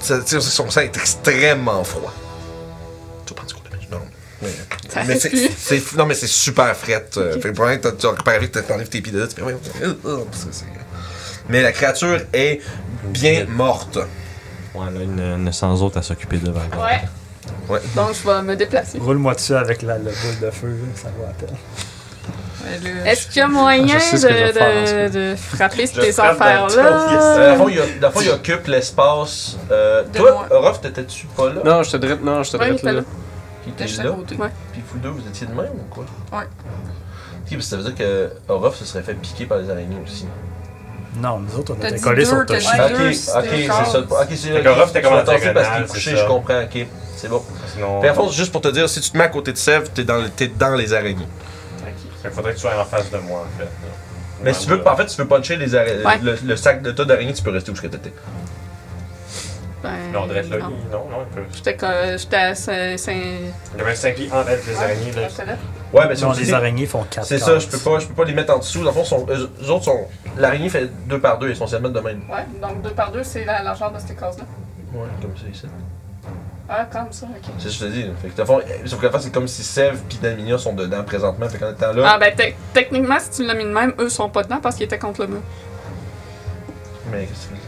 ça- tu sais, son sang est extrêmement froid. Tu vas prendre du coup de neige, Non. Mais,
Ça
mais
fait
c'est,
plus.
c'est- non, mais c'est super frette. euh, Fait que probablement que t'as- tu as réparé, que t'enlèves tes pieds de là, tu fais, voyons, euh, euh, c'est- c'est- Mais la créature est bien morte.
Ouais, là, il y en a 100 autres à s'occuper de. par exemple.
Ouais.
Ouais.
Donc, je vais me déplacer.
Roule-moi dessus avec la, la boule de feu, ça va à peine.
Ouais, là,
Est-ce qu'il y a moyen
Je sais ce que je vais faire en ce
de, de, de frapper
Je
ces
frappe dans le
affaires-là?
Euh, dans le fond, il y a- dans le fond, il occupe l'espace. euh,
De
toi,
moi.
Orof, t'étais-tu pas là?
Non, je te drette, non, je te
Ouais,
drette
il est
là.
là.
Puis
je suis
t'es
à
là.
côté.
Ouais.
Puis vous deux, vous étiez de même ou quoi?
Ouais.
Ok, parce que ça veut dire que Orof se serait fait piquer par les araignées aussi.
Non, nous autres, on
T'as
était
dit
collés
deux,
sur
t'as
Toshi.
dit
Ok,
Ouais,
ok,
deux,
c'est ça.
c'était
le
genre-
point. Ok, c'est
Fait que Orof, t'es comme en
t'es parce qu'il
diagonale,
est couché, je
c'est ça.
comprends, ok. C'est bon.
Sinon.
Puis à force, juste pour te dire, si tu te mets à côté de Sèvres, t'es dans, t'es dans les araignées.
Fait que faudrait que tu sois en face de moi, en fait. là.
Mais si tu veux, en fait, si tu veux puncher les ara-
Ouais.
le, le sac de tas d'araignées, tu peux rester où je t'étais.
Ben,
Non, on devrait être là.
non.
il- Non, non, il peut.
J'étais co- j'étais à Saint... Saint...
Il y avait 5 pieds en tête des
Ah.
araignées, là.
Saint-
Ouais, mais c'est
Non,
aussi-
les araignées font 4
C'est ça, je peux pas, je peux pas les mettre en dessous. Dans le fond, sont, eux, eux autres sont. L'araignée fait deux par deux, essentiellement de même.
Ouais, donc deux par deux, c'est la largeur de cette case-là.
Ouais, comme c'est ici.
Ah, comme ça, ok.
C'est ce que je te dis. là. Fait que, dans le fond, euh, sauf que la fois, c'est comme si Sèvres pis Daminia sont dedans présentement. Fait qu'en étant là,
Ah, ben, tec- techniquement, si tu l'as mis de même, eux sont pas dedans parce qu'ils étaient contre le mur.
Ah.
mais qu'est-ce que c'est?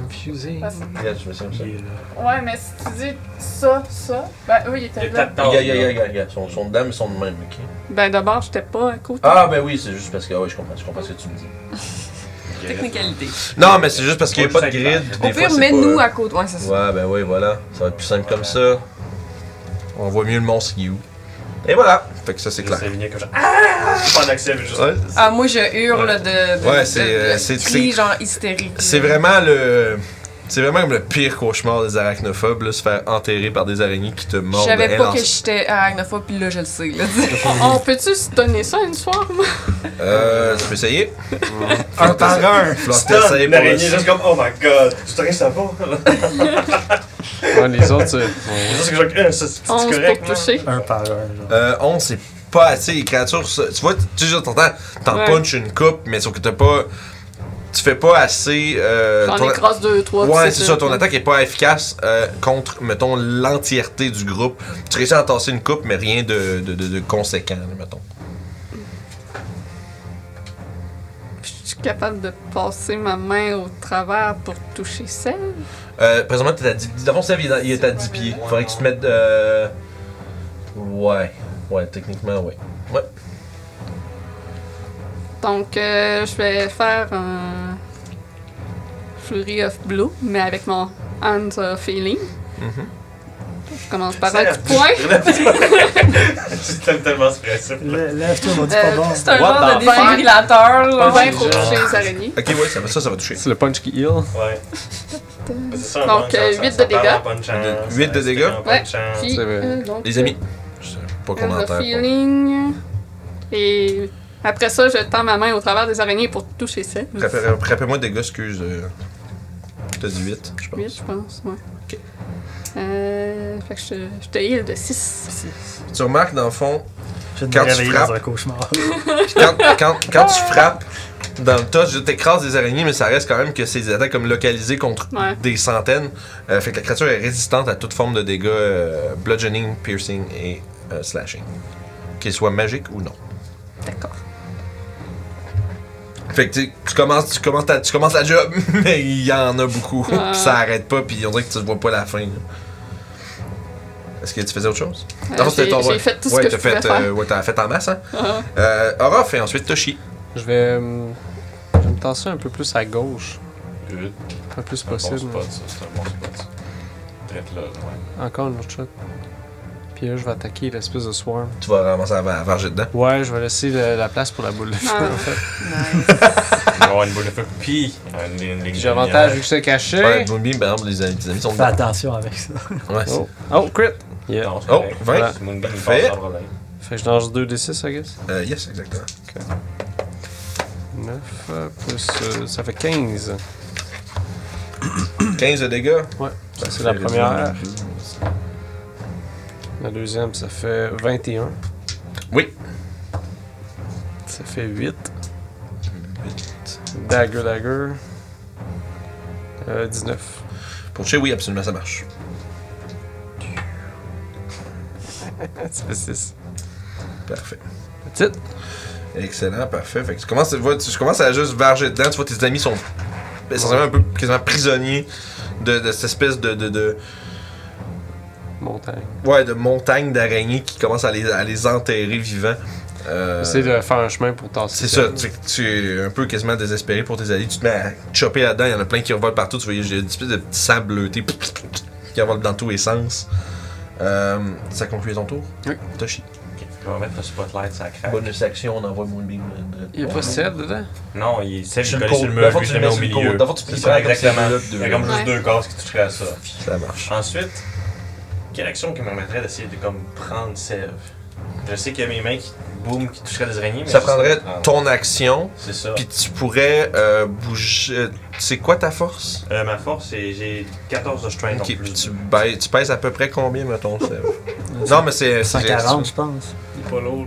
Confusing.
Parce-
Regarde, je me sens comme ça.
Ouais, mais si tu dis ça, ça, ben, eux, ils
Il y
étaient
a
là.
4
Regarde, regarde, regarde, regarde, regarde. Ils sont, sont dedans, mais ils sont de même, ok?
Ben, d'abord, j'étais pas à côté.
Ah, ben oui, c'est juste parce que. ah ouais, je comprends, je comprends ce que tu me dis.
Technicalité.
Non, mais c'est juste parce qu'il n'y a
Faut
pas de
juste être
grid.
Au
des fois,
pire,
c'est
mets-nous
pas-
à côté. Ouais, c'est ça.
Ouais, ben oui, voilà. Ça va être plus simple comme ça. On voit mieux le monstre qui est où. Et voilà. Fait que ça, c'est
Je
clair.
sais venir comme ça. Ah! Pas d'accès, juste.
Ouais,
Ah, moi, je hurle de. de
Ouais,
de-
c'est, euh,
de-
c'est-
de
c'est-
cri, genre hystérique.
c'est vraiment le. C'est vraiment comme le pire cauchemar des arachnophobes, là, se faire enterrer par des araignées qui te
Je
mordent.
savais
elles
pas
en-
que j'étais arachnophobe, puis là, je le sais. Là.
On, on peut-tu se donner ça une soir, moi?
Euh, tu peux essayer.
Un par un!
Faut que
Stun,
t'essayes pour le-
l'araignée, juste comme, oh my god, tu te rien ça va.
Ouais, les autres, c'est. ouais.
C'est ça que j'ai- euh, c'est- c'est
11
correct,
pour
là.
toucher.
Un par un, genre.
Euh, 11, c'est pas assez. Les créatures, ça- tu vois, tu- tu sais, t'entends, t'en
Ouais.
punches une coupe, mais sauf que t'as pas. Tu fais pas assez. euh,
J'en
ton-
écrase deux, trois.
Ouais,
puis
c'est ça, ton attaque est pas efficace euh, contre, mettons, l'entièreté du groupe. Tu réussis à tasser une coupe, mais rien de, de, de, de conséquent, là, mettons.
Je capable de passer ma main au travers pour toucher celle?
Euh, présentement, t'es à 10... Dans le fond, Sèvres, il est à- il est à 10 pieds. Faudrait que tu te mettes... Euh... Ouais. Ouais, techniquement, ouais.
Donc, euh, je vais faire un Flurry of Blow, mais avec mon Hands of Feeling. Je commence par un coup de poing.
J'étais tellement stressé.
Lè- Lève-toi, on dit pas
Euh,
bon.
c'est un
What
genre de
the fuck?
défibrillateur, là.
Vingt pour toucher les araignées.
Ok, ouais, ça, va- ça, ça va toucher.
C'est le punch qui heal.
Ouais. C'est ça, un
Donc,
bon
euh,
sens,
huit
ça
de
parle
dégâts.
en bonne chance,
Huit de
ça
dégâts?
fait en bonne
Ouais.
chance.
Puis,
C'est vrai.
euh, donc,
Les amis, je sais pas qu'on
Hands
entend.
of
quoi.
Feeling. Et après ça, je tends ma main au travers des araignées pour toucher celle.
Rappelle- Rappelle-moi des gars, excuse. euh, T'as dit 8, je pense.
8, je pense, ouais.
Ok.
Euh, fait que je, te- je te heal de 6.
Tu remarques, dans le fond,
Je vais
Quand
te
tu
réveiller
frappes-
dans un cauchemar.
Puis quand, quand, quand tu frappes dans le tas, je t'écrase des araignées, mais ça reste quand même que c'est des attaques comme localisées contre
Ouais.
des centaines. Euh, fait que la créature est résistante à toute forme de dégâts euh, bludgeoning, piercing et euh, slashing. Qu'ils soient magiques ou non.
D'accord.
Fait que tu sais, tu commences, tu commences, ta- tu commences la job, mais il y en a beaucoup.
Ouais.
Puis ça arrête pas, puis on dirait que tu vois pas la fin. là. Est-ce que tu faisais autre chose?
Euh,
Non, c'était
j'ai
ton-
j'ai fait tout ce
ouais,
que je
t'as
pouvais
fait,
faire.
euh, ouais, t'as fait en masse, hein?
Ah.
Euh, Orof et ensuite Toshi.
Je vais, euh, je vais me tasser un peu plus à gauche.
Good.
Le plus
C'est un bon
possible.
spot, ça. C'est un bon spot. ça. Traite là, ouais.
Encore une autre shot. Puis là, je vais attaquer l'espèce de swarm.
Tu vas ramasser à, à varger dedans.
Ouais, je vais laisser le- la place pour la boule de feu,
Ah.
en fait.
Il va y avoir une boule de feu, puis un- une ligne de
J'ai avantage vu
lumière.
que c'est caché.
Ouais, Moonbeam, par exemple, les amis, les amis sont
Fais attention avec ça.
dedans. Ouais, c'est-
Oh. oh, crit! Yeah.
Non, c'est
Oh,
correct.
20.
C'est Moonbeam, il
Parfait.
passe sans problème.
Fait que je lance 2d6, I guess.
Euh, yes, exactement.
9 plus. euh, ça fait 15.
15 de dégâts.
Ouais,
Ça,
c'est la
fait
première.
réduire de douze.
La deuxième, ça fait 21.
Oui.
Ça fait 8.
Huit.
Dagger, dagger. Euh, 19.
Pour chez oui, absolument, ça marche.
ça fait 6.
Parfait.
Petite.
Excellent, parfait. Fait que tu commences, tu vois, tu- tu commences à juste varger dedans. Tu vois, tes amis sont essentiellement un peu quasiment prisonniers de, de cette espèce de, de, de-
Montagne.
ouais, de montagne d'araignées qui commence à les, à les enterrer vivants. Euh,
J'essaie de faire un chemin pour tasser.
C'est ça,
celle-là.
tu, tu es un peu quasiment désespéré pour tes alliés. Tu te mets à chopper là-dedans, il y en a plein qui revolent partout. Tu vois, j'ai une espèce de petit sable bleuté qui revole dans tous les sens. Euh, ça conclut ton tour?
Oui.
Toshi.
Ok, on va mettre le spotlight, ça craque.
Bonus action, on envoie Moonbeam. euh,
Il n'y a pas 7 dedans?
Non, il est celle qui
Sur le
collée sur le
côte.
mur,
D'abord,
vu
tu
que
le
je le mets
mets
au
sur le
milieu.
côte. D'abord, tu
C'est
plies
ça,
comme ces
exactement.
deux-là,
Il y a comme juste
Ouais.
deux cases qui toucheraient à ça.
Ça marche.
Ensuite, quelle action qui me permettrait d'essayer de comme prendre sève Je sais qu'il y a mes mains qui boum qui toucheraient des araignées, mais
Ça
je-
prendrait
Ah,
ton action,
C'est ça.
puis tu pourrais euh, bouger. euh, C'est quoi ta force?
Euh, ma force, c'est j'ai 14 de strength
Ok,
en
puis
plus.
tu,
de-
bailles- tu pèses à peu près combien, mettons, Sèvres? Non, mais c'est. c'est-
140, je pense.
Il est pas lourd.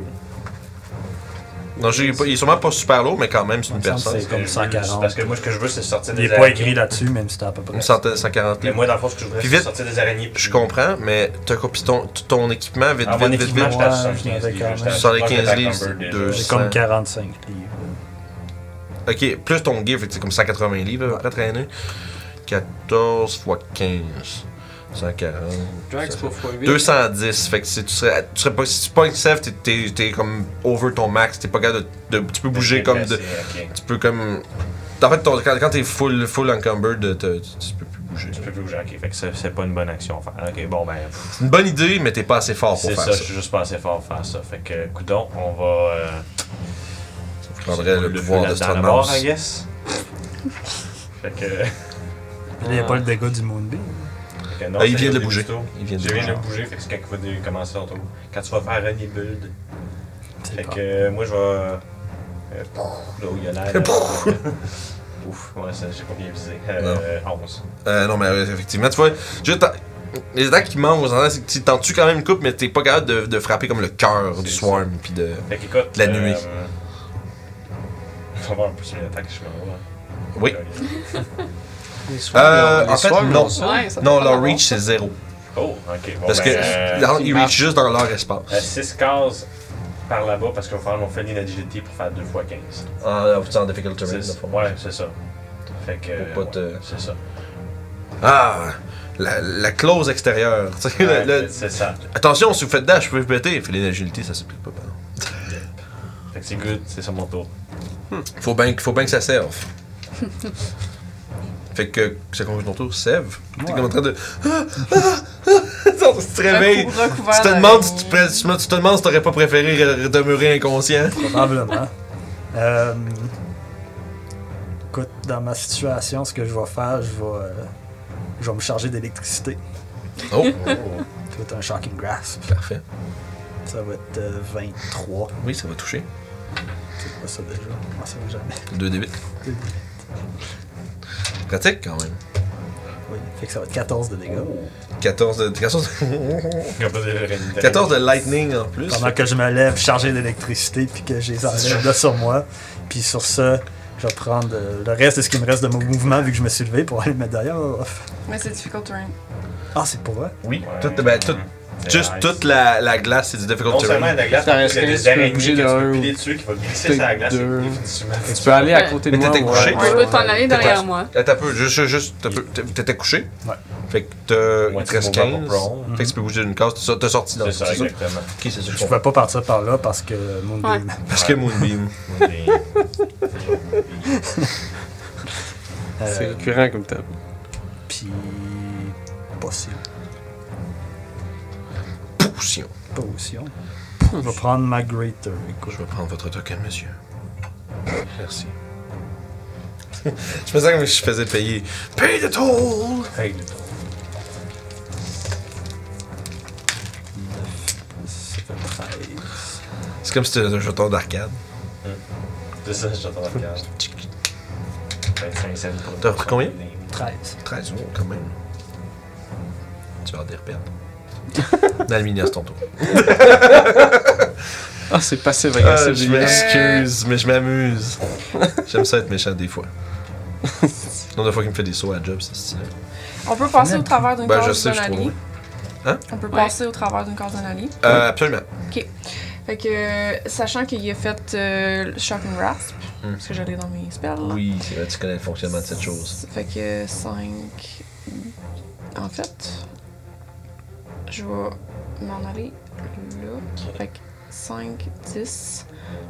Non, j'ai pas- il est sûrement pas super lourd, mais quand même, c'est
Il
une
me semble
personne.
que C'est comme
Je-
140.
Parce que moi, ce que je veux, c'est sortir
Il
des
est pas écrit là-dessus, même si t'as à peu près.
Une centaine, 140
Mais
livres.
moi, dans le fond, ce que je voudrais,
Puis
c'est
vite.
sortir des araignées.
Je comprends, mais t'as quoi, puis ton, ton équipement, vite,
Ah, mon
vite, vite,
équipement,
vite.
j'étais à
Ouais,
75
j'avais
livres.
quand
j'étais à
même.
Sur les 15
attaque
livres,
number
c'est
déjà.
deux.
J'ai
cent.
comme 45 livres.
Ok, plus ton gear, fait que c'est comme 180 livres à peu près traîné. 14 x 15. 140.
Drax pour x8.
210, fait que si tu serais, tu serais pas, si tu pognes safe, t'es, t'es, t'es comme over ton max, t'es pas capable de, de- tu peux bouger comme de,
Ok.
tu peux comme, en fait, ton- quand, quand t'es full, full encumbered, te- te- tu peux plus bouger.
Tu peux plus bouger, ok. Fait que c'est c'est pas une bonne action à faire. Ok, bon, ben.
C'est une bonne idée, mais t'es pas assez fort pour
C'est
faire
ça,
ça.
je suis juste pas assez fort pour faire ça. Fait que, coudon, on va. Euh,
Je prendrais le
feu
pouvoir de
là-dedans
Strandmouse.
d'abord, I guess. fait que.
Il n'y a pas le dégât du Moonbeam.
fait que non,
Ah, il
c'est
vient de
au début
bouger.
du tour.
Il vient de
Je viens de
bouger.
bouger, fait que c'est quand il va commencer ton tour. Quand tu vas faire un build. Fait
C'est pas-
que, euh, moi, je vais. euh, pouf, là où il y a l'air. euh, Ouf, ouais, ça, j'ai pas bien visé. Euh, 11.
Euh, non, mais euh, effectivement, tu vois, juste en- les attaques qui manquent aux endroits, c'est que tu t'en tues quand même une coupe, mais t'es pas capable de, de frapper comme le cœur du
C'est
swarm. Puis de.
Fait qu'écoute. Euh,
De la nuée.
On va voir un peu sur l'attaque, je me
Oui.
Les swarms,
Euh,
les
en fait,
swarms,
non.
ils ont ça.
Ouais, ça
Non,
fait
leur
pas
reach c'est zéro.
Oh, ok. Bon,
Parce que
ben, euh,
dans-
il
ils
marche.
reach juste dans leur espace.
6 cases par là-bas parce qu'on va faire mon fainé d'agilité pour faire 2 x 15.
En, en difficult terrain, dans le
C'est-
fond.
Ouais, c'est ça. Fait que.
Pour pas te-
ouais, C'est ça.
Ah, la, la clause extérieure. tu sais,
Ouais,
le- le-
C'est ça.
Attention, si vous faites dash, je peux vous péter. Filet d'agilité, ça s'applique pas. pardon.
Fait que c'est good, c'est ça mon tour.
Faut bien faut bien que ça serve. fait que ça conclut ton tour, Sève. T'es comme en train de. Ah, ah, ah. tu te réveilles.
Recou- recouvert
Tu te
d'araignée.
demandes si tu, pré- tu me- tu te demandes si t'aurais pas préféré re- demeurer inconscient.
Probablement. Euh, écoute, dans ma situation, ce que je vais faire, je vais, euh, je vais me charger d'électricité.
Oh,
Ça va être un shocking grasp.
parfait.
Ça va être euh, 23.
Oui, ça va toucher.
C'est quoi ça déjà? Moi, ça va jamais.
2 d Pratique quand même.
Oui, fait que ça va être 14 de dégâts.
14 de, 14,
Comme pas de-
14 de lightning en plus.
Pendant que je me lève chargé d'électricité puis que je les enlève là sur moi. Puis sur ça, je vais prendre euh, le reste de ce qui me reste de mon mouvement vu que je me suis levé pour aller me mettre derrière.
Mais c'est difficult terrain.
Ah, c'est pour vrai?
Oui,
Ouais.
tout, ben, tout,
C'est
juste
nice.
toute la, la glace, c'est du difficult
Non seulement
terrain.
la glace,
Ça
mais il y
risque
a
que
des
tu peux bouger
araignées que tu
d'un
peux
ou
piler dessus qui va glisser sur la glace. et
deux.
définitivement,
Tu peux aller à
Ouais.
côté de
Mais
moi.
t'étais couché.
Je peux t'en aller derrière
Ouais.
moi.
Attends un peu, juste, juste, Eh, t'as peu- t'é- t'étais couché.
Ouais.
Fait que t'as, il te
Moitié
reste
mouvement
15.
pour prone.
Fait que tu peux bouger d'une case, t'es sor- t'es sorti là.
C'est ça, exactement.
Ok, c'est ça.
Je pouvais pas partir par là parce que mon
Ouais.
Parce que Moonbeam.
Euh,
C'est récurrent comme table.
Puis. Possible.
Potion.
Potion. Je vais prendre ma Greater. Écoute.
Je vais prendre votre token, monsieur. Merci. je me sens comme si je faisais payer. Pay the toll!
Hey,
Ça fait 13.
C'est comme si c'était un jeton d'arcade.
C'est ça, j'attends la carte. 25 cents pour
T'as pris combien?
13.
13 euros quand même. Tu vas en dire perdre. Nalmini, c'est ton tour.
Ah, c'est passif
Ah,
agressif.
je
dégueulasse.
m'excuse, mais je m'amuse. J'aime ça être méchant des fois. Le nombre de fois qu'il me fait des sauts à job, c'est stylé.
On peut passer au travers d'une
Ben, je
case
sais,
d'un
je trouve.
allié.
Hein?
On peut
Ouais.
passer au travers d'une case d'un allié.
Euh, absolument.
Fait que, euh, sachant qu'il a fait euh, le Shock and Rasp,
Hmm.
parce que j'allais dans mes spells.
Oui, c'est vrai, tu connais le fonctionnement de cette chose.
Fait que 5. En fait, je vais m'en aller là. Fait que 5, 10.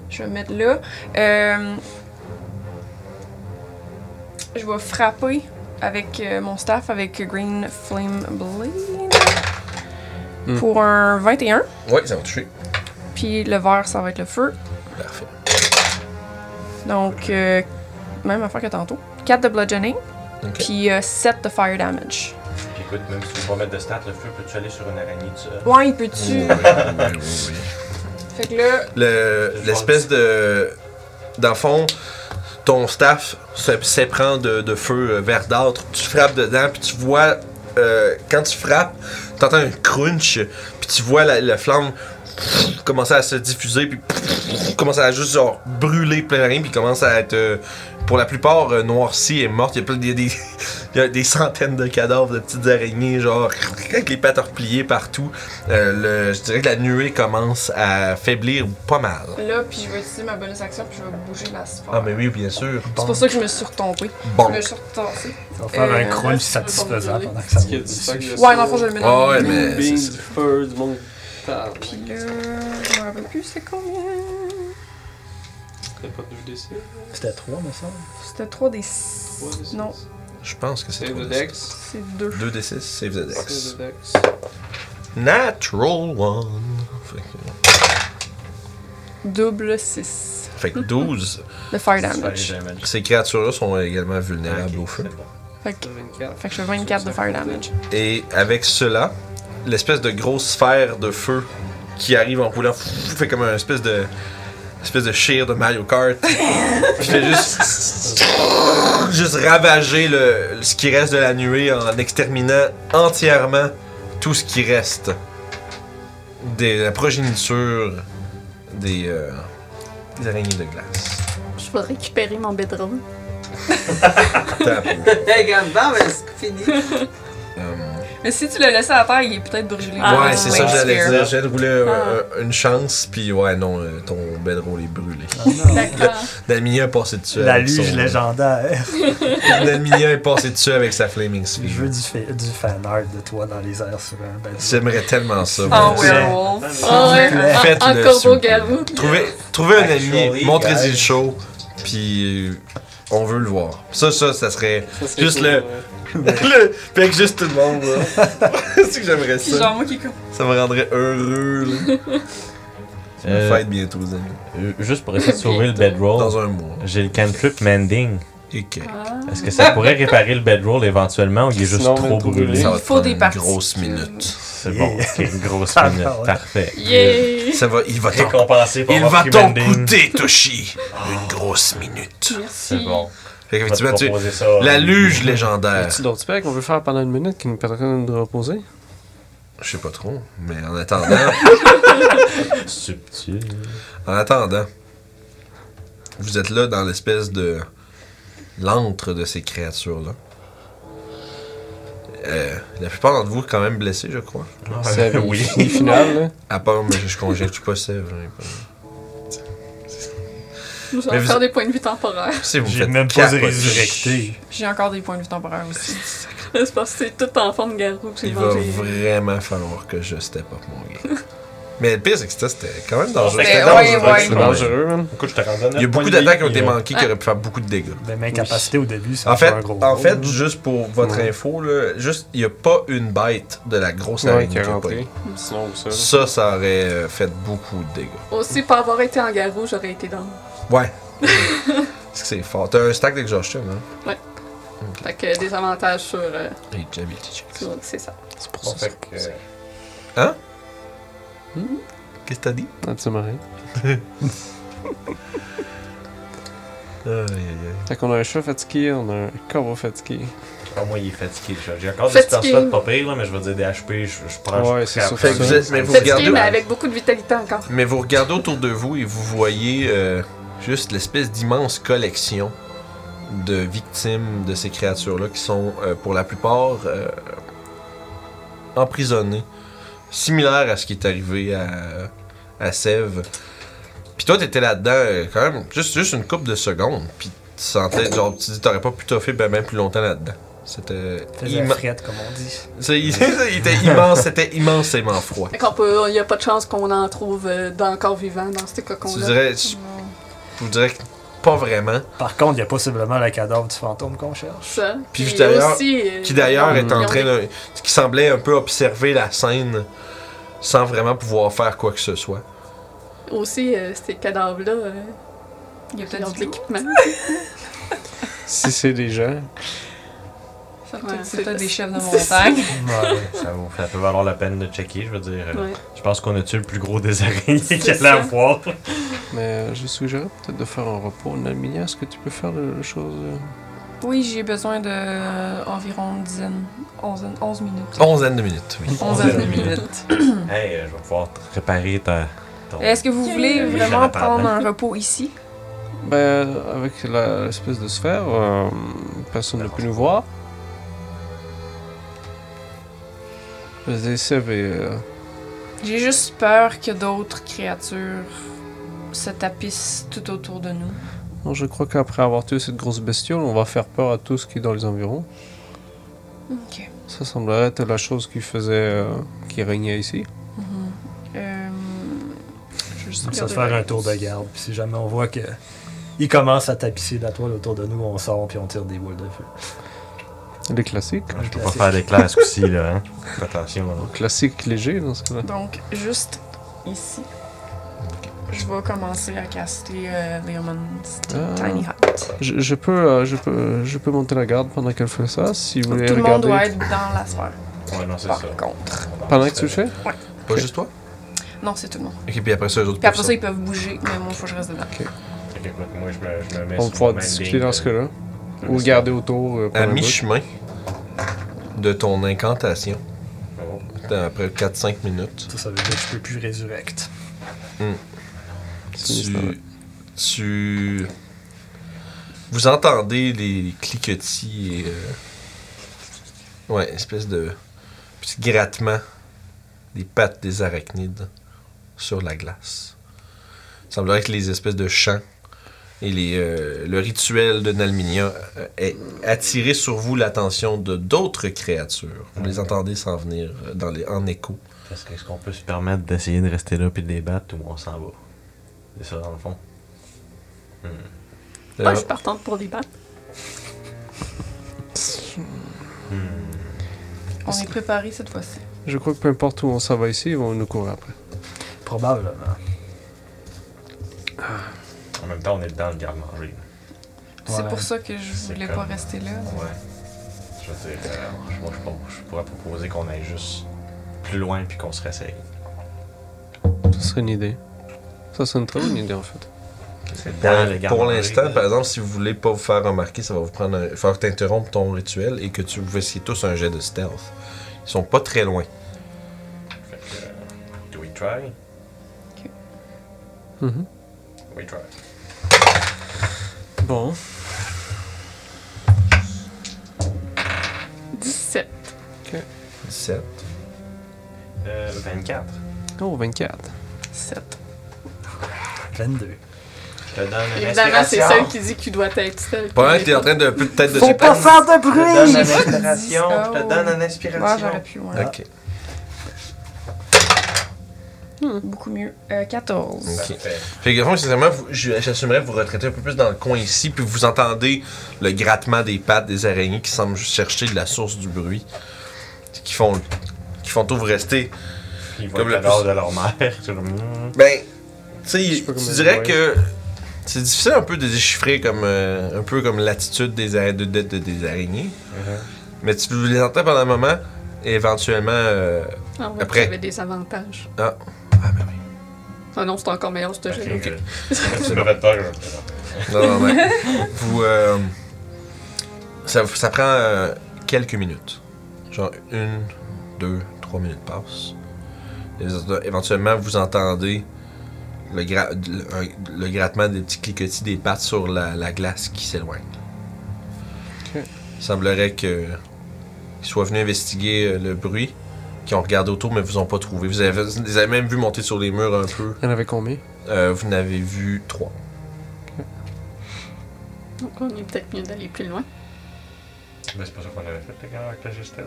Je vais me mettre là. Euh, je vais frapper avec euh, mon staff avec Green Flame Blade
Hmm.
pour un 21.
Oui, ça va toucher.
Puis le vert, ça va être le feu.
Parfait.
Donc, euh, même affaire que tantôt. 4 de bludgeoning,
Ok.
puis 7 de fire damage.
Puis écoute, même si tu veux pas mettre de stats, le feu, peux-tu aller sur une araignée tout seul?
Ouais, il peut-tu.
Oui, oui, oui, oui.
Fait que là,
Le- L'espèce de. Dans le fond, ton staff se- s'éprend de, de feu euh, verdâtre. Tu frappes dedans, puis tu vois. euh, quand tu frappes, tu entends un crunch, puis tu vois la, la flamme commencer à se diffuser, puis commence à juste genre brûler plein de rien, puis commence à être. euh, pour la plupart euh, noircie et morte, il y a plein- il y a des, il y a des centaines de cadavres de petites araignées, genre avec les pattes repliées partout. Euh, le- je dirais que la nuée commence à faiblir pas mal.
là, puis je vais utiliser ma bonus action, puis je vais bouger la sphère.
Ah mais oui, bien sûr.
C'est pour ça que je me suis retombée.
Bon.
Je me suis retombée.
Ça va faire
Euh,
un crunch
ça va
satisfaisant
pas me
pendant que ça
qu'il y a du
va.
sac de-
Ouais, dans le fond, je le mets dans
Ah ouais,
le
mais
Beans,
c'est ça.
du feu, du monde. Ah,
Puis là, je me rappelle plus c'est combien.
T'as pas de VDC?
C'était 3, me semble.
C'était 3 des. six-
Ouais, c'est-
Non,
Je pense que c'est
Save the
2d6.
Dex.
c'est 2.
2d6, save the dex.
Save the Dex.
Natural one. Fait que,
Double 6
fait que 12.
de fire
Tu fais les
damage.
damage.
Ces créatures-là sont également
Ah,
vulnérables
ok,
au feu.
c'est bon.
Fait que,
24.
fait que je fais 24 de fire damage.
Et avec cela, l'espèce de grosse sphère de feu qui arrive en roulant fou, fait comme un espèce de espèce de shear de Mario Kart. Puis fait juste juste ravager le ce qui reste de la nuée en exterminant entièrement tout ce qui reste de la progéniture des, euh, des araignées de glace.
Je vais récupérer mon bedroom.
Attends un peu.
Hey, regarde, bon, ben, c'est fini.
Euh,
Mais si tu le laissais à terre, il est peut-être brûlé.
Ah,
ouais, c'est ça que
ouais.
j'allais
Spear.
dire. J'ai roulé euh,
Ah.
euh, une chance, puis ouais, non, euh, ton bedroll est brûlé.
D'accord.
Damien a passé dessus.
La
avec son-
luge légendaire.
Damien est passé dessus avec sa Flaming
Je
Sphere.
veux du, fa- du fan art de toi dans les airs sur un bateau.
J'aimerais tellement ça.
En
moi.
ouais.
werewolf.
Ah ouais,
plaît.
en- en
Faites-le, s'il vous
corbeau
plaît.
garou.
Trouvez, trouvez un ami,
Actually,
montrez-y
guys.
le show, puis euh, on veut le voir. Ça, ça, ça serait. Juste le- Euh. le. Fait que juste tout le monde, là. c'est que j'aimerais
Puis
ça.
genre, moi qui est comme.
Ça me rendrait heureux, là.
Euh,
Faites bientôt, les amis.
euh, Juste pour essayer de sauver le bedroll,
Dans un mois.
j'ai le cantrip mending.
Et que.
Ah.
Est-ce que ça pourrait réparer le bedroll éventuellement ou il est juste
Sinon, on
trop
est trop
brûlé?
brûlé.
Ça va
Il
te
faut
prendre
des
une
parties.
grosse minute.
C'est bon,
Yeah.
ok, une grosse
Ah,
minute.
ouais.
Parfait.
Yay!
Ça va, il va t'en
Récompensé par
Il
avoir
va
pris
t'en
Mending.
coûter, Toshi, une grosse minute.
Merci.
C'est bon.
Fait
Je vais te
qu'effectivement, tu-
proposer ça.
la luge légendaire.
Petit d'autres specs qu'on veut faire pendant une minute qui nous permettra de nous reposer.
Je sais pas trop, mais en attendant,
Subtil.
en attendant, vous êtes là dans l'espèce de l'antre de ces créatures-là. Euh, la plupart d'entre vous quand même blessés, je crois.
C'est la
oui.
vie finale, là.
À part, mais je conjecture pas ça. j'en ai pas.
Nous
Mais
allons
vous-
faire des points de vue temporaires.
Si vous
J'ai
faites
même pas de
capoter.
résurrecté.
J'ai encore des points de vue temporaires aussi.
C'est parce que c'est tout en forme garou que j'ai
Il va
mangé.
vraiment falloir que je step up mon game. mais le pire, c'est que ça, c'était quand même dangereux.
C'était
C'était
ouais,
dangereux.
ouais.
C'est dangereux, man.
Écoute, je te rends
Il y a beaucoup d'attaques qui ont été manquées qui auraient pu faire beaucoup de dégâts.
Mais ma capacité au début, ça
En fait,
un gros
en
rôle.
fait juste pour votre info, là, juste, il n'y a pas une bête de la grosse
Ouais,
araignée
qui est
qui a
rentré.
pas-
Sinon, ça.
Ça, ça aurait euh, fait beaucoup de dégâts.
Aussi, pas avoir été en garou, j'aurais été dans.
Ouais. Est-ce que c'est fort? T'as un stack d'exhaustion, hein?
Fait que des avantages sur. euh,
Et Jability checks.
sur- c'est ça.
C'est pour ça.
Fait que, euh,
Qu'est-ce que t'as dit?
Absolument rien.
Aïe, aïe, aïe.
Fait qu'on a un chat fatigué, on a un corbeau fatigué.
Ah, moi, il est fatigué. déjà. J'ai encore des
Fatigué.
stats là de pas pire, là, mais je vais dire des HP. Je, je prends.
Ouais,
je
c'est
prends-
ça,
Fait que vous êtes- mais vous
Fatigué,
regardez...
mais avec beaucoup de vitalité encore.
Mais vous regardez autour de vous et vous voyez euh, juste l'espèce d'immense collection de victimes de ces créatures-là qui sont euh, pour la plupart euh, emprisonnées, similaire à ce qui est arrivé à, à Sèvres. Puis toi, t'étais là-dedans euh, quand même juste, juste une coupe de secondes, puis tu sentais, genre, tu dis, t'aurais pas pu toffer ben, ben plus longtemps là-dedans. C'était
Faisait
immen-
frette, comme on dit.
c'est- il était immense, c'était immensément froid.
Fait qu'on peut. Il n'y a pas de chance qu'on en trouve euh, d'encore vivant dans ces
Tu
cocons-là.
dirais, je, je vous dirais que pas vraiment.
Par contre, il y a possiblement le cadavre du fantôme qu'on cherche.
Ça.
Puis d'ailleurs-
aussi, euh,
qui d'ailleurs est en
ils ont
train
des-
de, qui semblait un peu observer la scène sans vraiment pouvoir faire quoi que ce soit.
Aussi, euh, ces cadavres-là, euh,
Il y a
ils ont
peut-être
de
du loup.
l'équipement.
Si c'est des gens.
Fait que
Ouais,
C'est peut-être
c'est-
des chefs de montagne.
Ouais.
Ça, vaut- ça peut valoir la peine de checker, je veux dire. euh,
Ouais.
Je pense qu'on a tué le plus gros des araignées
C'est
qu'il allait
ça.
avoir.
Mais euh, je suggérerais peut-être de faire un repos. Nalminia, est-ce que tu peux faire la chose euh,
Oui, j'ai besoin de euh, environ une dizaine, onzaine, onze minutes.
Onzaine de minutes, oui.
Onzaine de
Onzaine.
minutes.
Hey, euh, je vais pouvoir te réparer ta. ton-
Est-ce que vous voulez
Oui,
vraiment
j'en parle.
prendre un repos ici?
Ben, avec la- l'espèce de sphère, euh, personne ne peut nous voir. Les Sev et. euh,
J'ai juste peur que d'autres créatures se tapissent tout autour de nous.
non, je crois qu'après avoir tué cette grosse bestiole, on va faire peur à tout ce qui est dans les environs.
Ok.
Ça semblerait être la chose qui faisait. euh, qui régnait ici.
Euh, je vais juste
Ça
regarder
se faire
la-
un tour de garde. Puis si jamais on voit que il commence à tapisser la toile autour de nous, on sort puis on tire des boules de feu.
Les classiques.
Ah, Je peux pas faire des classes aussi, là. Hein? Fais Attention. hein.
Classiques légers dans ce cas-là.
Donc, juste ici, je vais commencer à caster euh, Leoman's T-
Ah.
Tiny Hut.
Je, je peux, euh, je, peux, je peux monter la garde pendant qu'elle fait ça, si vous
Tout
voulez
le monde
regarder.
doit être dans la sphère,
Ouais, non, c'est
par
ça.
contre.
Pendant que tu le fais
Pas
Ok.
juste toi.
Non, c'est tout le monde.
Ok, puis après ça, les autres.
Puis après
peuvent
ça, ils peuvent bouger, mais moi, il faut que je reste dedans.
Fait que, écoute, moi, je me, je me mets
On va
sur
pouvoir
ma
discuter
ligne,
dans ce
euh,
cas-là.
je me
Ou
mets
garder autour. euh,
sortir.
pour
À
la bout.
mi-chemin de ton incantation,
sur- Oh.
après 4-5 minutes,
Ça, ça veut dire que je peux plus résurrect.
C'est ça, ouais.
tu, tu- Vous entendez les cliquetis et. euh, Ouais, espèce de petit grattement des pattes des arachnides sur la glace. Il semblerait que les espèces de chants et les, euh, le rituel de Nalminia euh, ait attiré sur vous l'attention de d'autres créatures. Vous les entendez s'en venir euh, dans les, en écho.
Parce que est-ce qu'on peut se permettre d'essayer de rester là puis de les battre ou on s'en va? C'est ça dans le fond.
Moi, je suis partante pour les battre.
On est préparé cette fois-ci.
Je crois que peu importe où on s'en va ici, ils vont nous courir après.
Probablement.
En même temps, on est dans le garde-manger.
C'est
Ouais.
pour ça que je
C'est
voulais
comme-
pas rester là.
Ouais. Je veux dire, euh, moi, je, pense- je pourrais proposer qu'on aille juste plus loin puis qu'on se réessaye.
Ça serait une idée. Ça, c'est une très bonne idée en fait.
C'est
Pour,
dans le
pour
garde-manger.
l'instant, par exemple, si vous voulez pas vous faire remarquer, ça va vous prendre un, faire t'interrompre ton rituel et que tu vous fassiez tous un jet de stealth. Ils sont pas très loin.
Fait que, euh, do we try?
Mhm.
We try.
Bon.
17.
17.
Euh, 24.
Oh, 24.
7.
22.
Je te donne une
Évidemment, c'est
inspiration.
celle qui dit qu'il doit être seul.
Pendant que t'es en train de un peu de tête de
Faut pas faire de
Je te donne
bruit!
une inspiration.
ça.
Je te donne une
Ouais,
inspiration.
j'aurais pu, ouais.
Ok.
Beaucoup mieux. Euh, 14.
Ok. Fait que, au fond, sincèrement, vous- je- j'assumerais que vous retraitez un peu plus dans le coin ici, puis vous entendez le grattement des pattes des araignées qui semblent juste chercher de la source du bruit. Qui font, qui font tout vous rester.
Ils voient
Comme
le
le
cadavre de leur mère. C'est comme, hmm.
Ben, tu sais,
sais pas
tu
comment
dirais
dire,
que c'est difficile un peu de déchiffrer comme, euh, un peu comme l'attitude des, ara- de, de- de- des araignées.
Uh-huh.
Mais tu les entends pendant un moment, et éventuellement. euh,
Ah ouais,
Après.
j'avais des avantages.
Ah.
Ah, ben oui. Ah non, c'est encore meilleur, ce jeu.
Ok, je- Tu me fais peur.
Non, non, mais vous. euh, ça, ça prend euh, quelques minutes. Genre une, deux, trois minutes passent. Et vous- éventuellement, vous entendez le, gra- le- un- le grattement des petits cliquetis des pattes sur la, la glace qui s'éloigne.
Ok.
Il semblerait que qu'ils soient venus investiguer euh, le bruit, qu'ils ont regardé autour, mais vous ont pas trouvé. Vous avez, vous les avez même vu monter sur les murs un peu.
Il y en avait combien
Euh, vous n'avez vu trois.
Donc, on est peut-être mieux d'aller plus loin.
Mais c'est pas ça qu'on avait fait, le gars, avec la gestelle.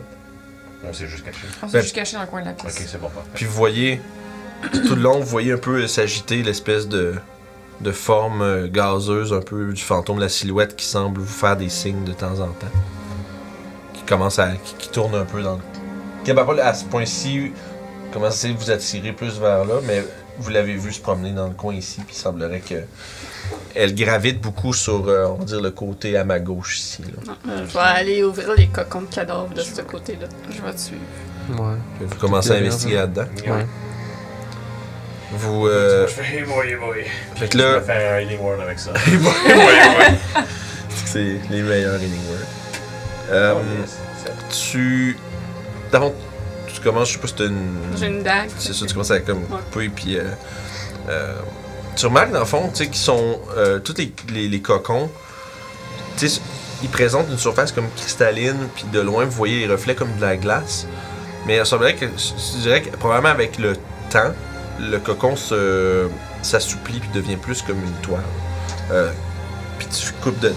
On s'est juste caché.
On
Ben-
s'est juste caché dans le coin de la
Ok,
pièce.
c'est bon, parfait.
Puis vous voyez, tout le long, vous voyez un peu euh, s'agiter l'espèce de, de forme euh, gazeuse, un peu du fantôme, la silhouette qui semble vous faire des signes de temps en temps. Qui commence à. qui, qui tourne un peu dans le. Qui est pas à ce point-ci, commencez à vous attirer plus vers là, mais vous l'avez vu se promener dans le coin ici, puis il semblerait que. Elle gravite beaucoup sur, euh, on va dire, le côté à ma gauche ici. là.
Non, euh, je vais aller ouvrir les cocons de cadavres de ce côté-là.
Je vais te suivre.
Ouais.
Fait que Vous commencez à investiguer là-dedans.
Euh,
Ouais.
Vous. euh,
Je fais hey boy, hey boy.
fait que
Je
là.
vais faire un healing word avec ça.
Hey boy, hey boy, hey boy. C'est les meilleurs ending words. Euh, Tu. D'abord, tu commences, je sais pas si t'as
J'ai
une.
une dague.
C'est ça, tu commences à comme
Ouais.
couper, puis. euh, euh, tu remarques, dans le fond, tu sais, qu'ils sont. euh, tous les, les, les cocons, tu sais, ils présentent une surface comme cristalline, puis de loin, vous voyez les reflets comme de la glace. Mais il semblerait que. Je dirais que probablement avec le temps, le cocon se s'assouplit puis devient plus comme une toile. Euh, puis tu coupes dedans.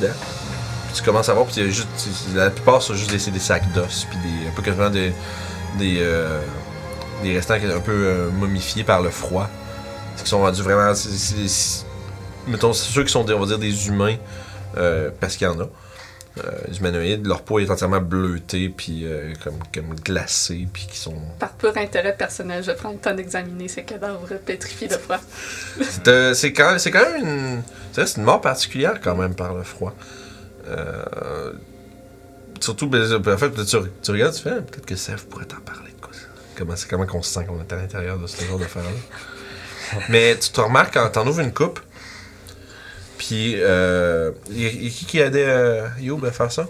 Puis tu commences à voir, puis il y a juste, tu- la plupart sont juste des, c'est des sacs d'os, puis des, un peu quasiment des, des, euh, des restants qui sont un peu euh, momifiés par le froid. Qui sont rendus vraiment. c'est- c'est- c'est- mettons, c'est ceux qui sont, des- on va dire, des humains, euh, parce qu'il y en a. Euh, les humanoïdes, leur peau est entièrement bleutée, puis euh, comme, comme glacée, puis qui sont.
Par pur intérêt personnel, je prends le temps d'examiner ces cadavres pétrifiés de froid.
C'est, euh, c'est quand, c'est quand même une. je dirais que C'est une mort particulière quand même par le froid. Euh, surtout, ben, en fait, tu, tu regardes, tu fais, Ah, peut-être que Sèvres pourrait t'en parler de quoi ça. Comment, c'est, comment qu'on se sent quand on est à l'intérieur de ce genre d'affaires-là. Mais tu te remarques quand t'en ouvres une coupe. Puis, euh, y, y- qui qui aidait euh, Youb à faire ça?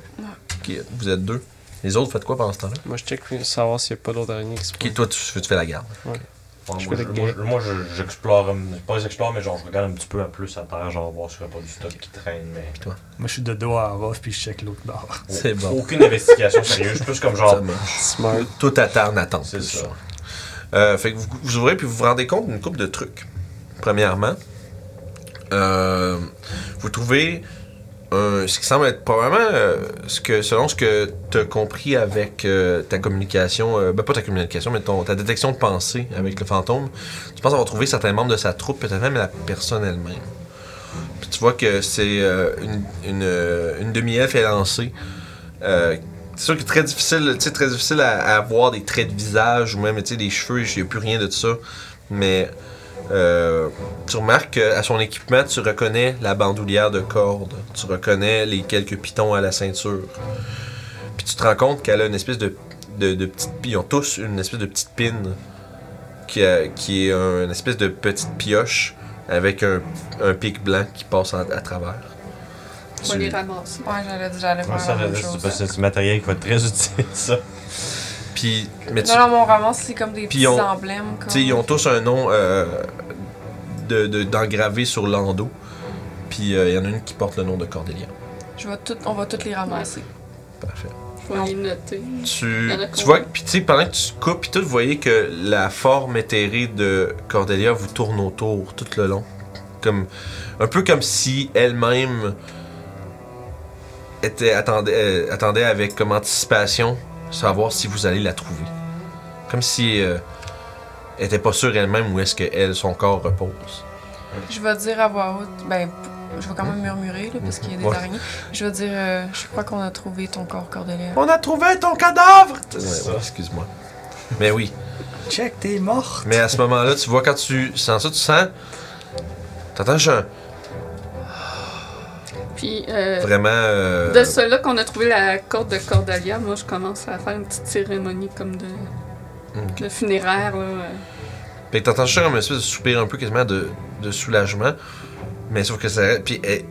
Qui- vous êtes deux. Les autres, faites quoi pendant ce temps-là?
Moi, je check pour savoir s'il n'y a pas d'autres araignées qui se
Qui- toi, tu, tu fais la garde.
Ouais.
Ok.
Ouais,
Je
moi,
fais
je-
le
moi,
gay.
je- moi, je- j'explore, euh, pas j'explore, mais genre, je regarde un petit peu à plus à terre, genre, voir s'il n'y a pas du stock qui traîne, mais.
Moi, je suis de dos en off, puis je check l'autre bord.
C'est bon.
Aucune investigation sérieuse, juste comme genre.
Ça marche.
Smart.
Tout à terre n'attend
C'est
plus.
ça.
Euh, fait que vous, vous ouvrez puis vous vous rendez compte d'une coupe de trucs. Premièrement, euh, vous trouvez un- ce qui semble être probablement euh, ce que, selon ce que tu as compris avec euh, ta communication, euh, ben pas ta communication, mais ton, ta détection de pensée avec le fantôme, tu penses avoir trouvé certains membres de sa troupe, peut-être même la personne elle-même. Puis tu vois que c'est euh, une, une, euh, une demi-elfe élancée. euh, c'est sûr que très difficile, tu sais, très difficile à, à voir des traits de visage ou même tu sais, des cheveux, j'ai plus rien de ça. Mais euh, tu remarques qu'à son équipement, tu reconnais la bandoulière de corde, tu reconnais les quelques pitons à la ceinture. Puis tu te rends compte qu'elle a une espèce de, de, de petite pi- Ils ont tous une espèce de petite pine qui, a- qui est un- une espèce de petite pioche avec un, un pic blanc qui passe en- à travers.
On va
Tu-
les ramasser.
Ouais, j'allais dire, j'allais
Ouais,
faire
ça,
la
là,
même
là,
chose.
c'est c'est du matériel qui va être très utile, ça.
Puis, mais tu-
Non, non, mon roman, c'est comme des
Puis
petits
on-
emblèmes. Comme...
Tu sais, ils ont tous un nom euh, de- de- d'engravé sur l'endos. Puis euh, il y en a une qui porte le nom de Cordelia.
Je vais tout- On va toutes les ramasser.
Parfait.
Faut les noter.
Tu,
Mm. Il y en a
tu
combien?
vois, que- puis tu sais, pendant que tu coupes, puis tout, vous voyez que la forme éthérée de Cordelia vous tourne autour tout le long. Comme, un peu comme si elle-même était, attendait, euh, attendait avec comme anticipation savoir si vous allez la trouver. Comme si euh, elle était pas sûre elle-même où est-ce que elle, son corps repose.
Je vais dire à voix haute, ben, je vais quand même murmurer, là, parce qu'il y a des
Ouais.
araignées. Je vais dire, euh, je crois qu'on a trouvé ton corps, Cordelia.
On a trouvé ton cadavre! Ouais,
ça.
ouais, excuse-moi. Mais oui.
Check, t'es morte!
Mais à ce moment-là, tu vois, quand tu sens ça, tu sens. T'entends juste un-
Puis, euh,
vraiment. euh,
de ceux-là qu'on a trouvé la corde de Cordalia, moi, je commence à faire une petite cérémonie comme de,
Ok.
de funéraire, là. euh.
Fait que t'entends juste comme une espèce de soupir un peu quasiment de, de soulagement. Mais sauf que ça. Puis elle-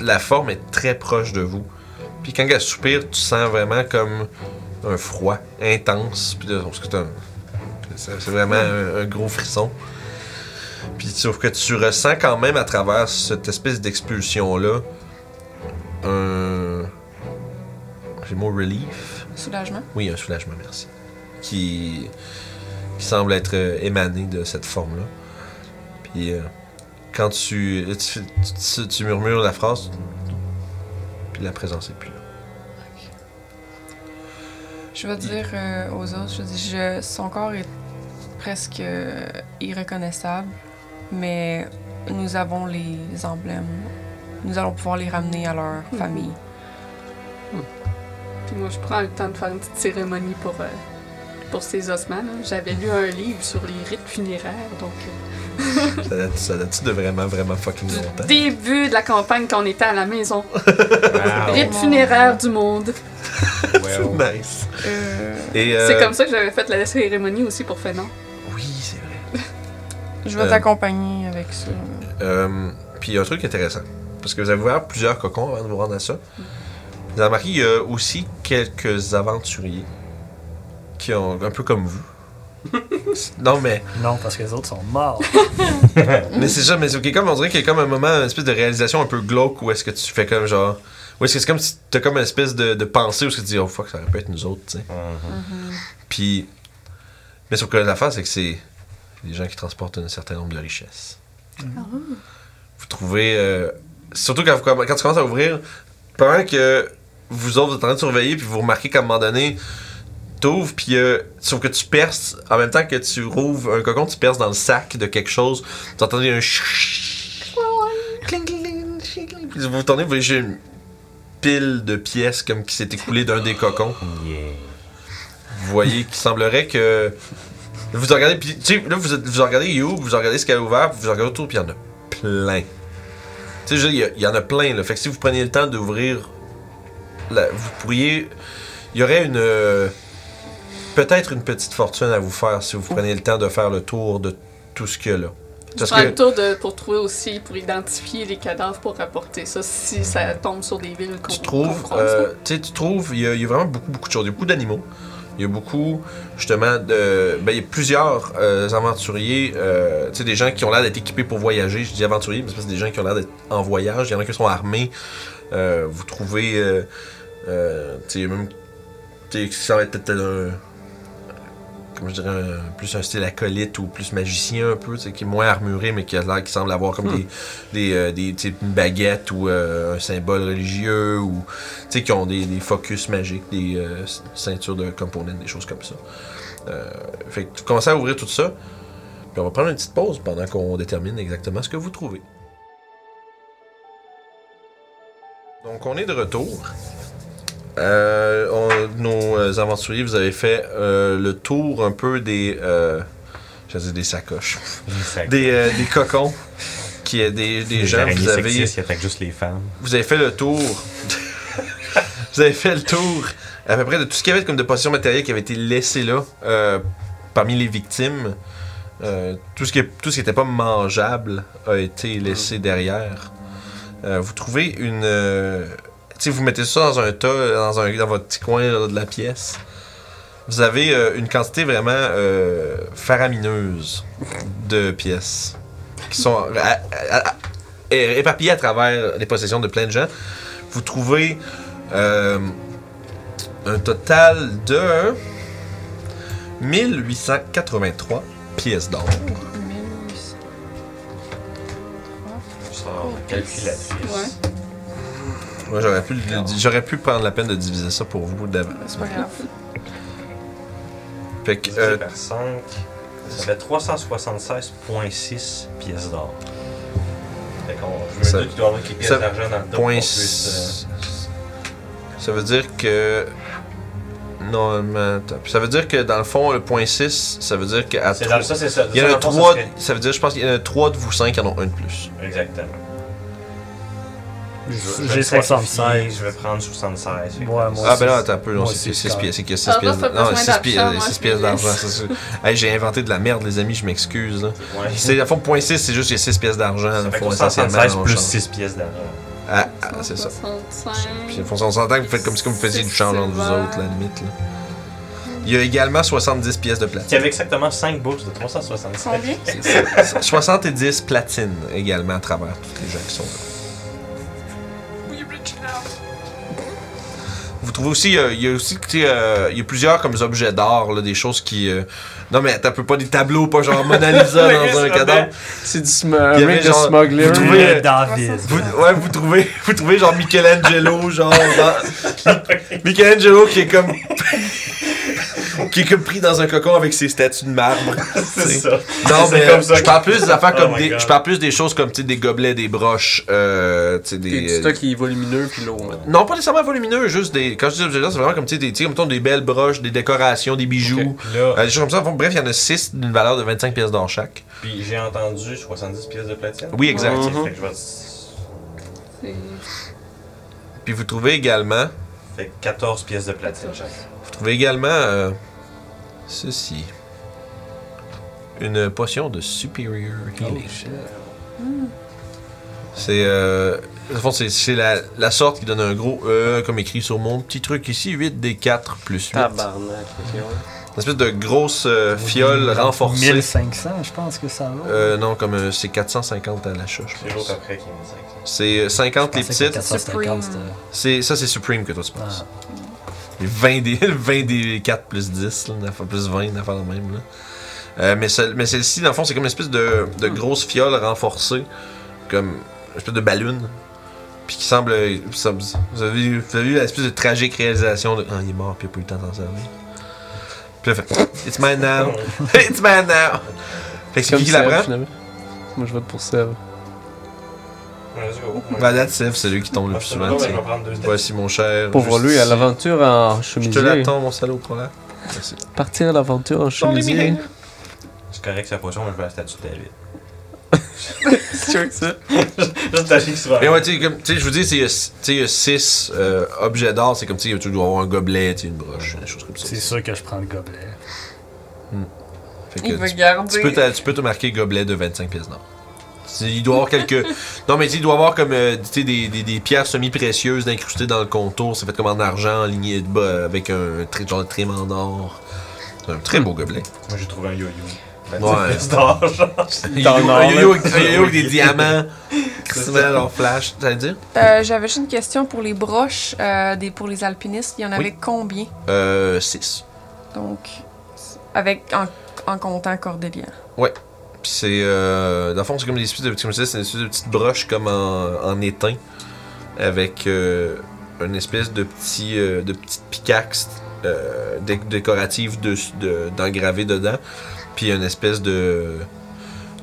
la forme est très proche de vous. Puis quand elle soupire, tu sens vraiment comme un froid intense. Puis là, parce que t'as un- c'est c'est vraiment un, un gros frisson. Puis sauf que tu ressens quand même à travers cette espèce d'expulsion-là un. J'ai le mot relief.
Soulagement.
Oui, un soulagement, merci. Qui, qui semble être euh, émané de cette forme-là. Puis euh, quand tu, tu, tu- tu murmures la phrase, puis la présence est plus là.
Je vais dire euh, aux autres, je dis, je- son corps est presque euh, irreconnaissable, mais nous avons les emblèmes. Nous allons pouvoir les ramener à leur famille.
Puis moi, je prends le temps de faire une petite cérémonie pour, euh, pour ces ossements, là. J'avais lu un livre sur les rites funéraires, donc... euh,
Ça date, ça date de vraiment, vraiment fucking
du
longtemps.
début de la campagne quand on était à la maison.
Wow.
Ah
Rites funéraires du monde.
Wow.
Nice.
Euh,
Et, euh,
C'est comme ça que j'avais fait la cérémonie aussi pour Fénon.
Oui, c'est vrai.
je vais
Euh,
t'accompagner avec ça.
Euh, puis un truc intéressant, parce que vous avez ouvert plusieurs cocons avant de vous rendre à ça. Vous avez remarqué, il y a aussi quelques aventuriers qui ont un peu comme vous. non, mais
Non, parce que les autres sont morts.
Mais c'est ça, mais c'est ok, comme on dirait qu'il y a comme un moment, une espèce de réalisation un peu glauque où est-ce que tu fais comme genre. Où est-ce que c'est comme si t'as comme une espèce de, de pensée où est-ce que tu dis, oh fuck, ça aurait pu être nous autres, tu sais. Puis. Mais sauf que l'affaire, c'est que c'est des gens qui transportent un certain nombre de richesses. Vous trouvez. euh, surtout quand, vous comm- quand tu commences à ouvrir, pendant que vous autres vous êtes en train de surveiller, puis vous remarquez qu'à un moment donné, t'ouvres, puis euh, sauf que tu perces, en même temps que tu rouvres un cocon, tu perces dans le sac de quelque chose, vous entendez un ch- cling, cling, cling, cling. Puis Vous vous tournez, vous voyez j'ai une pile de pièces comme qui s'est écoulée d'un des cocons.
Yeah.
Vous voyez qu'il semblerait que. Vous regardez, puis tu sais, là, vous, êtes- vous regardez You, vous regardez ce qu'elle a ouvert, puis vous regardez autour, puis il y en a plein. Tu sais, je veux dire, il y, a- il y en a plein, là. Fait que si vous preniez le temps d'ouvrir. la- Vous pourriez. Il y aurait une. euh, Peut-être une petite fortune à vous faire si vous preniez le temps de faire le tour de tout ce qu'il y a là.
Je prends le tour de, pour trouver aussi, pour identifier les cadavres, pour rapporter ça, si ça tombe sur des villes qu'on
tu trouves,
qu'on croise.
euh, tu sais, tu trouves, il y, a- il y a vraiment beaucoup, beaucoup de choses. Il y a beaucoup d'animaux. Il y a beaucoup, justement, de. Ben, il y a plusieurs euh, aventuriers, euh, tu sais, des gens qui ont l'air d'être équipés pour voyager. Je dis aventuriers, mais c'est parce que des gens qui ont l'air d'être en voyage. Il y en a qui sont armés. Euh, vous trouvez. Euh, euh, tu sais, même. Tu sais, ça va être peut-être un. Comme je dirais, un- plus un style acolyte ou plus magicien un peu, tu sais, qui est moins armuré, mais qui a l'air, qui semble avoir comme des. des, euh, des tu sais, une baguette ou euh, un symbole religieux ou tu sais, qui ont des, des focus magiques, des euh, c- ceintures de components, des choses comme ça. Euh, fait que tu commences à ouvrir tout ça, puis on va prendre une petite pause pendant qu'on détermine exactement ce que vous trouvez. Donc, on est de retour. Euh, on- nos euh, aventuriers, vous avez fait euh, le tour un peu des. euh, je vais dire des sacoches. Des, euh, des cocons. Qui est des, des gens, vous avez
qui attaquent juste les femmes.
vous avez fait le tour. vous avez fait le tour à peu près de tout ce qu'il y avait comme de possession matérielle qui avait été laissée là euh, parmi les victimes. Euh, tout ce qui tout ce qui n'était pas mangeable a été laissé derrière. Euh, vous trouvez une euh, tu sais vous mettez ça dans un tas dans un dans votre petit coin là, de la pièce. Vous avez euh, une quantité vraiment euh, faramineuse de pièces qui sont à- à- à- é- éparpillé à travers les possessions de plein de gens. Vous trouvez euh, un total de 1883 pièces d'or.
1800.
Oh,
Ouais.
Moi, j'aurais pu, le- j'aurais pu prendre la peine de diviser ça pour vous d'avance.
C'est pas grave.
Fait que, euh,
Divisé par 5, ça fait 376,6 pièces d'or. Fait qu'on. Je
Ça-
me doute qu'il doit y avoir quelques pièces
ça-
d'argent dans le dos.
point.
qu'on puisse, euh,
Ça veut dire que. Non, mais attends. Ça veut dire que dans le fond, le point 6, ça veut dire qu'à
euh, C'est dans
trois-
ça, c'est ça.
Il y
ça,
en a
dans le fond, ça
trois.
serait-
Ça veut dire, je pense qu'il y en a trois de vous cinq qui en ont un de plus.
Exactement.
J'ai
Je- je vais
76.
sacrifier, Je vais prendre 76. fait que
Moi, moi
Ah ben là,
aussi.
attends un peu, non,
Moi
c'est
aussi,
6
c'est
pièces, c'est que 6
Ah,
pièces
pas
d'argent. Non, 6
besoin
pièces,
d'argent, moi,
six
je
pièces
me
d'argent,
laisse.
c'est sûr. Hey, j'ai inventé de la merde, les amis, je m'excuse. là.
Ouais.
C'est à fond, point 6, c'est juste qu'il y a 6 pièces d'argent.
Ça
là,
fait
font essentiellement,
376
on
plus
change.
6 pièces d'argent.
Ah, ah, c'est ça. Puis on s'entend que vous faites comme si vous faisiez du change entre vous autres, la limite. Là. Il y a également 70 pièces de
Il y
platine.
avait exactement 5 bourses de 376.
Combien?
C'est- c'est- 70 platines également à travers toutes les gens qui sont là. Vous trouvez aussi, euh, il y a aussi, tu sais, euh, il y a plusieurs comme objets d'art, là, des choses qui. euh, Non mais t'as peu pas des tableaux, pas genre Mona Lisa dans un cadavre.
C'est du smog.
Il y avait
de
genre-
smuggler.
Vous trouvez-
Le David.
Vous, ouais, vous trouvez, vous trouvez genre Michelangelo, genre. dans- Michelangelo qui est comme. qui est comme pris dans un cocon avec ses statues de marbre.
C'est ça.
Non,
C'est
mais euh,
comme ça
je parle plus des affaires comme
Oh my
des,
God.
je parle plus des choses comme tu sais, des gobelets, des broches, euh, tu sais, des. euh,
T'es du stock qui est volumineux puis lourd. hein.
Non, pas nécessairement volumineux, juste des. Quand je dis objets d'art, c'est vraiment comme tu sais, des, tu sais, comme mettons, des belles broches, des décorations, des bijoux.
Là,
Euh, des choses comme ça. Bon, bref, il y en a 6 d'une valeur de 25 pièces d'or chaque.
puis j'ai entendu 70 pièces de platine.
Oui, exact. Mm-hmm.
Ok,
Mhm.
Fait que je vais-
Puis vous trouvez également.
fait que 14 pièces de platine chaque.
Vous trouvez également. euh, ceci. Une potion de Superior Healing. C'est. Euh, au fond, c'est- c'est la, la sorte qui donne un gros E, comme écrit sur mon petit truc ici 8 des 4 plus
Ah,
8.
Tabarnak. ok, ouais.
Une espèce de grosse euh, fiole renforcée.
1500, je pense que ça va.
Euh, non, comme euh, c'est 450 à l'achat, je
C'est l'autre
pense.
après qui me dit ça.
C'est euh, 50
Je
les
pensais que
petites.
450, c'était-
C'est, ça, c'est Supreme que toi tu penses.
Ah.
Les 20 des, le 20 des 4 plus 10, là, une affaire- plus 20, une affaire de même. Là. Euh, mais, celle- mais celle-ci, dans le fond, c'est comme une espèce de, de
Hmm.
grosse fiole renforcée, comme une espèce de ballon. Puis qui semble. ça- vous, avez, vous avez eu l'espèce de tragique réalisation de. Ah, il est mort, puis il n'a pas eu le temps d'en servir. Puis là, fait. It's mine now! It's mine now! Fait que c'est
Comme
qui qui la
Seb,
prend?
finalement. Moi, je vote pour Seb.
Let's go.
Bah, that's it, c'est lui qui tombe le
Ah,
plus
c'est
souvent.
bon,
tu
ben,
sais.
Je vais prendre deux
Voici mon cher.
Pauvre lui, à
justicier.
l'aventure en
Je
chemisier.
te l'attends, mon salaud, prends-la. Merci.
Partir à l'aventure en chemisier.
C'est correct, sa potion, mais je vais la statue de David.
C'est ça.
Juste t'as qui se va.
Mais ouais, tu sais, comme- tu sais, je vous dis, c'est, euh, tu sais, il y a six euh, objets d'or, c'est comme, tu sais, tu dois avoir un gobelet, tu sais, une broche, des choses comme ça.
C'est sûr que je prends le gobelet.
Fait que
Il va
tu, tu
garder.
peux t'a- tu peux te marquer gobelet de 25 pièces d'or. C'est- Il doit y avoir quelques. Non, mais tu sais, il doit y avoir comme euh, tu sais, des, des, des pierres semi-précieuses incrustées dans le contour. C'est fait comme en argent, en lignée de bas, avec un tri- genre de trim en or. C'est un très beau gobelet.
Moi, j'ai trouvé un yo-yo. Ben,
Ouais.
c'est d'argent.
Un yo-
Dans l'or,
un yo-yo
là.
avec- un yo-yo avec des diamants. Christelle en flash, t'allais dire
Euh, J'avais juste une question pour les broches euh, des, pour les alpinistes. Il y en avait combien
Euh. 6.
Donc, avec en, en comptant Cordélian.
Puis c'est. Euh, dans le fond, c'est comme des espèces de, comme je disais, c'est une espèce de petite broche comme en, en étain. Avec euh, une espèce de petit, euh, de petite picaxe euh, dé- décorative de- de- d'engravé dedans. Puis une espèce de,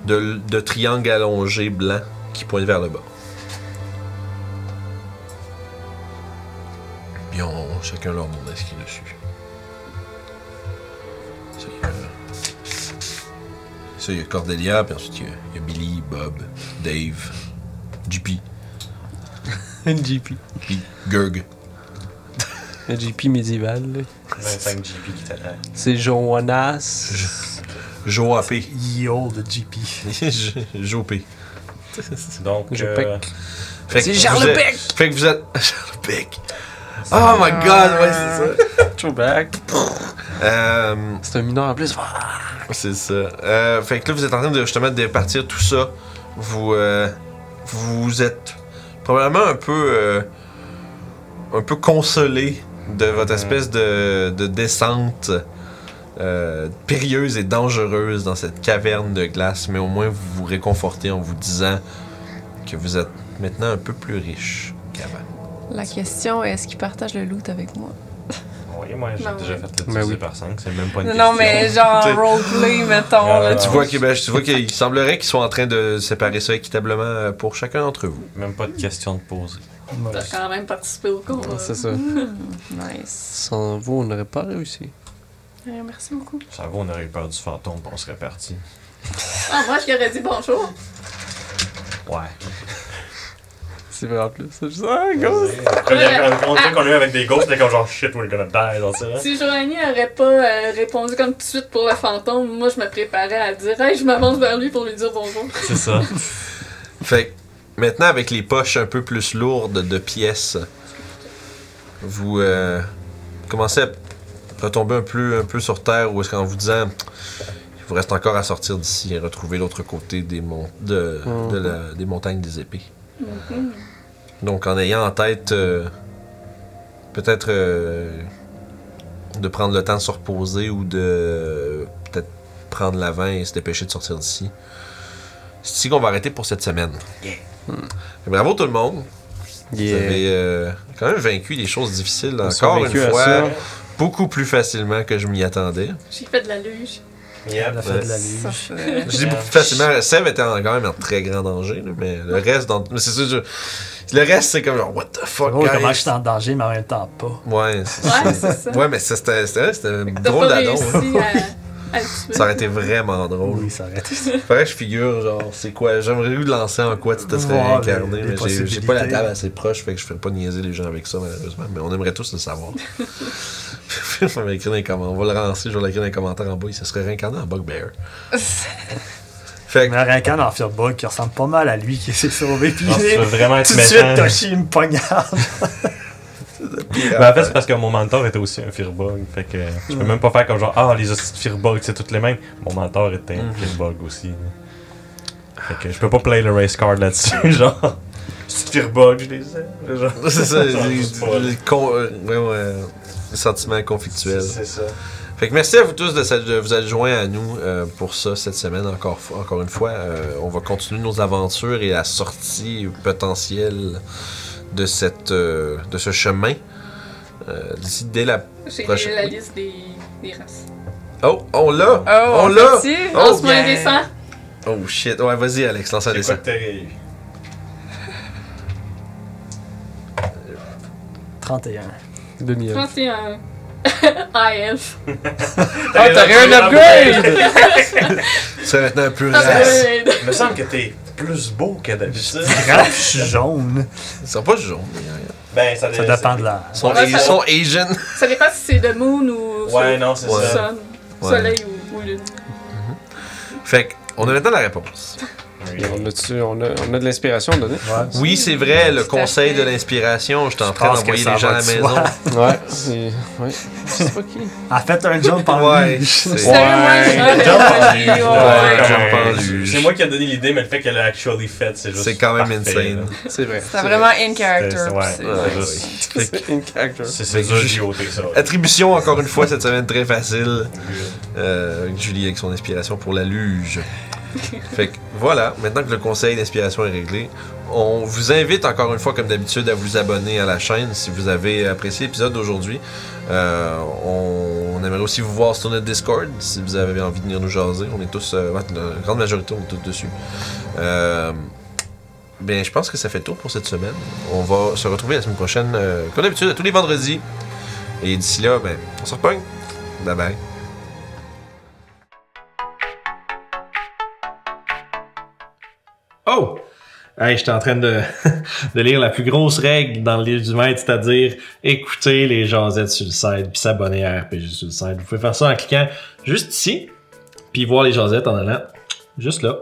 de. de triangle allongé blanc qui pointe vers le bas. Puis on, chacun leur demandait ce qu'il y a dessus. C'est. euh, ça, il y a Cordelia, puis ensuite il y, a- il y a Billy, Bob, Dave, JP,
NGP.
puis Gurg.
NGP médiéval. là.
25 GP qui t'attaque.
C'est Jonas.
Joap.
Ye old GP.
Jopé.
Donc,
Je
euh,
pec.
Fait
C'est
que
Charles
vous êtes-
Beck!
Fait que vous êtes. Charles Beck. Oh my god, ouais, c'est
Chewbac.
ça. Euh,
C'est un mineur en plus.
c'est ça. Euh, fait que là, vous êtes en train de justement départir tout ça. Vous. euh, vous êtes probablement un peu. euh, un peu consolé de votre espèce de, de descente euh, périlleuse et dangereuse dans cette caverne de glace, mais au moins vous vous réconfortez en vous disant que vous êtes maintenant un peu plus riche qu'avant.
La question est est-ce qu'ils partagent le loot avec moi
vous voyez, moi, j'ai
Non,
déjà
ouais.
fait le
Ben
divisé
oui.
par 5. C'est même pas une
Non,
question.
mais euh, genre
T'sais-
roleplay, mettons.
Ah,
là,
ouais.
Tu vois qu'il ben, tu vois qu'il semblerait qu'ils soient en train de séparer ça équitablement euh, pour chacun d'entre vous.
Même pas de question de poser.
T'as quand même participé au cours.
Ah, c'est
là.
ça.
Euh.
Mmh, Nice.
Sans vous, on n'aurait pas réussi.
Euh, merci beaucoup.
Ça va, on aurait eu peur du fantôme, puis on serait parti.
Ah, moi, je lui aurais dit bonjour.
Ouais.
C'est vrai en plus. C'est juste ah, un gosse.
Première rencontre qu'on a eu avec des ghosts, c'était comme genre shit, we're gonna die, genre, c'est vrai.
Si Joanie aurait pas euh, répondu comme tout de suite pour le fantôme, moi, je me préparais à dire Hey, je m'avance vers lui pour lui dire bonjour.
C'est ça.
Fait que maintenant, avec les poches un peu plus lourdes de pièces, vous euh, commencez à retomber un peu, un peu sur terre ou est-ce qu'en vous disant il vous reste encore à sortir d'ici et retrouver l'autre côté des, mon- de, de la- des montagnes des épées. Donc en ayant en tête euh, peut-être euh, de prendre le temps de se reposer ou de euh, peut-être prendre l'avant et se dépêcher de sortir d'ici. C'est ici qu'on va arrêter pour cette semaine. Hmm. Bravo tout le monde. Vous avez euh, quand même vaincu des choses difficiles
On
encore une
survécu à
fois.
ça.
Beaucoup plus facilement que je m'y attendais.
J'ai fait de la luge.
Elle a fait de la luge.
Ça, c'est-
Je dis beaucoup plus facilement. Seb était en- quand même en très grand danger, là, mais le reste, dans... mais c'est sûr, je- le reste, c'est comme genre, what the
C'est
fuck,
drôle
guys?
comment je suis en danger, mais en même temps pas.
Ouais, c'est-
Ouais, c'est ça.
ouais, mais ça, c'était c'était- c'était un
T'as
drôle
pas
d'adon. hein.
réussi à, à le tuer.
Ça aurait été vraiment drôle.
Oui, ça aurait été.
Faudrait que je figure, genre, c'est quoi, j'aimerais lui lancer en quoi tu te serais
Ouais,
réincarné,
les-
mais
les
j'ai- j'ai pas la
possibilités.
table assez proche, fait que je ferais pas niaiser les gens avec ça, malheureusement, mais on aimerait tous le savoir. on, va écrire dans les commentaires. on va le lancer, je vais l'écrire dans les commentaires en bas, il se serait réincarné en Bugbear. Fait que,
Mais Rakan en Firebug qui ressemble pas mal à lui qui s'est sauvé. Puis
Ah,
Non, tu veux vraiment être
tout de
hein.
suite,
méchant.
Toshi me poignarde.
Ben, en fait, c'est parce que mon mentor était aussi un Firebug. Fait que je peux même pas faire comme genre, ah, les hosties de Firebug, c'est toutes les mêmes. Mon mentor était un Firebug aussi. là. Fait que je peux pas play le race card là-dessus, genre. C'est Firebug, je les aime. Genre.
c'est ça, les,
pousse pas, là.
les con- euh, vraiment, euh, les sentiments conflictuels.
C'est ça.
Fait que merci à vous tous de, s'ad- de vous être joints à nous euh, pour ça cette semaine, encore, fo- encore une fois. Euh, on va continuer nos aventures et la sortie potentielle de, cette, euh, de ce chemin. Euh, d'ici dès la.
J'ai
Prochain-
la liste des, des races.
Oh, on l'a!
Oh,
on l'a!
fait-tu?
Oh,
On se met des sangs.
Oh shit! Ouais, vas-y, Alex, lance un
C'est
dessin.
quoi que t'as eu?
31.
Demi
Je pense que c'est un. High elf.
Ah, t'as rien un upgrade!
C'est maintenant un
Ah,
pur race.
Upgrade.
Il me semble que t'es plus beau que d'habitude.
Grave, je suis jaune.
Ils sont pas jaune.
ben, ça,
Ça dépend de la.
euh, Ils sont,
Ouais,
ils
ça-
sont Asian.
Ça dépend si c'est le moon ou.
Ouais, non, c'est
Ouais.
ça.
Sun.
Ouais.
Soleil ou, ou lune.
Fait que, on a maintenant la réponse.
On a, on a, on a de l'inspiration à donner.
Oui, c'est vrai, le
Tout à
conseil
fait.
de l'inspiration, je suis en
Je
train
pense que
d'envoyer
ça
les gens à
va
la
de
maison.
soi.
Ouais, c'est. Ouais. Je sais pas qui.
Elle fait un jump en
Ouais,
lui.
c'est-
Sérieux, moi, je
Ouais,
l'aurais pas vu, ouais.
Ouais, jump en
C'est
luge.
moi qui ai donné l'idée, mais le fait qu'elle l'a actually fait, c'est juste.
C'est quand même
parfait,
insane.
là.
C'est vrai.
C'était vraiment in
C'est-
character.
c'est- ouais,
c'est-
c'est
Ouais.
juste-
C'est in character.
c'est- C'est dur de JOT, ça.
Attribution, encore une fois, cette semaine très facile. Euh, avec Julie avec son inspiration pour la luge. fait que voilà, maintenant que le conseil d'inspiration est réglé, on vous invite encore une fois, comme d'habitude, à vous abonner à la chaîne si vous avez apprécié l'épisode d'aujourd'hui. Euh, on, on aimerait aussi vous voir sur notre Discord si vous avez envie de venir nous jaser. On est tous, euh, ouais, la grande majorité, on est tous dessus. Euh, ben, je pense que ça fait le tour pour cette semaine. On va se retrouver la semaine prochaine, euh, comme d'habitude, à tous les vendredis. Et d'ici là, ben, on se repogne. Bye bye.
Oh! Hey, j'étais en train de, de lire la plus grosse règle dans le livre du maître, c'est-à-dire écouter les jasettes sur le site, puis s'abonner à RPG sur le site. Vous pouvez faire ça en cliquant juste ici, puis voir les jasettes en allant juste là.